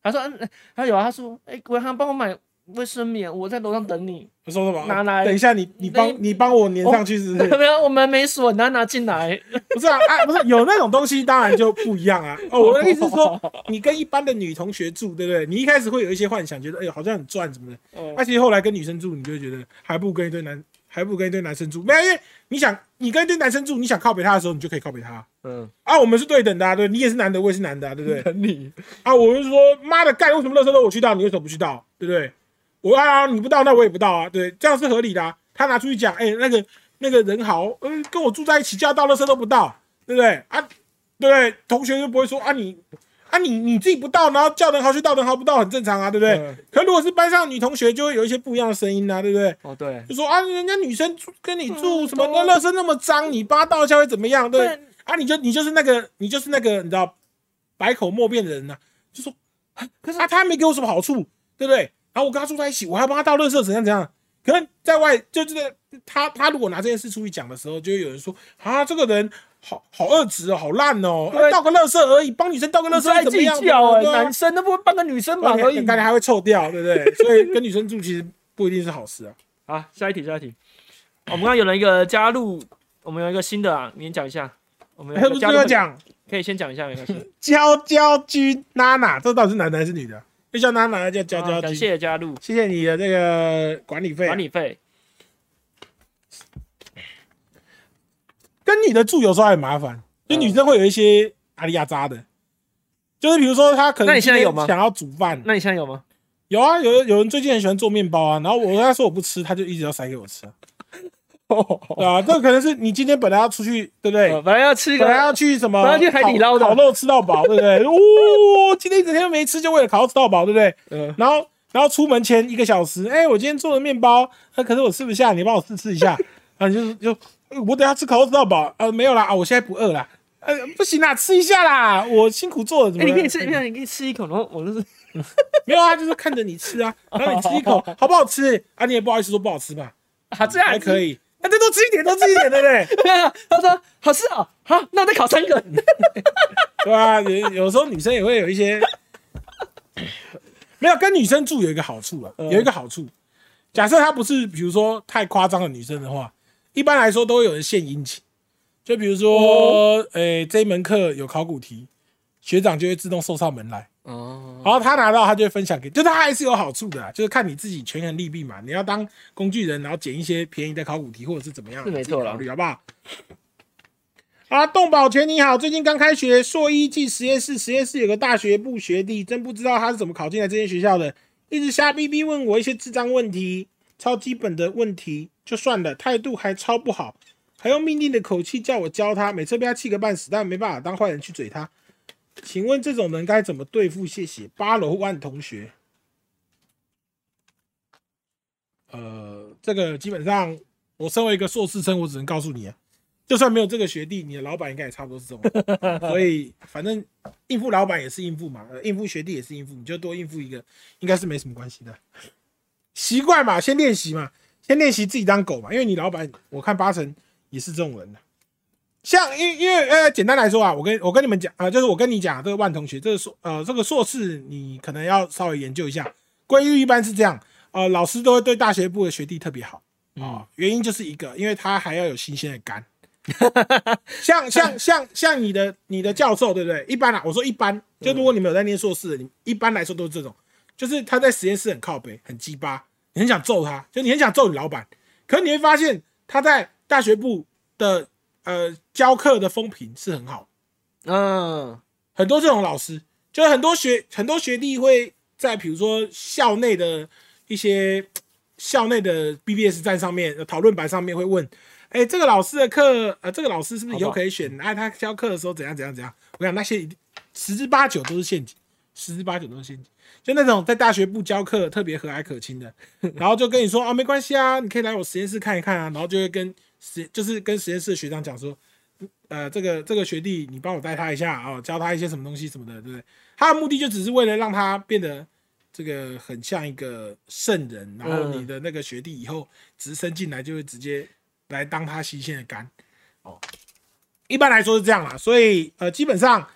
[SPEAKER 2] 他说，嗯，哎他有啊，他说，哎、伟汉帮我买卫生棉，我在楼上等你。
[SPEAKER 1] 他说什么？哦
[SPEAKER 2] 拿来
[SPEAKER 1] 等一下你你帮
[SPEAKER 2] 那哦
[SPEAKER 1] 你帮我粘上去是不是？
[SPEAKER 2] 没有，我们没锁，拿拿进来。
[SPEAKER 1] 不是啊啊，不是有那种东西当然就不一样啊。哦，我的意思是说，你跟一般的女同学住，对不对？你一开始会有一些幻想，觉得哎、呦好像很赚什么的，
[SPEAKER 2] 嗯
[SPEAKER 1] 而、其且后来跟女生住，你就会觉得还不如跟一堆男，还不如跟一堆男生住。没有，因为你想你跟一堆男生住，你想靠北他的时候，你就可以靠北他。
[SPEAKER 2] 嗯，
[SPEAKER 1] 啊，我们是对等的、啊，对你也是男的，我也是男的、啊，对不对？
[SPEAKER 2] 等你。
[SPEAKER 1] 啊，我就说妈的，干为什么乐色都我去到，你为什么不去到？对不对？我啊，你不到，那我也不到啊，对，这样是合理的、啊。他拿出去讲，哎、那个那个人好，嗯，跟我住在一起，叫到乐色都不到，对不对？啊，对不对？同学就不会说啊你啊你你自己不到，然后叫人豪去到，人豪不到，很正常啊，对不对？
[SPEAKER 2] 嗯
[SPEAKER 1] 可如果是班上的女同学，就会有一些不一样的声音啊，对不对？
[SPEAKER 2] 哦，对，
[SPEAKER 1] 就说啊，人家女生住跟你住
[SPEAKER 2] 嗯
[SPEAKER 1] 什么，
[SPEAKER 2] 对
[SPEAKER 1] 那乐色那么脏，你帮她倒一下会怎么样？对不对
[SPEAKER 2] 对
[SPEAKER 1] 啊，你就你就是那个你就是那个你知道百口莫辩的人呐、就说
[SPEAKER 2] 可是
[SPEAKER 1] 啊，他没给我什么好处，对不对？然后我跟他住在一起，我还要帮他倒垃圾，怎样怎样？可能在外就是在他他如果拿这件事出去讲的时候，就会有人说啊，这个人好好恶质哦，好烂哦，
[SPEAKER 2] 对
[SPEAKER 1] 啊倒个垃圾而已，帮女生倒个垃
[SPEAKER 2] 那
[SPEAKER 1] 圾
[SPEAKER 2] 在
[SPEAKER 1] 会怎么
[SPEAKER 2] 计
[SPEAKER 1] 样？
[SPEAKER 2] 较哎、
[SPEAKER 1] 对啊
[SPEAKER 2] 男生都不会帮个女生忙而已
[SPEAKER 1] 感。觉还会臭掉，对不对？所以跟女生住其实不一定是好事啊。
[SPEAKER 2] 好，下一题，下一题。哦我们刚刚有了一个加入，我们有一个新的啊，你先讲一下。我们有
[SPEAKER 1] 还哎
[SPEAKER 2] 一
[SPEAKER 1] 不是
[SPEAKER 2] 个加
[SPEAKER 1] 最
[SPEAKER 2] 入
[SPEAKER 1] 后，讲
[SPEAKER 2] 可以先讲一下，没关系。
[SPEAKER 1] 娇娇居娜娜，这到底是男的还是女的？谢谢娜娜叫娇
[SPEAKER 2] 啊
[SPEAKER 1] 娇，
[SPEAKER 2] 感谢加入
[SPEAKER 1] 谢谢你的这个管理费啊、
[SPEAKER 2] 管理费，
[SPEAKER 1] 跟你的住有时候还很麻烦，就
[SPEAKER 2] 嗯
[SPEAKER 1] 女生会有一些阿里亚扎的，就是比如说她可能
[SPEAKER 2] 那你现在
[SPEAKER 1] 今天
[SPEAKER 2] 有吗
[SPEAKER 1] 想要煮饭，
[SPEAKER 2] 那你现在 有吗？
[SPEAKER 1] 有啊，有有人最近很喜欢做面包啊，然后我跟她说我不吃，她就一直要塞给我吃
[SPEAKER 2] 哦
[SPEAKER 1] 啊，对啊，这可能是你今天本来要出去，对不对？
[SPEAKER 2] 呃本来要吃一
[SPEAKER 1] 本来要
[SPEAKER 2] 个，
[SPEAKER 1] 去什么？
[SPEAKER 2] 本来要去海底捞的
[SPEAKER 1] 烤肉吃到饱，对不对？哦，今天一整天没吃，就为了烤肉吃到饱，对不对？
[SPEAKER 2] 呃，
[SPEAKER 1] 然后然后出门前一个小时，哎、我今天做的面包，啊、可是我吃不下，你帮我试吃一下。啊，你就是就呃我等下吃烤肉吃到饱，啊，没有啦，啊，我现在不饿啦，呃、不行啦，吃一下啦，我辛苦做的，怎么
[SPEAKER 2] 哎，
[SPEAKER 1] 了、
[SPEAKER 2] 你可以吃，没有，你可以吃一口，然后 我就是
[SPEAKER 1] 没有啊，就是看着你吃 啊，然后你吃一口，好不好吃？啊，你也不好意思说不好吃吧，
[SPEAKER 2] 啊，这样
[SPEAKER 1] 还可
[SPEAKER 2] 以。
[SPEAKER 1] 以，啊，这多吃一点，多吃一点，对不对？
[SPEAKER 2] 他说好吃哦，好，那我再烤三个。
[SPEAKER 1] 对啊，有有时候女生也会有一些，没有跟女生住有一个好处啊，有一个好处，假设她不是比如说太夸张的女生的话，一般来说都会有人献殷勤，就比如说，诶、这一门课有考古题，学长就会自动送上门来，
[SPEAKER 2] 哦，
[SPEAKER 1] 然后他拿到他就会分享给，就他还是有好处的、啊，就是看你自己权衡利弊嘛，你要当工具人，然后捡一些便宜的考古题或者是怎么样，
[SPEAKER 2] 是没
[SPEAKER 1] 自己
[SPEAKER 2] 错啦
[SPEAKER 1] 考虑好不好？啊，动保全你好，最近刚开学，硕一进实验室，实验室有个大学部学弟，真不知道他是怎么考进来这间学校的，一直瞎逼逼问我一些智障问题，超基本的问题就算了，态度还超不好，还用命令的口气叫我教他，每次被他气个半死，但没办法当坏人去嘴他。请问这种人该怎么对付？谢谢八楼万同学。呃，这个基本上，我身为一个硕士生，我只能告诉你啊，就算没有这个学弟，你的老板应该也差不多是这种人。所以，反正应付老板也是应付嘛，呃，应付学弟也是应付，你就多应付一个，应该是没什么关系的。习惯嘛，先练习嘛，先练习自己当狗嘛，因为你老板，我看八成也是这种人的、像因因为呃，简单来说啊，我跟我跟你们讲啊、呃就是我跟你讲这个万同学，这个硕呃这个硕士，你可能要稍微研究一下。规律一般是这样，呃，老师都会对大学部的学弟特别好
[SPEAKER 2] 嗯
[SPEAKER 1] 啊、原因就是一个，因为他还要有新鲜的肝。像像像像你的你的教授对不对？一般啊，我说一般，就如果你们有在念硕士的，你一般来说都是这种，就是他在实验室很靠北，很鸡巴，你很想揍他，就你很想揍你老板，可是你会发现他在大学部的呃教课的风评是很好，
[SPEAKER 2] 嗯，
[SPEAKER 1] 很多这种老师，就是很多学很多学弟会在比如说校内的一些校内的 BBS 站上面、呃讨论版上面会问，哎、这个老师的课，呃，这个老师是不是以后
[SPEAKER 2] 好不好嗯
[SPEAKER 1] 可以选？哎、他教课的时候怎样怎样怎样？我想那些一定十之八九都是陷阱，十之八九都是陷阱。就那种在大学部教课特别和蔼可亲的，然后就跟你说啊，没关系啊，你可以来我实验室看一看啊，然后就会跟实就是跟实验室的学长讲说，呃，这个这个学弟，你帮我带他一下啊、哦，教他一些什么东西什么的，对不对？他的目的就只是为了让他变得这个很像一个圣人，然后你的那个学弟以后直升进来就会直接来当他新鲜的肝哦。一般来说是这样啦，所以呃，基本上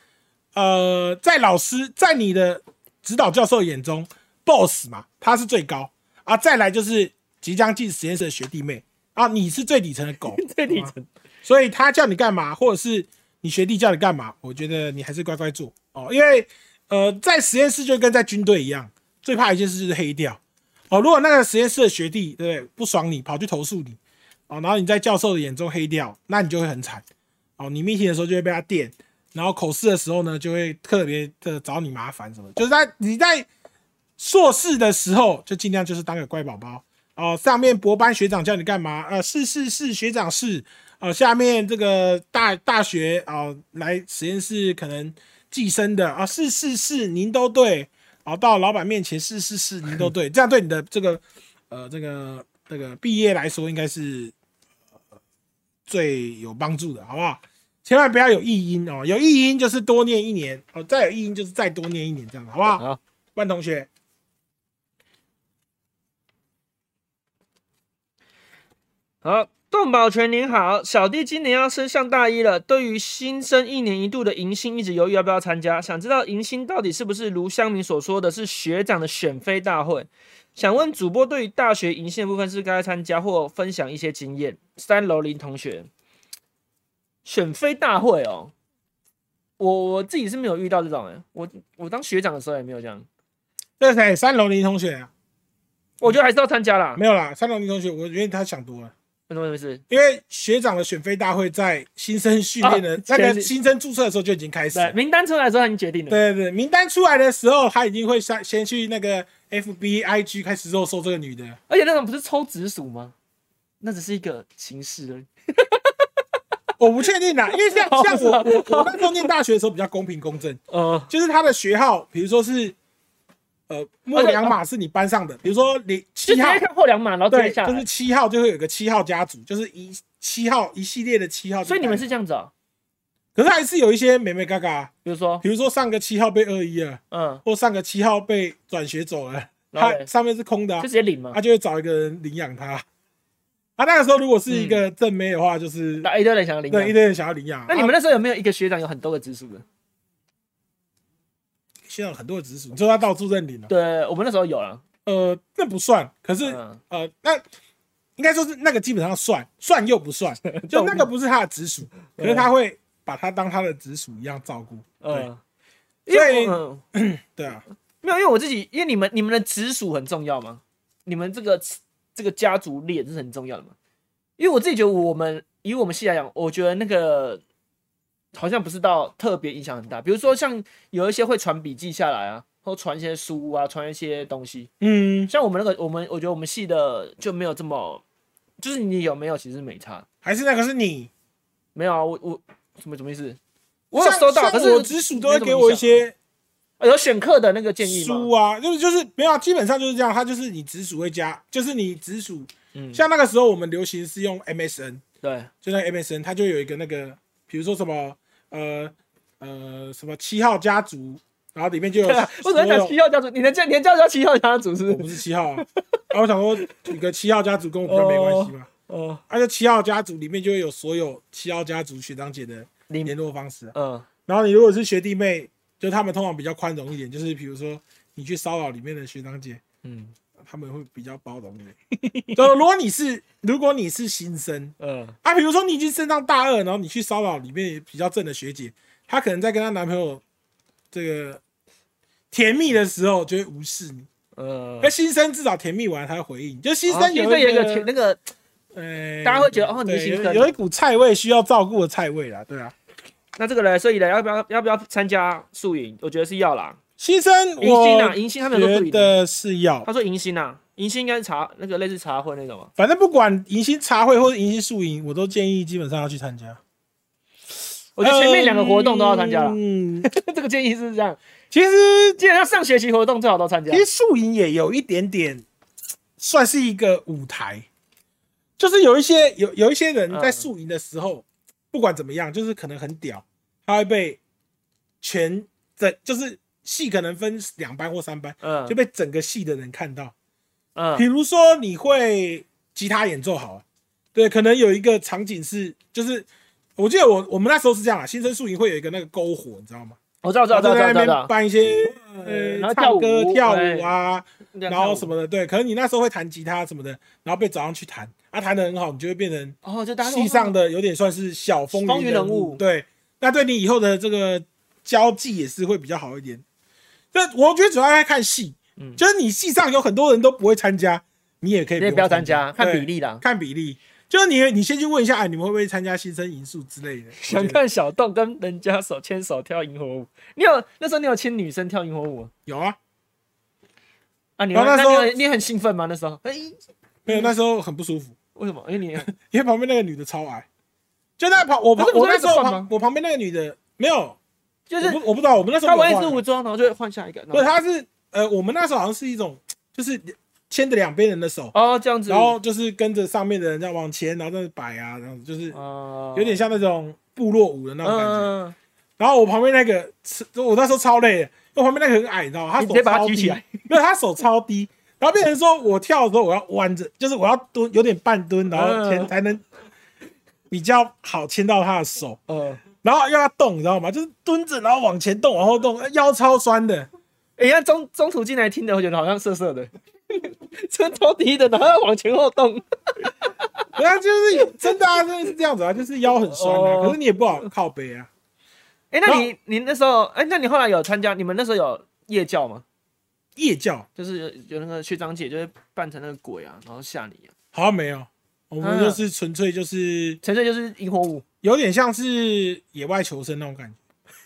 [SPEAKER 1] 呃，在老师在你的指导教授眼中，boss 嘛，他是最高啊，再来就是即将进实验室的学弟妹啊，你是最底层的狗，
[SPEAKER 2] 最底层
[SPEAKER 1] 所以他叫你干嘛，或者是你学弟叫你干嘛，我觉得你还是乖乖做哦，因为呃，在实验室就跟在军队一样，最怕一件事就是黑掉哦。如果那个实验室的学弟对不对不爽你，跑去投诉你哦，然后你在教授的眼中黑掉，那你就会很惨哦。你 meeting 的时候就会被他电，然后口试的时候呢，就会特别的找你麻烦什么的，就是在你在硕士的时候就尽量就是当个乖宝宝。哦，上面博班学长叫你干嘛？呃，是是是，学长是。哦、下面这个大大学哦、来实验室可能寄生的啊、是是是，您都对。哦，到老板面前是是是，您都对。这样对你的这个呃这个这个毕业来说，应该是、呃最有帮助的，好不好？千万不要有异音哦，有异音就是多念一年哦，再有异音就是再多念一年，这样好不好？
[SPEAKER 2] 好，
[SPEAKER 1] 万同学，
[SPEAKER 2] 好，动保全您好，小弟今年要升上大一了，对于新生一年一度的迎新一直犹豫要不要参加，想知道迎新到底是不是如乡民所说的是学长的选妃大会？想问主播对于大学迎新的部分是该参加或分享一些经验？三楼林同学，选妃大会哦，欸我我自己是没有遇到这种哎、我我当学长的时候也没有这样，
[SPEAKER 1] 这是谁？三楼林同学啊？
[SPEAKER 2] 我觉得还是要参加啦。
[SPEAKER 1] 没有啦，三楼林同学，我觉得他想多了。
[SPEAKER 2] 为什么没事？
[SPEAKER 1] 因为学长的选妃大会在新生训练的、
[SPEAKER 2] 啊
[SPEAKER 1] 那
[SPEAKER 2] 前
[SPEAKER 1] 个
[SPEAKER 2] 几
[SPEAKER 1] 新生注册的时候就已经开始了
[SPEAKER 2] 对，。名单出来的时候他已经决定了。
[SPEAKER 1] 对对对，名单出来的时候，他已经会先先去那个 FB、IG 开始肉搜这个女的。
[SPEAKER 2] 而且那种不是抽直属吗？那只是一个形式而已。
[SPEAKER 1] 我不确定啦，啊因为 像
[SPEAKER 2] 我不
[SPEAKER 1] 像
[SPEAKER 2] 知道
[SPEAKER 1] 我我我那时候念大学的时候比较公平公正，
[SPEAKER 2] 呃，
[SPEAKER 1] 就是他的学号，比如说是呃莫良马是你班上的，比如说你
[SPEAKER 2] 就
[SPEAKER 1] 七
[SPEAKER 2] 直
[SPEAKER 1] 号
[SPEAKER 2] 接，看后两码，然后直接
[SPEAKER 1] 对，
[SPEAKER 2] 下
[SPEAKER 1] 就是
[SPEAKER 2] 来。
[SPEAKER 1] 七号就会有个七号家族，就是一七号一系列的七号。
[SPEAKER 2] 所以你们是，这样子啊？
[SPEAKER 1] 可是还是有一些美美嘎嘎，
[SPEAKER 2] 比如说，
[SPEAKER 1] 比如说上个七号被二一了。
[SPEAKER 2] 嗯，
[SPEAKER 1] 或上个七号被转学走了，
[SPEAKER 2] 然
[SPEAKER 1] 他
[SPEAKER 2] 后嘞
[SPEAKER 1] 上面是空的、啊
[SPEAKER 2] 就，直接领嘛
[SPEAKER 1] 他。就会找一个人领养他。他那个时候如果是一个正妹的话，就是
[SPEAKER 2] 那一哎堆人想要嗯领嘛。
[SPEAKER 1] 对一堆人想要领养。
[SPEAKER 2] 那你们
[SPEAKER 1] 啊
[SPEAKER 2] 那时候有没有一个学长有很多个直属的？
[SPEAKER 1] 现在有很多的直属，你说他到处认领了，啊
[SPEAKER 2] 对，我们那时候有了。
[SPEAKER 1] 呃，那不算，可是
[SPEAKER 2] 嗯，
[SPEAKER 1] 呃，那应该说是那个基本上算，算又不 算，就那个不是他的直属，可是他会把他当他的直属一样照顾。
[SPEAKER 2] 嗯，
[SPEAKER 1] 对所以
[SPEAKER 2] 因为我嗯
[SPEAKER 1] 对啊，
[SPEAKER 2] 没有，因为我自己，因为你们你们的直属很重要嘛，你们这个这个家族链是很重要的嘛。因为我自己觉得，我们以我们系来讲，我觉得那个好像不是到特别影响很大。比如说像有一些会传笔记下来啊，或传一些书啊，传一些东西。
[SPEAKER 1] 嗯，
[SPEAKER 2] 像我们那个，我们我觉得我们系的就没有这么，就是你有没有其实没差，
[SPEAKER 1] 还是那个是你，
[SPEAKER 2] 没有啊，我我什么什么意思？我有
[SPEAKER 1] 像
[SPEAKER 2] 收到，
[SPEAKER 1] 像
[SPEAKER 2] 可是
[SPEAKER 1] 我直属都会给我一些
[SPEAKER 2] 呃有选课的那个建议
[SPEAKER 1] 书
[SPEAKER 2] 吗？
[SPEAKER 1] 啊，就是就是没有啊，基本上就是这样。它就是你直属会加，就是你直属。
[SPEAKER 2] 嗯，
[SPEAKER 1] 像那个时候我们流行是用 MSN，
[SPEAKER 2] 对，
[SPEAKER 1] 就那个 MSN，它就有一个那个，比如说什么呃呃什么七号家族，然后里面 就有
[SPEAKER 2] 我只
[SPEAKER 1] 所
[SPEAKER 2] 能讲
[SPEAKER 1] 啊有
[SPEAKER 2] 七号家族，你的叫你的叫叫七号家族是
[SPEAKER 1] 我
[SPEAKER 2] 不
[SPEAKER 1] 不
[SPEAKER 2] 是？
[SPEAKER 1] 是七号啊，然后我想说取个七号家族跟我比较没关系嘛，
[SPEAKER 2] 哦，
[SPEAKER 1] 而且七号家族里面就会有所有七号家族学长姐的
[SPEAKER 2] 你
[SPEAKER 1] 联络方式啊、
[SPEAKER 2] 嗯，
[SPEAKER 1] 然后你如果是学弟妹，就他们通常比较宽容一点，就是比如说你去骚扰里面的学长姐，
[SPEAKER 2] 嗯
[SPEAKER 1] 他们会比较包容一 点。就如果你是如果你是新生
[SPEAKER 2] 嗯，
[SPEAKER 1] 啊，比如说你已经升到大二，然后你去骚扰里面比较正的学姐，她可能在跟她男朋友这个甜蜜的时候就会无视你。
[SPEAKER 2] 呃
[SPEAKER 1] 而，新生至少甜蜜完，他会回应。就新生
[SPEAKER 2] 哦有
[SPEAKER 1] 有
[SPEAKER 2] 一
[SPEAKER 1] 一
[SPEAKER 2] 个那个，
[SPEAKER 1] 呃，
[SPEAKER 2] 大家会觉得哦你是
[SPEAKER 1] 对
[SPEAKER 2] 新
[SPEAKER 1] 有
[SPEAKER 2] 生
[SPEAKER 1] 有一股菜味需要照顾的菜味啦，对啊。
[SPEAKER 2] 那这个嘞，所以嘞，要不要要不要参加宿营？我觉得是要啦。
[SPEAKER 1] 新生
[SPEAKER 2] 迎新啊，
[SPEAKER 1] 我
[SPEAKER 2] 迎新他们有个宿
[SPEAKER 1] 觉
[SPEAKER 2] 营的，
[SPEAKER 1] 得是要
[SPEAKER 2] 他，说迎新啊，迎新应该是茶那个类似茶会那种嘛。啊
[SPEAKER 1] 反正不管迎新茶会或者迎新宿营，我都建议基本上要去参加。
[SPEAKER 2] 我觉得前面两个活动都要参加了，
[SPEAKER 1] 嗯，
[SPEAKER 2] 这个建议是这样。
[SPEAKER 1] 其实
[SPEAKER 2] 基本上上学期活动最好都参加
[SPEAKER 1] 其。实宿营也有一点点，算是一个舞台，就是有一些有有一些人在
[SPEAKER 2] 嗯
[SPEAKER 1] 宿营的时候，不管怎么样，就是可能很屌，他会被全整就是系可能分两班或三班，
[SPEAKER 2] 嗯
[SPEAKER 1] 就被整个系的人看到。
[SPEAKER 2] 嗯
[SPEAKER 1] 比如说你会吉他演奏好了，对，可能有一个场景是，就是我记得我我们那时候是这样啊，新生宿营会有一个那个篝火，你知道吗？
[SPEAKER 2] 我知道，我知道，我知道，
[SPEAKER 1] 然后
[SPEAKER 2] 我
[SPEAKER 1] 在那
[SPEAKER 2] 知道知道
[SPEAKER 1] 边。办一些
[SPEAKER 2] 嗯
[SPEAKER 1] 呃
[SPEAKER 2] 然后跳
[SPEAKER 1] 唱
[SPEAKER 2] 舞
[SPEAKER 1] 歌跳
[SPEAKER 2] 哎
[SPEAKER 1] 舞啊，然后什
[SPEAKER 2] 么？
[SPEAKER 1] 么的，对，可能你那时候会弹吉他什么的，然后被找上去弹，啊，弹的很好，你就会变成
[SPEAKER 2] 哦，就大家
[SPEAKER 1] 系上的有点算是小风
[SPEAKER 2] 风云
[SPEAKER 1] 云
[SPEAKER 2] 人物
[SPEAKER 1] 物，对，那对你以后的这个交际也是会比较好一点。但我觉得主要在看戏，
[SPEAKER 2] 嗯
[SPEAKER 1] 就是你戏上有很多人都不会参加，你也可以
[SPEAKER 2] 你也
[SPEAKER 1] 用
[SPEAKER 2] 不要参加，看
[SPEAKER 1] 对
[SPEAKER 2] 比例啦。
[SPEAKER 1] 看比例，就是你你先去问一下，哎，你们会不会参加新生营宿之类的？我
[SPEAKER 2] 想
[SPEAKER 1] 觉得
[SPEAKER 2] 看小洞跟人家手牵手跳萤火舞，你有那时候你有牵女生跳萤火舞吗
[SPEAKER 1] 有啊，
[SPEAKER 2] 啊？你
[SPEAKER 1] 然后
[SPEAKER 2] 那
[SPEAKER 1] 那时候
[SPEAKER 2] 你有你很兴奋吗？那时候，哎、
[SPEAKER 1] 没有，那时候很不舒服。
[SPEAKER 2] 为什么？因为 你
[SPEAKER 1] 因为旁边那个女的超矮，就那旁我旁
[SPEAKER 2] 不是
[SPEAKER 1] 我
[SPEAKER 2] 不是
[SPEAKER 1] 那时候
[SPEAKER 2] 那个换吗
[SPEAKER 1] 旁我旁边那个女的没有，
[SPEAKER 2] 就
[SPEAKER 1] 就是我不我不知道我们那时候
[SPEAKER 2] 他
[SPEAKER 1] 没
[SPEAKER 2] 玩一
[SPEAKER 1] 有
[SPEAKER 2] 支
[SPEAKER 1] 换
[SPEAKER 2] 武装，然后就会换下一个。然后
[SPEAKER 1] 不是她是呃我们那时候好像是一种就是牵着两边人的手，
[SPEAKER 2] 哦，这样子，
[SPEAKER 1] 然后就是跟着上面的人这样往前，然后这样摆啊，这样子就是
[SPEAKER 2] 哦
[SPEAKER 1] 有点像那种部落舞的那
[SPEAKER 2] 嗯
[SPEAKER 1] 种感觉。
[SPEAKER 2] 嗯，嗯
[SPEAKER 1] 然后我旁边那个是我那时候超累的，因为我旁边那个很矮，你知道吗？他
[SPEAKER 2] 你
[SPEAKER 1] 手
[SPEAKER 2] 直接把他
[SPEAKER 1] 超
[SPEAKER 2] 举起
[SPEAKER 1] 低
[SPEAKER 2] 来，
[SPEAKER 1] 没有他手超低，然后变成说我跳的时候我要弯着，就是我要蹲，有点半蹲，然后
[SPEAKER 2] 嗯
[SPEAKER 1] 前才能比较好牵到他的手。
[SPEAKER 2] 呃，
[SPEAKER 1] 然后又要动，你知道吗？就是蹲着，然后往前动，往后动，腰超酸的。
[SPEAKER 2] 人家哎中中途进来听的，我觉得好像涩涩的， 穿超低的，然后要往前后动，
[SPEAKER 1] 然后就是真的啊，真的是这样子啊，就是腰很酸啊。
[SPEAKER 2] 哦
[SPEAKER 1] 可是你也不好靠背啊。
[SPEAKER 2] 哎、那你你那时候，哎、那你后来有参加？你们那时候有夜教吗？
[SPEAKER 1] 夜教
[SPEAKER 2] 就是有有那个学长姐就会扮成那个鬼啊，然后吓你啊，
[SPEAKER 1] 好像没有，我们
[SPEAKER 2] 嗯
[SPEAKER 1] 就是纯粹就是
[SPEAKER 2] 纯粹就是萤火舞，
[SPEAKER 1] 有点像是野外求生那种感觉。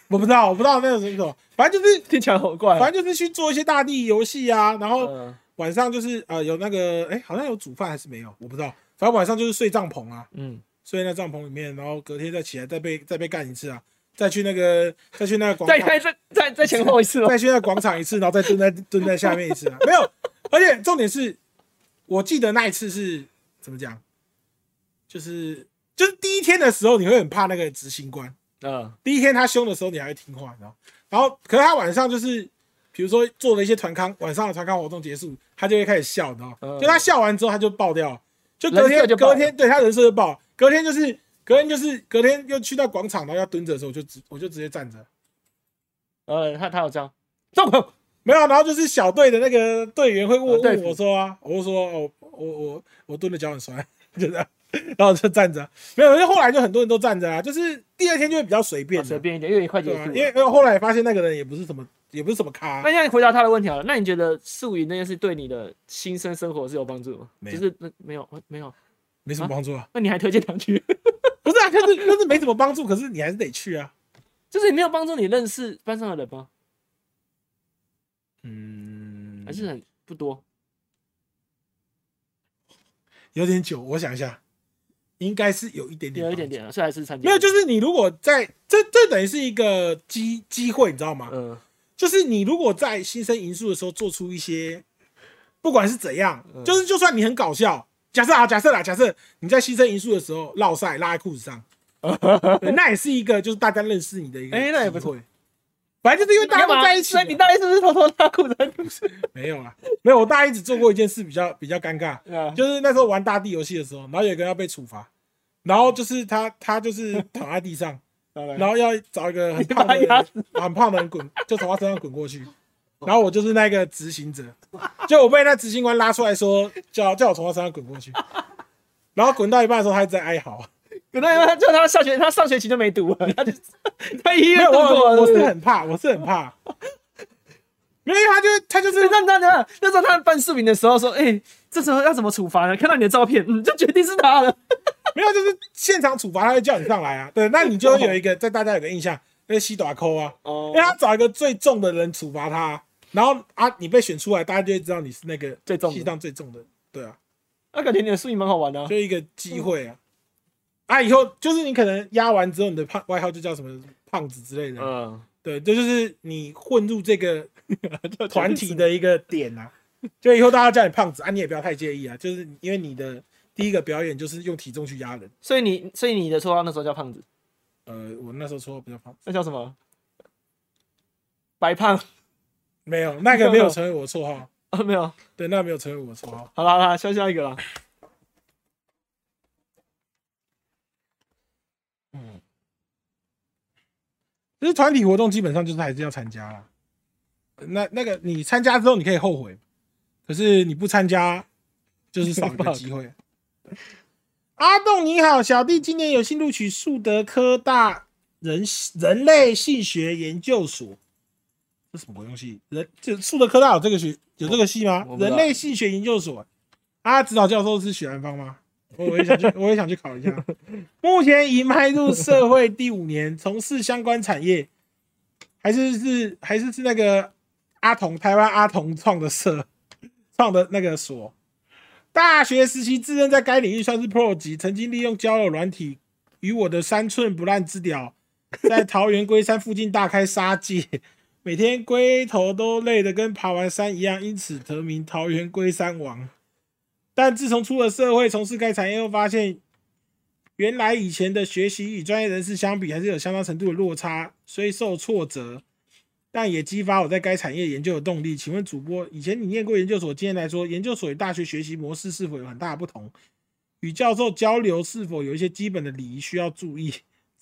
[SPEAKER 1] 我不知道，我不知道那个是什么，反正就是
[SPEAKER 2] 听起来好怪、啊
[SPEAKER 1] 反。正就是去做一些大地游戏啊，然后
[SPEAKER 2] 嗯
[SPEAKER 1] 晚上就是呃有那个哎、好像有煮饭还是没有，我不知道，反正晚上就是睡帐篷啊，
[SPEAKER 2] 嗯，
[SPEAKER 1] 睡在那帐篷里面，然后隔天再起来再被再被干一次啊，再去那个再去那个广
[SPEAKER 2] 哦再
[SPEAKER 1] 场
[SPEAKER 2] 再再再再前后一次哦。
[SPEAKER 1] 再去那个广场一次，然后再蹲在蹲在下面一次啊，没有，而且重点是，我记得那一次是怎么讲，就是就是第一天的时候你会很怕那个执行官。
[SPEAKER 2] 嗯
[SPEAKER 1] 第一天他凶的时候，你还会听话，你知道？然后，可是他晚上就是，比如说做了一些团康，晚上的团康活动结束，他就会开始笑，你知道？
[SPEAKER 2] 嗯
[SPEAKER 1] 就他笑完之后，他就爆掉，就隔
[SPEAKER 2] 人设
[SPEAKER 1] 天
[SPEAKER 2] 就爆
[SPEAKER 1] 隔
[SPEAKER 2] 了
[SPEAKER 1] 天对他人设就爆，隔天就是隔天就是隔天又去到广场，然后要蹲着的时候，我就直我就直接站着，
[SPEAKER 2] 呃，他他有这样，中口
[SPEAKER 1] 没有，然后就是小队的那个队员会问
[SPEAKER 2] 啊队
[SPEAKER 1] 问
[SPEAKER 2] 服
[SPEAKER 1] 我说啊，我就说哦，我我我我蹲的脚很酸， 就这样，然后就站着，没有，因为后来就很多人都站着啊，就是第二天就会比较随便
[SPEAKER 2] 啊
[SPEAKER 1] 了，
[SPEAKER 2] 随便一点，因为快结
[SPEAKER 1] 对
[SPEAKER 2] 束
[SPEAKER 1] 啊
[SPEAKER 2] 了。，
[SPEAKER 1] 因为因为后来发现那个人也不是什么，也不是什么咖
[SPEAKER 2] 那，现在回答他的问题好了，那你觉得素云那件事对你的新生生活是有帮助吗？
[SPEAKER 1] 没有
[SPEAKER 2] 就是那没有没有，
[SPEAKER 1] 没什么帮助啊。
[SPEAKER 2] 那你还推荐他去？
[SPEAKER 1] 不是啊，就是就是没什么帮助，可是你还是得去啊。
[SPEAKER 2] 就是你没有帮助你认识班上的人吗？
[SPEAKER 1] 嗯
[SPEAKER 2] 还是很不多？
[SPEAKER 1] 有点久，我想一下，应该是有一点点，
[SPEAKER 2] 有一点。点啊，所以还是参加。
[SPEAKER 1] 嗯没有，就是你如果在这这等于是一个机机会，你知道吗？
[SPEAKER 2] 嗯
[SPEAKER 1] 就是你如果在新生营数的时候做出一些，不管是怎样，
[SPEAKER 2] 嗯
[SPEAKER 1] 就是就算你很搞笑，假设啊，假设啦，假设你在新生营数的时候落赛拉在裤子 上，对那也是一个就是大家认识你的一个，
[SPEAKER 2] 哎那也不错。
[SPEAKER 1] 反正就是因为大家都在一起啊
[SPEAKER 2] 所
[SPEAKER 1] 嘛，
[SPEAKER 2] 以你大概是不是偷偷拉裤子 在路上？
[SPEAKER 1] 没有啦，啊没有。我大一只做过一件事比较比较尴尬，
[SPEAKER 2] 啊
[SPEAKER 1] 就是那时候玩大地游戏的时候，然后有一个人要被处罚，然后就是他他就是躺在地 上，然后要找一个很胖的
[SPEAKER 2] 你把他压
[SPEAKER 1] 人，很胖的人滚，就从他身上滚过去。然后我就是那个执行者，就我被那执行官拉出来说，叫叫我从他身上滚过去。然后滚到一半的时候，他一直在哀嚎。啊
[SPEAKER 2] 可能他就他上学，他上学期就没读了，他就他一
[SPEAKER 1] 没
[SPEAKER 2] 月
[SPEAKER 1] 有，
[SPEAKER 2] 度过
[SPEAKER 1] 我
[SPEAKER 2] 了。
[SPEAKER 1] 我
[SPEAKER 2] 是不
[SPEAKER 1] 是
[SPEAKER 2] 是
[SPEAKER 1] 很怕，我是很怕。因为他就他就是
[SPEAKER 2] 那那那那时候他办视频的时候说，哎、这时候要怎么处罚呢？看到你的照片，嗯，就决定是他了。
[SPEAKER 1] 没有，就是现场处罚，他会叫你上来啊。对，那你就有一个在大家有个印象，那个西打扣啊，
[SPEAKER 2] 哦
[SPEAKER 1] 因为他找一个最重的人处罚他，然后啊，你被选出来，大家就会知道你是那个
[SPEAKER 2] 最重的
[SPEAKER 1] 戏上最重的，对啊，
[SPEAKER 2] 那、感觉你的素影蛮好玩的、啊。
[SPEAKER 1] 就一个机会啊。啊，以后就是你可能压完之后，你的胖外号就叫什么胖子之类的，
[SPEAKER 2] 嗯，
[SPEAKER 1] 对，这就是你混入这 个团体的一个点啊。就以后大家叫你胖子啊，你也不要太介意啊，就是因为你的第一个表演就是用体重去压人。
[SPEAKER 2] 所以你所以你的绰号那时候叫胖子，
[SPEAKER 1] 呃，我那时候说比较胖。
[SPEAKER 2] 那叫什么？白胖
[SPEAKER 1] 没有，那个没有成为我的绰号。
[SPEAKER 2] 啊？没有，
[SPEAKER 1] 对，那个没有成为我的绰号。
[SPEAKER 2] 好了好了，下下一个啦。
[SPEAKER 1] 就是团体活动基本上就是还是要参加啊啦。那那个你参加之后你可以后悔，可是你不参加 就是少一个机会。阿栋你好，小弟今年有幸录取树德科大人人类性学研究所。这什么鬼东西？人这树德科大有这个学有这个系吗
[SPEAKER 2] 我？不知
[SPEAKER 1] 人
[SPEAKER 2] 道
[SPEAKER 1] 类性学研究所。啊，指导教授是许兰芳吗？我我也想去， 我也想去考一下。目前已迈入社会第五年，从事相关产业，还是是还是是那个阿童台湾阿童创的社创的那个所。大学时期自认在该领域算是 pro 级，曾经利用交友软体与我的三寸不烂之屌，在桃园龟山附近大开杀戒，每天龟头都累得跟爬完山一样，因此得名桃园龟山王。但自从出了社会，从事该产业后，发现原来以前的学习与专业人士相比，还是有相当程度的落差，虽受挫折，但也激发我在该产业研究的动力。请问主播，以前你念过研究所经验来说，研究所与大学学习模式是否有很大的不同？与教授交流是否有一些基本的礼仪需要注意？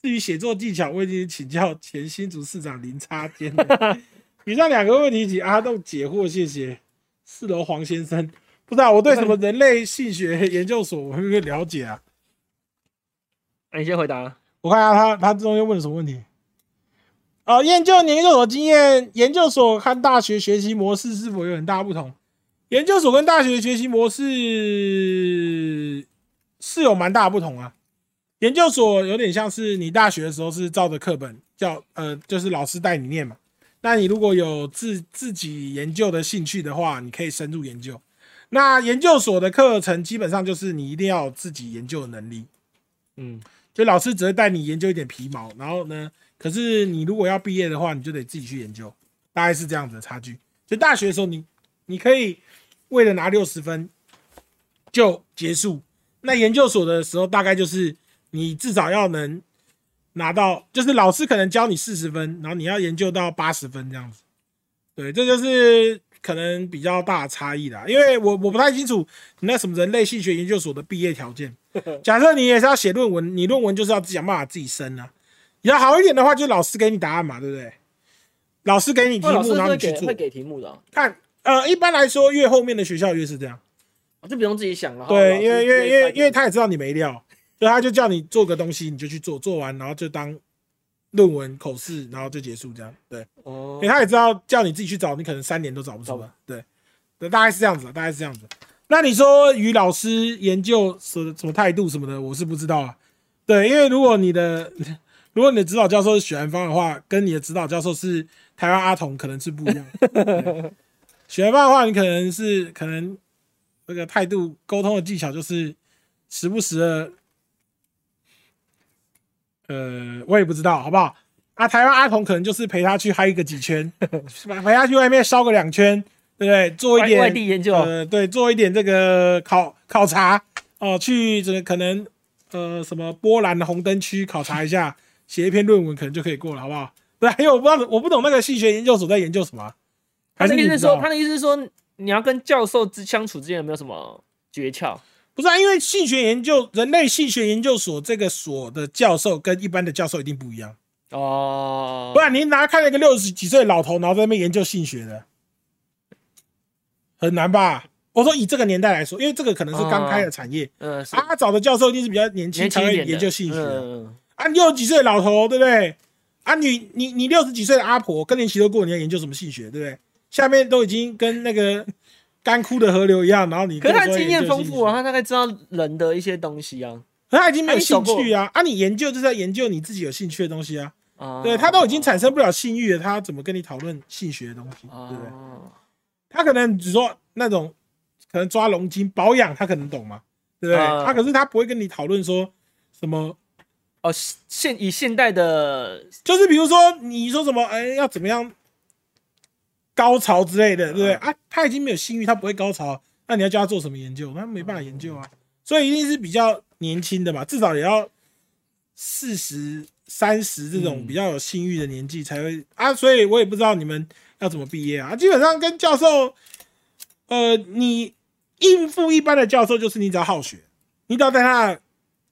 [SPEAKER 1] 至于写作技巧，我已经请教前新竹市长林插坚了。以上两个问题，请阿栋解惑，谢谢。四楼黄先生，不知道我对什么人类性学研究所我会不会了解啊？
[SPEAKER 2] 哎你先回答。
[SPEAKER 1] 我看一下他他中间问了什么问题。哦，研究研究所经验，研究所和大学学习模式是否有很大不同？研究所跟大学学习模式是有蛮大的不同啊。研究所有点像是你大学的时候是照着课本叫呃，就是老师带你念嘛。那你如果有自自己研究的兴趣的话，你可以深入研究。那研究所的课程基本上就是你一定要有自己研究的能力，
[SPEAKER 2] 嗯，
[SPEAKER 1] 就老师只会带你研究一点皮毛，然后呢，可是你如果要毕业的话，你就得自己去研究，大概是这样子的差距。就大学的时候你，你可以为了拿六十分就结束，那研究所的时候，大概就是你至少要能拿到，就是老师可能教你四十分，然后你要研究到八十分这样子。对，这就是可能比较大的差异啦，因为我我不太清楚你那什么人类系学研究所的毕业条 件。假设你也是要写论文，你论文就是要自己想办法自己生啊。你要好一点的话，就老师给你答案嘛，对不对？老师给你题
[SPEAKER 2] 哦那老师
[SPEAKER 1] 目，
[SPEAKER 2] 是
[SPEAKER 1] 然后
[SPEAKER 2] 会
[SPEAKER 1] 你去
[SPEAKER 2] 给
[SPEAKER 1] 做
[SPEAKER 2] 会。给题目的哦、
[SPEAKER 1] 看，呃，一般来说，越后面的学校越是这样。
[SPEAKER 2] 哦就不用自己想了。
[SPEAKER 1] 对，因为因为因为因为
[SPEAKER 2] 他
[SPEAKER 1] 他也知道你没料，所以他就叫你做个东西，你就去做，做完然后就当论文口试，然后就结束这样。对，
[SPEAKER 2] 哦
[SPEAKER 1] 因为，他也知道叫你自己去找，你可能三年都找不
[SPEAKER 2] 找
[SPEAKER 1] 出
[SPEAKER 2] 不
[SPEAKER 1] 来。对，对，大概是这样子，啊大概是这样子。那你说与老师研究什么什么态度什么的，我是不知道啊。对，因为如果你的 如果你的指导教授是许兰芳的话，跟你的指导教授是台湾阿童，可能是不一样。对许兰芳的话，你可能是可能那个态度沟通的技巧就是时不时的，呃，我也不知道，好不好？啊，台湾阿童可能就是陪他去嗨个几圈， 是吧陪他去外面烧个两圈，对不对？做一
[SPEAKER 2] 外
[SPEAKER 1] 点
[SPEAKER 2] 外地研哦究，
[SPEAKER 1] 呃，对，做一点这个考考察哦、去这个可能呃什么波兰的红灯区考察一下，写一篇论文可能就可以过了，好不好？对，还有我不知道，我不懂那个系学研究所在研究什么啊，
[SPEAKER 2] 他
[SPEAKER 1] 还
[SPEAKER 2] 的
[SPEAKER 1] 是
[SPEAKER 2] 意
[SPEAKER 1] 你
[SPEAKER 2] 思是
[SPEAKER 1] 知
[SPEAKER 2] 说，
[SPEAKER 1] 道啊
[SPEAKER 2] 他？的意思是说，你要跟教授之相处之间有没有什么诀窍？
[SPEAKER 1] 不是啊，因为系学研究人类系学研究所这个所的教授跟一般的教授一定不一样，
[SPEAKER 2] 哦，
[SPEAKER 1] 不然你哪看了一个六十几岁的老头，然后在那边研究性学的，很难吧？我说以这个年代来说，因为这个可能是刚开的产业，
[SPEAKER 2] 嗯，是
[SPEAKER 1] 啊，找的教授一定是比较年轻
[SPEAKER 2] 年
[SPEAKER 1] 才
[SPEAKER 2] 轻一
[SPEAKER 1] 会
[SPEAKER 2] 点的
[SPEAKER 1] 研究性学的。
[SPEAKER 2] 嗯
[SPEAKER 1] 啊，六十几岁的老头，对不对？啊你，你你六十几岁的阿婆，更年期都过，你要研究什么性学，对不对？下面都已经跟那个干枯的河流一样，然后你
[SPEAKER 2] 可
[SPEAKER 1] 跟
[SPEAKER 2] 是
[SPEAKER 1] 我
[SPEAKER 2] 他
[SPEAKER 1] 说
[SPEAKER 2] 经验丰富
[SPEAKER 1] 研究性
[SPEAKER 2] 啊，
[SPEAKER 1] 学，
[SPEAKER 2] 他大概知道人的一些东西啊。
[SPEAKER 1] 可是他已经没有兴
[SPEAKER 2] 他一
[SPEAKER 1] 趣啊！啊，你研究就是在研究你自己有兴趣的东西啊，
[SPEAKER 2] 啊，
[SPEAKER 1] 对他都已经产生不了性欲了，他怎么跟你讨论性学的东西，
[SPEAKER 2] 啊
[SPEAKER 1] 对不对？他可能只说那种可能抓龙筋保养，他可能懂嘛，对不对？
[SPEAKER 2] 啊
[SPEAKER 1] 他可是他不会跟你讨论说什么
[SPEAKER 2] 哦，现以现代的
[SPEAKER 1] 就是比如说你说什么，哎、要怎么样高潮之类的，对不对？啊，他已经没有性欲，他不会高潮，那你要叫他做什么研究？他没办法研究啊，所以一定是比较年轻的嘛，至少也要四十、三十这种
[SPEAKER 2] 嗯
[SPEAKER 1] 比较有性欲的年纪才会、啊。所以我也不知道你们要怎么毕业啊，基本上跟教授，呃，你应付一般的教授就是你只要好学，你只要在他的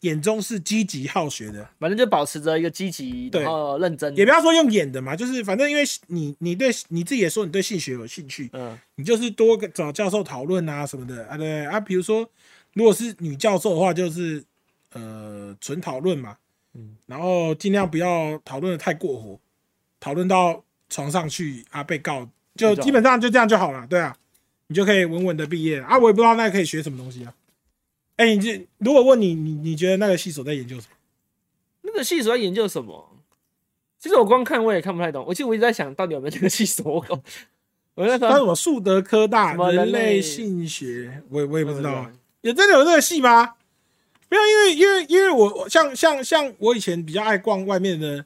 [SPEAKER 1] 眼中是积极好学的。
[SPEAKER 2] 反正就保持着一个积极，
[SPEAKER 1] 对
[SPEAKER 2] 然后认真，
[SPEAKER 1] 也不要说用演的嘛，就是反正因为你你对你自己也说你对性学有兴趣，
[SPEAKER 2] 嗯
[SPEAKER 1] 你就是多跟找教授讨论啊什么的啊，对啊，比如说如果是女教授的话，就是呃纯讨论嘛，
[SPEAKER 2] 嗯
[SPEAKER 1] 然后尽量不要讨论的太过火，讨论到床上去啊被告，就
[SPEAKER 2] 那种
[SPEAKER 1] 基本上就这样就好了，对啊，你就可以稳稳的毕业了啊。我也不知道那个可以学什么东西啊。哎、你这如果问你，你你觉得那个系所在研究什么？
[SPEAKER 2] 那个系所在研究什么？其实我光看我也看不太懂，我其实我一直在想到底有没有这个系所，我搞我 在
[SPEAKER 1] 那什
[SPEAKER 2] 想
[SPEAKER 1] 么树德科大
[SPEAKER 2] 什么
[SPEAKER 1] 人
[SPEAKER 2] 人类
[SPEAKER 1] 类性学，我也我也不知道啊
[SPEAKER 2] 嗯。
[SPEAKER 1] 也真的有这个戏吗？没有，因为因为因为我我像像像我以前比较爱逛外面的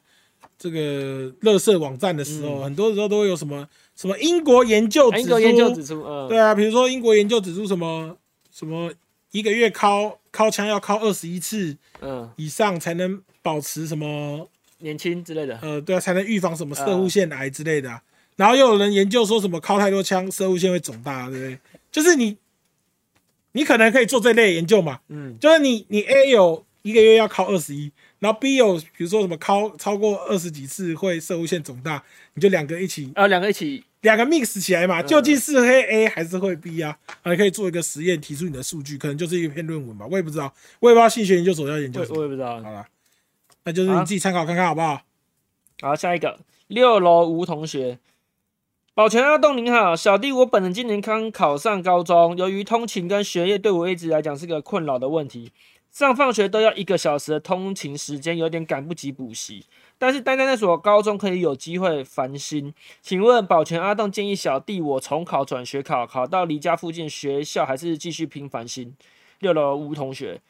[SPEAKER 1] 这个乐色网站的时候，
[SPEAKER 2] 嗯啊
[SPEAKER 1] 很多时候都会有什么什么英国研究指
[SPEAKER 2] 英
[SPEAKER 1] 出，
[SPEAKER 2] 国研究指出，嗯，
[SPEAKER 1] 对啊，比如说英国研究指出什么什么一个月敲敲枪要敲二十一次
[SPEAKER 2] 嗯，
[SPEAKER 1] 以上才能保持什么
[SPEAKER 2] 年轻之类的，
[SPEAKER 1] 呃，对啊，才能预防什么
[SPEAKER 2] 嗯
[SPEAKER 1] 射护腺癌之类的啊、然后又有人研究说什么靠太多枪，射护腺会肿大，啊对不对？就是你，你可能可以做这类研究嘛，
[SPEAKER 2] 嗯，
[SPEAKER 1] 就是你你 A 有一个月要靠二十一，然后 B 有比如说什么靠超过二十几次会射护腺肿大，你就两个一起
[SPEAKER 2] 然后两个一起，
[SPEAKER 1] 两个 mix 起来嘛，
[SPEAKER 2] 嗯
[SPEAKER 1] 究竟是会 A 还是会 B 啊？啊，你可以做一个实验，提出你的数据，可能就是一篇论文吧，我也不知道，我也不知道性学研究所要研
[SPEAKER 2] 我
[SPEAKER 1] 究
[SPEAKER 2] 也
[SPEAKER 1] 什
[SPEAKER 2] 我啊
[SPEAKER 1] 么。
[SPEAKER 2] 也不知道。
[SPEAKER 1] 好了，那就是你自己参考看看好不好？
[SPEAKER 2] 好，下一个六楼吴同学，保全阿栋您好，小弟我本人今年刚考上高中，由于通勤跟学业对我一直来讲是个困扰的问题，上放学都要一个小时的通勤时间，有点赶不及补习。但是待在那所高中可以有机会烦心，请问保全阿栋建议小弟我重考转学考，考到离家附近学校，还是继续拼繁星？六楼吴同学，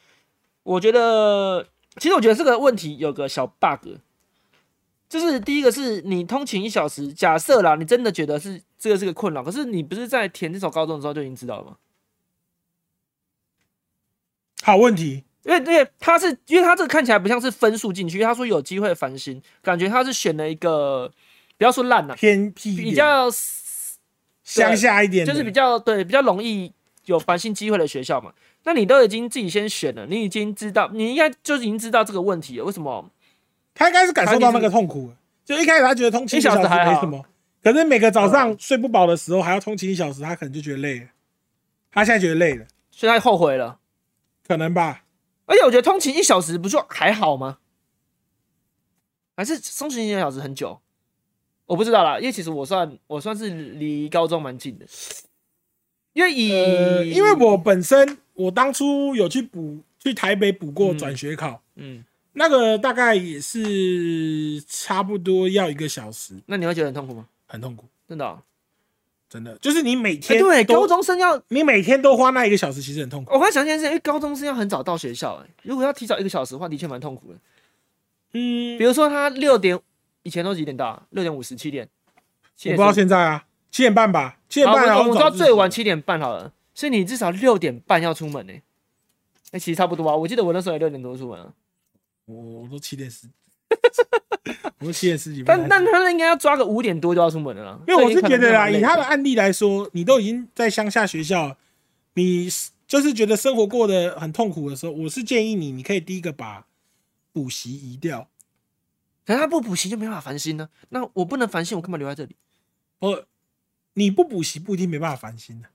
[SPEAKER 2] 我觉得其实我觉得这个问题有个小 bug，就是第一个是你通勤一小时，假设啦，你真的觉得是这个是个困扰，可是你不是在填这所高中的时候就已经知道了吗？
[SPEAKER 1] 好问题，
[SPEAKER 2] 因为对，他是因为他这个看起来不像是分数进去，因为他说有机会翻新，感觉他是选了一个不要说烂啦、
[SPEAKER 1] 偏僻一点
[SPEAKER 2] 比较
[SPEAKER 1] 乡下一点的，
[SPEAKER 2] 就是比较对比较容易有繁星机会的学校嘛。那你都已经自己先选了，你已经知道，你应该就已经知道这个问题了。为什么？
[SPEAKER 1] 他应该是感受到那个痛苦了，就一开始他觉得通勤
[SPEAKER 2] 一小时
[SPEAKER 1] 时
[SPEAKER 2] 还好
[SPEAKER 1] 没什么，可是每个早上
[SPEAKER 2] 嗯
[SPEAKER 1] 睡不饱的时候还要通勤一小时，他可能就觉得累了，他现在觉得累了，
[SPEAKER 2] 所以他后悔了。
[SPEAKER 1] 可能吧。
[SPEAKER 2] 而且我觉得通勤一小时不就还好吗？还是通勤一个小时很久？我不知道啦，因为其实我算我算是离高中蛮近的，因为以、
[SPEAKER 1] 呃，因为我本身我当初有去补去台北补过转学考，
[SPEAKER 2] 嗯，
[SPEAKER 1] 那个大概也是差不多要一个小时，
[SPEAKER 2] 那你会觉得很痛苦吗？
[SPEAKER 1] 很痛苦，
[SPEAKER 2] 真的哦、
[SPEAKER 1] 真的就是你每
[SPEAKER 2] 哎
[SPEAKER 1] 天
[SPEAKER 2] 对，
[SPEAKER 1] 都
[SPEAKER 2] 高中生要
[SPEAKER 1] 你每天都花那一个小时，其实很痛苦。
[SPEAKER 2] 我刚想起来是，因为高中生要很早到学校、哎，如果要提早一个小时的话，的确蛮痛苦的。
[SPEAKER 1] 嗯，
[SPEAKER 2] 比如说他六点以前都几点到、啊？六点五十、七点，七
[SPEAKER 1] 我不
[SPEAKER 2] 点
[SPEAKER 1] 知道现在啊，七点半吧，七点
[SPEAKER 2] 好，
[SPEAKER 1] 半然
[SPEAKER 2] 啊我
[SPEAKER 1] 后
[SPEAKER 2] 我们到
[SPEAKER 1] 早自习
[SPEAKER 2] 最晚七点半好了，所以你至少六点半要出门呢、欸。哎、其实差不多吧，我记得我那时候也六点多出门啊。
[SPEAKER 1] 我我都七点十， 我都七点十几分
[SPEAKER 2] 但
[SPEAKER 1] 才。
[SPEAKER 2] 但他应该要抓个五点多就要出门了啦。
[SPEAKER 1] 因嗯为我是
[SPEAKER 2] 这已
[SPEAKER 1] 觉
[SPEAKER 2] 经可能
[SPEAKER 1] 得啦，
[SPEAKER 2] 没有
[SPEAKER 1] 以
[SPEAKER 2] 那么
[SPEAKER 1] 他的
[SPEAKER 2] 累
[SPEAKER 1] 案例来说，你都已经在乡下学校，你是就是觉得生活过得很痛苦的时候，我是建议你，你可以第一个把补习移掉。
[SPEAKER 2] 可是他不补习就没办法烦心呢、那我不能烦心，我干嘛留在这里？
[SPEAKER 1] 我你不补习不一定没办法烦心的。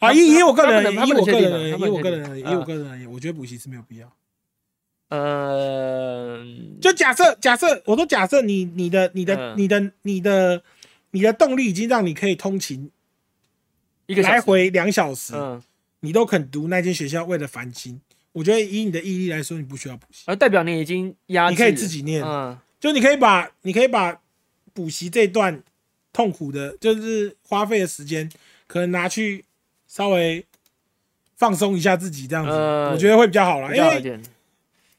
[SPEAKER 2] 他
[SPEAKER 1] 啊，以以我个
[SPEAKER 2] 他
[SPEAKER 1] 人
[SPEAKER 2] 不能
[SPEAKER 1] 以我个人而
[SPEAKER 2] 他
[SPEAKER 1] 言，
[SPEAKER 2] 不
[SPEAKER 1] 以
[SPEAKER 2] 能
[SPEAKER 1] 我
[SPEAKER 2] 确定啊
[SPEAKER 1] 个人而言，
[SPEAKER 2] 他不能确定
[SPEAKER 1] 以我个人而言，我觉得补习是没有必要。
[SPEAKER 2] 呃，
[SPEAKER 1] 就假设假设，我都假设你你的你的
[SPEAKER 2] 嗯
[SPEAKER 1] 你的你的你的动力已经让你可以通勤
[SPEAKER 2] 一个小时
[SPEAKER 1] 来，回两小时，
[SPEAKER 2] 嗯，
[SPEAKER 1] 你都肯读那间学校为了繁星，我觉得以你的毅力来说，你不需要补习，
[SPEAKER 2] 而代表你已经压制了，
[SPEAKER 1] 你可以自己念
[SPEAKER 2] 嗯，
[SPEAKER 1] 就你可以把你可以把补习这段痛苦的，就是花费的时间，可能拿去稍微放松一下自己，这样子，
[SPEAKER 2] 呃
[SPEAKER 1] 我觉得会比较好啦。
[SPEAKER 2] 比
[SPEAKER 1] 因
[SPEAKER 2] 较好一
[SPEAKER 1] 为
[SPEAKER 2] 点。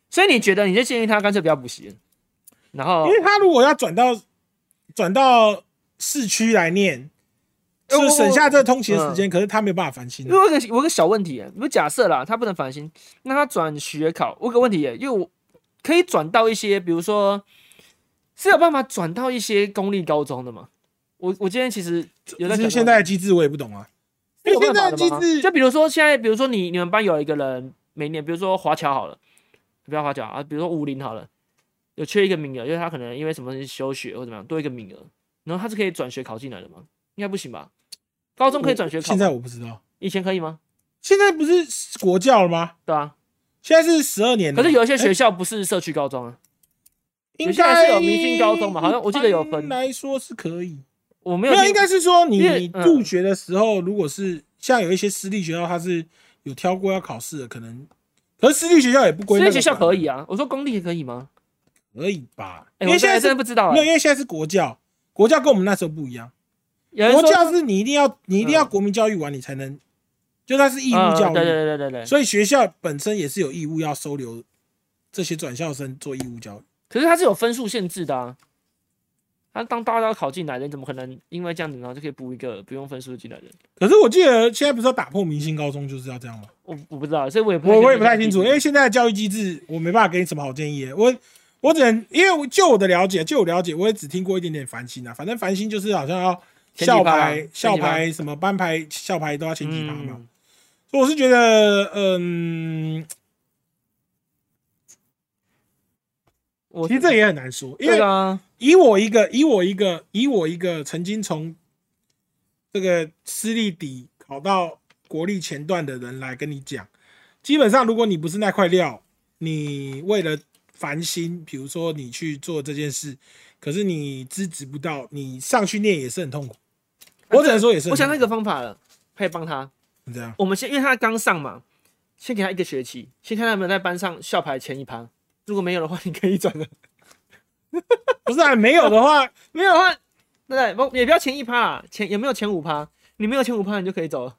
[SPEAKER 2] 所以你觉得你就建议他干脆不要补习了，然后
[SPEAKER 1] 因为他如果要转到转到市区来念，
[SPEAKER 2] 呃
[SPEAKER 1] 就
[SPEAKER 2] 我嗯
[SPEAKER 1] 省下这通勤的时间，可是他没有办法啊繁星
[SPEAKER 2] 因为。我有个我有个小问题耶，我假设啦，他不能返新，那他转学考，我有个问题耶，因为我可以转到一些，比如说是有办法转到一些公立高中的吗？我我今天其实有在
[SPEAKER 1] 只
[SPEAKER 2] 想
[SPEAKER 1] 是现在的机制我也不懂啊，因
[SPEAKER 2] 有
[SPEAKER 1] 为现
[SPEAKER 2] 办
[SPEAKER 1] 在
[SPEAKER 2] 法
[SPEAKER 1] 的
[SPEAKER 2] 的
[SPEAKER 1] 机
[SPEAKER 2] 吗
[SPEAKER 1] 制
[SPEAKER 2] 就比如说现在，比如说你你们班有一个人每年，比如说华侨好了，不要华侨啊，比如说五林好了，有缺一个名额，因为他可能因为什么休学或怎么样多一个名额，然后他是可以转学考进来的吗？应该不行吧？高中可以转学考吗，
[SPEAKER 1] 现在我不知道，
[SPEAKER 2] 以前可以吗？
[SPEAKER 1] 现在不是国教了吗？
[SPEAKER 2] 对啊，
[SPEAKER 1] 现在是十二年了，
[SPEAKER 2] 可是有一些学
[SPEAKER 1] 哎
[SPEAKER 2] 校不是社区高中啊，
[SPEAKER 1] 应
[SPEAKER 2] 些还
[SPEAKER 1] 该
[SPEAKER 2] 是有明星高中嘛好像我记得有分
[SPEAKER 1] 一般来说是可以，
[SPEAKER 2] 我没
[SPEAKER 1] 没
[SPEAKER 2] 有
[SPEAKER 1] 有
[SPEAKER 2] 听
[SPEAKER 1] 应该是说
[SPEAKER 2] 因为
[SPEAKER 1] 你
[SPEAKER 2] 嗯
[SPEAKER 1] 入学的时候，如果是像有一些私立学校，它是有挑过要考试的，可能，可是私立学校也不归
[SPEAKER 2] 私
[SPEAKER 1] 那
[SPEAKER 2] 立
[SPEAKER 1] 个
[SPEAKER 2] 学校
[SPEAKER 1] 管
[SPEAKER 2] 可以啊，我说公立也可以吗？
[SPEAKER 1] 可以吧？
[SPEAKER 2] 哎、
[SPEAKER 1] 因
[SPEAKER 2] 我
[SPEAKER 1] 为现在
[SPEAKER 2] 真
[SPEAKER 1] 是
[SPEAKER 2] 的不知道、
[SPEAKER 1] 没有，因
[SPEAKER 2] 欸。
[SPEAKER 1] 为现在是国教，国教跟我们那时候不一样，
[SPEAKER 2] 有人
[SPEAKER 1] 国
[SPEAKER 2] 说
[SPEAKER 1] 教是你一定要你一定要
[SPEAKER 2] 嗯
[SPEAKER 1] 国民教育完你才能，就它是义务
[SPEAKER 2] 嗯
[SPEAKER 1] 教
[SPEAKER 2] 对
[SPEAKER 1] 育，
[SPEAKER 2] 对对对对对。
[SPEAKER 1] 所以学校本身也是有义务要收留这些转校生做义务教育。
[SPEAKER 2] 可是它是有分数限制的啊。他当大家都考进来的，你怎么可能因为这样子然后就可以补一个不用分数进来的？
[SPEAKER 1] 可是我记得现在不是要打破明星高中就是要这样吗？
[SPEAKER 2] 我我不知道，所以我也不
[SPEAKER 1] 我我也不太清楚，因
[SPEAKER 2] 哎、
[SPEAKER 1] 为现在的教育机制我没办法给你什么好建议。我我只能因为我就我的了解，就我了解，我也只听过一点点繁星啊。反正繁星就是好像要
[SPEAKER 2] 前几
[SPEAKER 1] 校
[SPEAKER 2] 趴啊
[SPEAKER 1] 牌
[SPEAKER 2] 前、几趴
[SPEAKER 1] 校牌什么班牌、校牌都要前几趴嘛。
[SPEAKER 2] 嗯，
[SPEAKER 1] 所以我是觉得，嗯，
[SPEAKER 2] 我
[SPEAKER 1] 其实这也很难说，因
[SPEAKER 2] 嗯对
[SPEAKER 1] 为
[SPEAKER 2] 啊，
[SPEAKER 1] 以我一个以我一个以我一个曾经从这个私立底考到国立前段的人来跟你讲，基本上如果你不是那块料，你为了烦心，比如说你去做这件事，可是你资质不到，你上去念也是很痛苦。啊我只能说也是很
[SPEAKER 2] 我想到
[SPEAKER 1] 痛
[SPEAKER 2] 一个方法了，可以帮他。
[SPEAKER 1] 苦这样，
[SPEAKER 2] 我们先，因为他刚上嘛，先给他一个学期，先看他有没有在班上校牌前一趴。如果没有的话，你可以转了。
[SPEAKER 1] 不是啊，没有的话，
[SPEAKER 2] 没有的话，对不对？不也不要前一趴啦，前有没有前五趴？你没有前五趴，你就可以走了。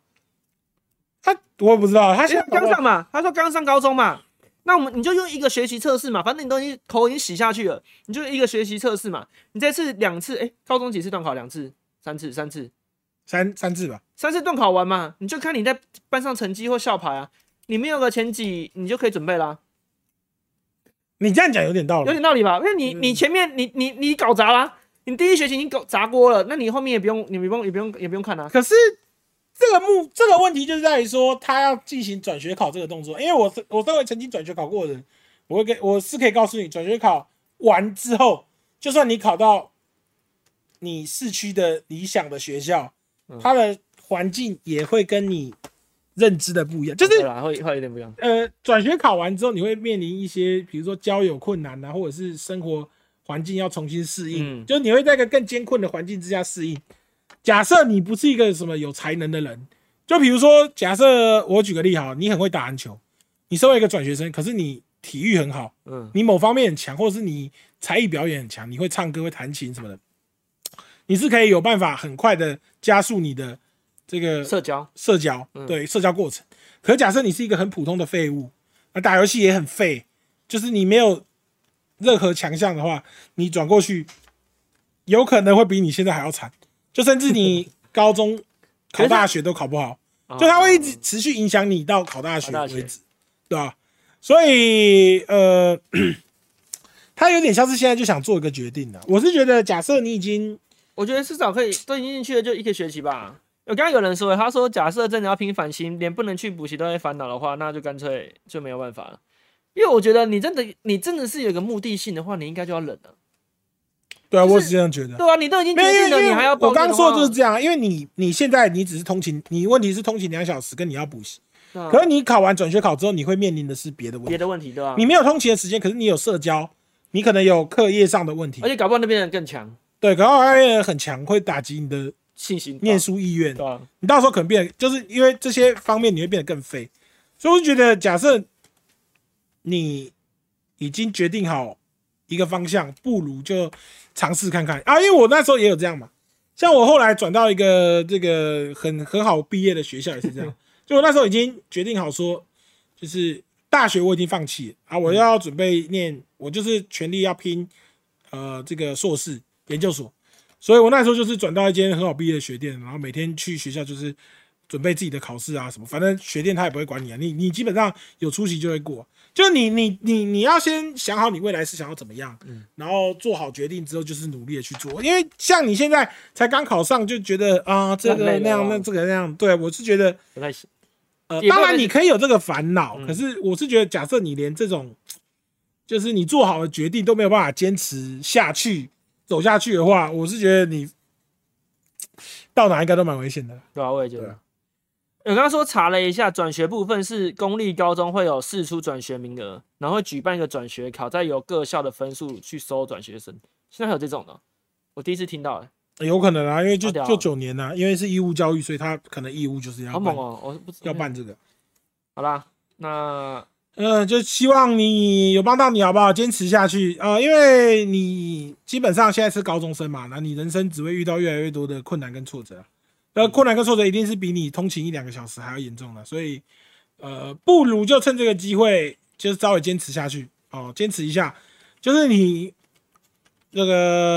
[SPEAKER 1] 他我也不知道，他
[SPEAKER 2] 因
[SPEAKER 1] 现
[SPEAKER 2] 为
[SPEAKER 1] 在搞
[SPEAKER 2] 刚
[SPEAKER 1] 不好
[SPEAKER 2] 上嘛，他说刚上高中嘛，那我们你就用一个学期测试嘛，反正你都已经头已经洗下去了，你就一个学期测试嘛。你这次两次，哎、高中几次段考？两次、三次、三次、
[SPEAKER 1] 三三次吧，
[SPEAKER 2] 三次段考完嘛，你就看你在班上成绩或校牌啊，你没有个前几，你就可以准备啦、
[SPEAKER 1] 你这样讲有点道
[SPEAKER 2] 有
[SPEAKER 1] 理，
[SPEAKER 2] 点道理吧？因为你
[SPEAKER 1] 嗯
[SPEAKER 2] 你前面你你你搞砸啦，你第一学期已经搞砸锅了，那你后面也不用你不用也不用也不用看啦、啊
[SPEAKER 1] 可是。这个目这个问题就是在于说，他要进行转学考这个动作，因为我是我身为曾经转学考过的人，我会跟我是可以告诉你，转学考完之后，就算你考到你市区的理想的学校，
[SPEAKER 2] 嗯
[SPEAKER 1] 它的环境也会跟你认知的不一样。就
[SPEAKER 2] 对
[SPEAKER 1] 是
[SPEAKER 2] 啦，会会有点不一样。
[SPEAKER 1] 呃，转学考完之后，你会面临一些，比如说交友困难啊，或者是生活环境要重新适应，
[SPEAKER 2] 嗯
[SPEAKER 1] 就是你会在一个更艰困的环境之下适应。假设你不是一个什么有才能的人，就比如说，假设我举个例哈，你很会打篮球，你身为一个转学生，可是你体育很好，
[SPEAKER 2] 嗯
[SPEAKER 1] 你某方面很强，或者是你才艺表演很强，你会唱歌、会弹琴什么的，你是可以有办法很快的加速你的这个
[SPEAKER 2] 社交，
[SPEAKER 1] 社交，
[SPEAKER 2] 嗯
[SPEAKER 1] 对社交过程。可假设你是一个很普通的废物，那打游戏也很废，就是你没有任何强项的话，你转过去，有可能会比你现在还要惨，就甚至你高中考
[SPEAKER 2] 可是他
[SPEAKER 1] 大学都考不 好，就它会一直持续影响你到考大学
[SPEAKER 2] 哦考大
[SPEAKER 1] 为
[SPEAKER 2] 学
[SPEAKER 1] 止，对吧、所以呃， 他有点像是现在就想做一个决定了。我是觉得，假设你已经
[SPEAKER 2] 我觉得至少可以都已经进去了，就一个学期吧。我刚刚有人说，他说假设真的要拼反星，连不能去补习都会烦恼的话，那就干脆就没有办法了。因为我觉得你真的你真的是有一个目的性的话，你应该就要忍了。
[SPEAKER 1] 对啊，
[SPEAKER 2] 就是
[SPEAKER 1] 我是这样觉得。
[SPEAKER 2] 对啊，你都已经 决
[SPEAKER 1] 没有，因
[SPEAKER 2] 定
[SPEAKER 1] 为
[SPEAKER 2] 了，
[SPEAKER 1] 因
[SPEAKER 2] 你
[SPEAKER 1] 为
[SPEAKER 2] 还要
[SPEAKER 1] 我刚说的就是
[SPEAKER 2] 是
[SPEAKER 1] 这样啊，因为你你现在你只是通勤，你问题是通勤两小时，跟你要补习。可是你考完转学考之后，你会面临的是别的问
[SPEAKER 2] 嗯啊别
[SPEAKER 1] 题，
[SPEAKER 2] 的问题对啊吧、
[SPEAKER 1] 你没有通勤的时间，可是你有社交，你可能有课业上的问题
[SPEAKER 2] 而，且搞不好那边人更强，
[SPEAKER 1] 对，可能外面很强，会打击你的
[SPEAKER 2] 信心
[SPEAKER 1] 念书意愿
[SPEAKER 2] 对。啊吧、
[SPEAKER 1] 你到时候可能变得，就是因为这些方面你会变得更废。所以我就觉得，假设你已经决定好一个方向，不如就尝试看看啊。因为我那时候也有这样嘛，像我后来转到一个这个很很好毕业的学校也是这样，就我那时候已经决定好说，就是大学我已经放弃了啊，我要准备念，我就是全力要拼呃这个硕士研究所。所以我那时候就是转到一间很好毕业的学店，然后每天去学校就是准备自己的考试啊什么，反正学店他也不会管你啊，你你基本上有出席就会过。就你你你你要先想好你未来是想要怎么样，然后做好决定之后就是努力的去做。因为像你现在才刚考上就觉得啊、这
[SPEAKER 2] 那
[SPEAKER 1] 个
[SPEAKER 2] 很累
[SPEAKER 1] 那样
[SPEAKER 2] 了
[SPEAKER 1] 那这个那样，对我是觉得
[SPEAKER 2] 不太行。
[SPEAKER 1] 呃，
[SPEAKER 2] 也不
[SPEAKER 1] 当
[SPEAKER 2] 会
[SPEAKER 1] 然你可以有这个烦恼，
[SPEAKER 2] 嗯
[SPEAKER 1] 可是我是觉得，假设你连这种就是你做好的决定都没有办法坚持下去、走下去的话，我是觉得你到哪应该都蛮危险的。
[SPEAKER 2] 对啊，我也觉得
[SPEAKER 1] 对啊。
[SPEAKER 2] 我刚刚说查了一下，转学部分是公立高中会有四出转学名额，然后会举办一个转学考，再由各校的分数去收转学生。现在还有这种的哦，我第一次听到、欸，
[SPEAKER 1] 有可能啊，因为就
[SPEAKER 2] 好屌啊
[SPEAKER 1] 就九年啊，因为是义务教育，所以他可能义务就是要
[SPEAKER 2] 好猛
[SPEAKER 1] 办
[SPEAKER 2] 哦、我不知
[SPEAKER 1] 要。办这个。
[SPEAKER 2] 好啦，那
[SPEAKER 1] 嗯，就希望你有帮到你，好不好？坚持下去啊、呃因为你基本上现在是高中生嘛，那你人生只会遇到越来越多的困难跟挫折。啊那呃困难跟挫折一定是比你通勤一两个小时还要严重的，所以呃，不如就趁这个机会，就是稍微坚持下去哦，坚持一下。就是你那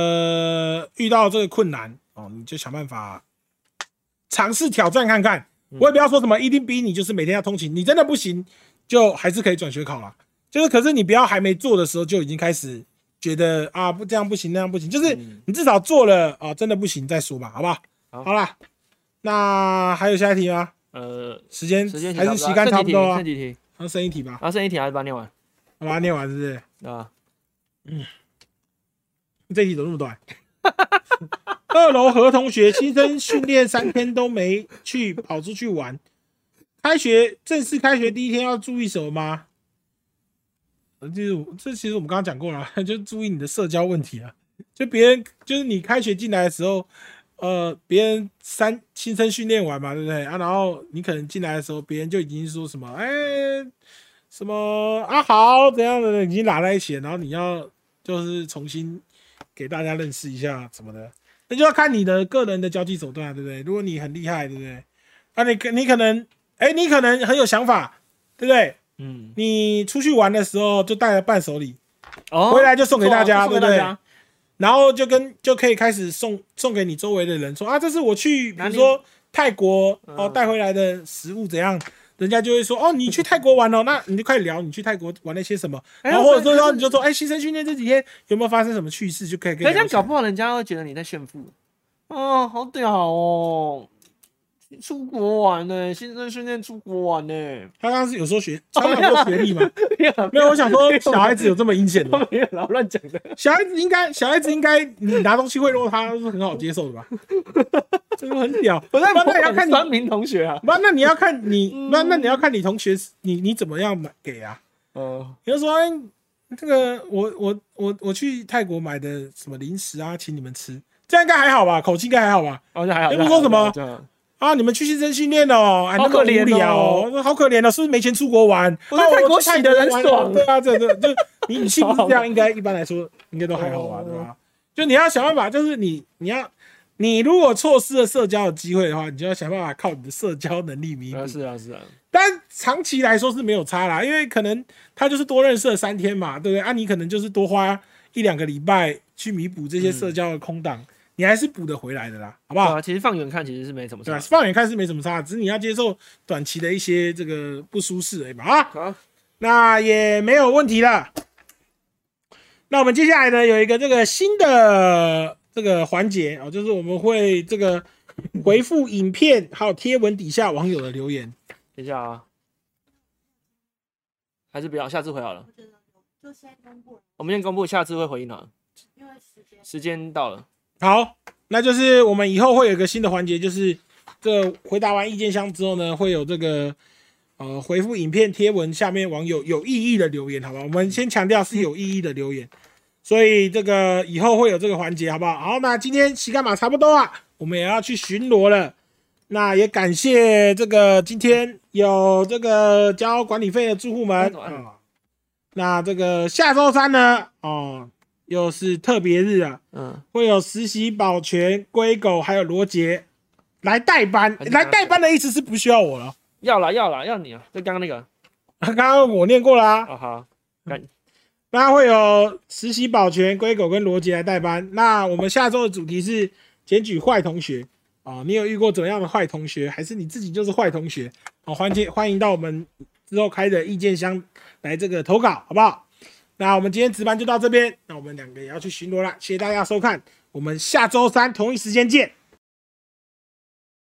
[SPEAKER 1] 个遇到这个困难哦，你就想办法尝试挑战看看。我也不要说什么一定逼你，就是每天要通勤，你真的不行，就还是可以转学考啦。就是，可是你不要还没做的时候就已经开始觉得啊，不这样不行，那样不行。就是
[SPEAKER 2] 嗯
[SPEAKER 1] 你至少做了啊，真的不行再说吧，好不好？
[SPEAKER 2] 好
[SPEAKER 1] 好啦，那还有下一题吗？
[SPEAKER 2] 呃，
[SPEAKER 1] 时间
[SPEAKER 2] 时间
[SPEAKER 1] 还是时间差不多啊
[SPEAKER 2] 剩，几题？
[SPEAKER 1] 那剩一题吧，
[SPEAKER 2] 然后剩一题还啊是把它念完
[SPEAKER 1] 好吧，念完是不是？
[SPEAKER 2] 啊？
[SPEAKER 1] 这一题怎么那么短？ 二楼何同学新生训练三天都没去跑出去玩，开学正式开学第一天要注意什么吗？呃就是我这其实我们刚刚讲过了啊， 就注意你的社交问题啊。就别人就是你开学进来的时候，呃，别人三新生训练完嘛，对不对啊？然后你可能进来的时候，别人就已经说什么，哎、什么啊好怎样的，已经拉在一起了，然后你要就是重新给大家认识一下什么的，那就要看你的个人的交际手段啊，对不对？如果你很厉害，对不对？啊，你可你可能，哎、你可能很有想法，对不对？
[SPEAKER 2] 嗯，
[SPEAKER 1] 你出去玩的时候就带了伴手礼，
[SPEAKER 2] 哦，
[SPEAKER 1] 回来就送给大家
[SPEAKER 2] 不错啊就送
[SPEAKER 1] 对
[SPEAKER 2] 给大
[SPEAKER 1] 不
[SPEAKER 2] 家，
[SPEAKER 1] 然后就跟就可以开始送送给你周围的人说啊，这是我去，比
[SPEAKER 2] 哪
[SPEAKER 1] 如
[SPEAKER 2] 里
[SPEAKER 1] 说泰国哦
[SPEAKER 2] 嗯
[SPEAKER 1] 带回来的食物怎样，人家就会说哦，你去泰国玩哦，那你就快聊你去泰国玩了些什么，
[SPEAKER 2] 哎
[SPEAKER 1] 然后或者说
[SPEAKER 2] 对
[SPEAKER 1] 然后
[SPEAKER 2] 可是
[SPEAKER 1] 你就说哎，新生训练这几天有没有发生什么趣事，就可以跟
[SPEAKER 2] 可是这样搞
[SPEAKER 1] 不
[SPEAKER 2] 不好人家会觉得你在炫富。哦，好屌哦！出国玩呢、新生训练出国玩 呢、
[SPEAKER 1] 他刚刚是有 说学，他有说学历嘛？
[SPEAKER 2] 啊没有啦
[SPEAKER 1] 哦没有，我想说小孩
[SPEAKER 2] 子
[SPEAKER 1] 子有这么阴险 吗？
[SPEAKER 2] 没有啦，老乱讲的。
[SPEAKER 1] 小孩子应该，小孩子应该，你拿东西贿赂他是很好接受的吧？ 真的很屌。
[SPEAKER 2] 我在
[SPEAKER 1] 不然
[SPEAKER 2] 模
[SPEAKER 1] 那也要
[SPEAKER 2] 仿
[SPEAKER 1] 看你
[SPEAKER 2] 三名同学啊。
[SPEAKER 1] 不然那你要看你，
[SPEAKER 2] 嗯
[SPEAKER 1] 那那你要看你同学是你你怎么样买给啊？
[SPEAKER 2] 嗯，
[SPEAKER 1] 比如说，哎，这个我我我我去泰国买的什么零食啊，请你们吃，这样应该还好吧？口气应该还好吧？
[SPEAKER 2] 好像还好。
[SPEAKER 1] 你不说什么
[SPEAKER 2] 这样
[SPEAKER 1] 啊，你们去新生训练哦，哎，那么
[SPEAKER 2] 好可怜哦
[SPEAKER 1] 无聊哦，好可怜哦，是不是没钱出国玩？
[SPEAKER 2] 我在
[SPEAKER 1] 啊
[SPEAKER 2] 泰国
[SPEAKER 1] 去
[SPEAKER 2] 洗得很
[SPEAKER 1] 玩
[SPEAKER 2] 爽
[SPEAKER 1] 对啊，这这就你你性格是这样，应该一般来说应该都还好吧，
[SPEAKER 2] 哦
[SPEAKER 1] 对吧？就你要想办法，就是你你要你如果错失了社交的机会的话，你就要想办法靠你的社交能力弥
[SPEAKER 2] 啊，
[SPEAKER 1] 补。
[SPEAKER 2] 是啊，是啊。
[SPEAKER 1] 但长期来说是没有差啦，因为可能他就是多认识了三天嘛，对不对？啊，你可能就是多花一两个礼拜去弥补
[SPEAKER 2] 嗯
[SPEAKER 1] 这些社交的空档，你还是补得回来的啦，好不好？
[SPEAKER 2] 啊，其实放远看其实是没什么啊
[SPEAKER 1] 对
[SPEAKER 2] 差
[SPEAKER 1] 吧？。放眼看是没什么差，只是你要接受短期的一些这个不舒适而已嘛。啊，
[SPEAKER 2] 好，
[SPEAKER 1] 那也没有问题了。那我们接下来呢，有一个这个新的这个环节哦，就是我们会这个回复影片还有贴文底下网友的留言。
[SPEAKER 2] 等一下啊，还是不要，下次回好了。
[SPEAKER 3] 我觉得有，就先公布了，
[SPEAKER 2] 我们先公布，下次会回应的。
[SPEAKER 3] 因为时间。
[SPEAKER 2] 时间到了，
[SPEAKER 1] 好，那就是我们以后会有一个新的环节，就是这回答完意见箱之后呢，会有这个呃回复影片贴文下面网友有意义的留言，好吧？我们先强调是有意义的留言，所以这个以后会有这个环节，好不好？好，那今天洗干马差不多啊，我们也要去巡逻了。那也感谢这个今天有这个交管理费的住户们
[SPEAKER 2] 哎怎么按
[SPEAKER 1] 啊、那这个下周三呢，哦，又是特别日啊。
[SPEAKER 2] 嗯，
[SPEAKER 1] 会有实习保全、龟狗还有罗杰来代班。
[SPEAKER 2] 还是
[SPEAKER 1] 来代班的意思是不需要我了，
[SPEAKER 2] 要啦，要啦，要你啊！就刚刚那个，
[SPEAKER 1] 刚刚我念过啦、
[SPEAKER 2] 啊好，
[SPEAKER 1] 那会有实习保全、龟狗跟罗杰来代班。那我们下周的主题是检举坏同学哦，你有遇过怎么样的坏同学，还是你自己就是坏同学？好、哦，欢迎欢迎到我们之后开的意见箱来这个投稿，好不好？那我们今天值班就到这边，那我们两个也要去巡逻啦，谢谢大家收看，我们下周三同一时间见，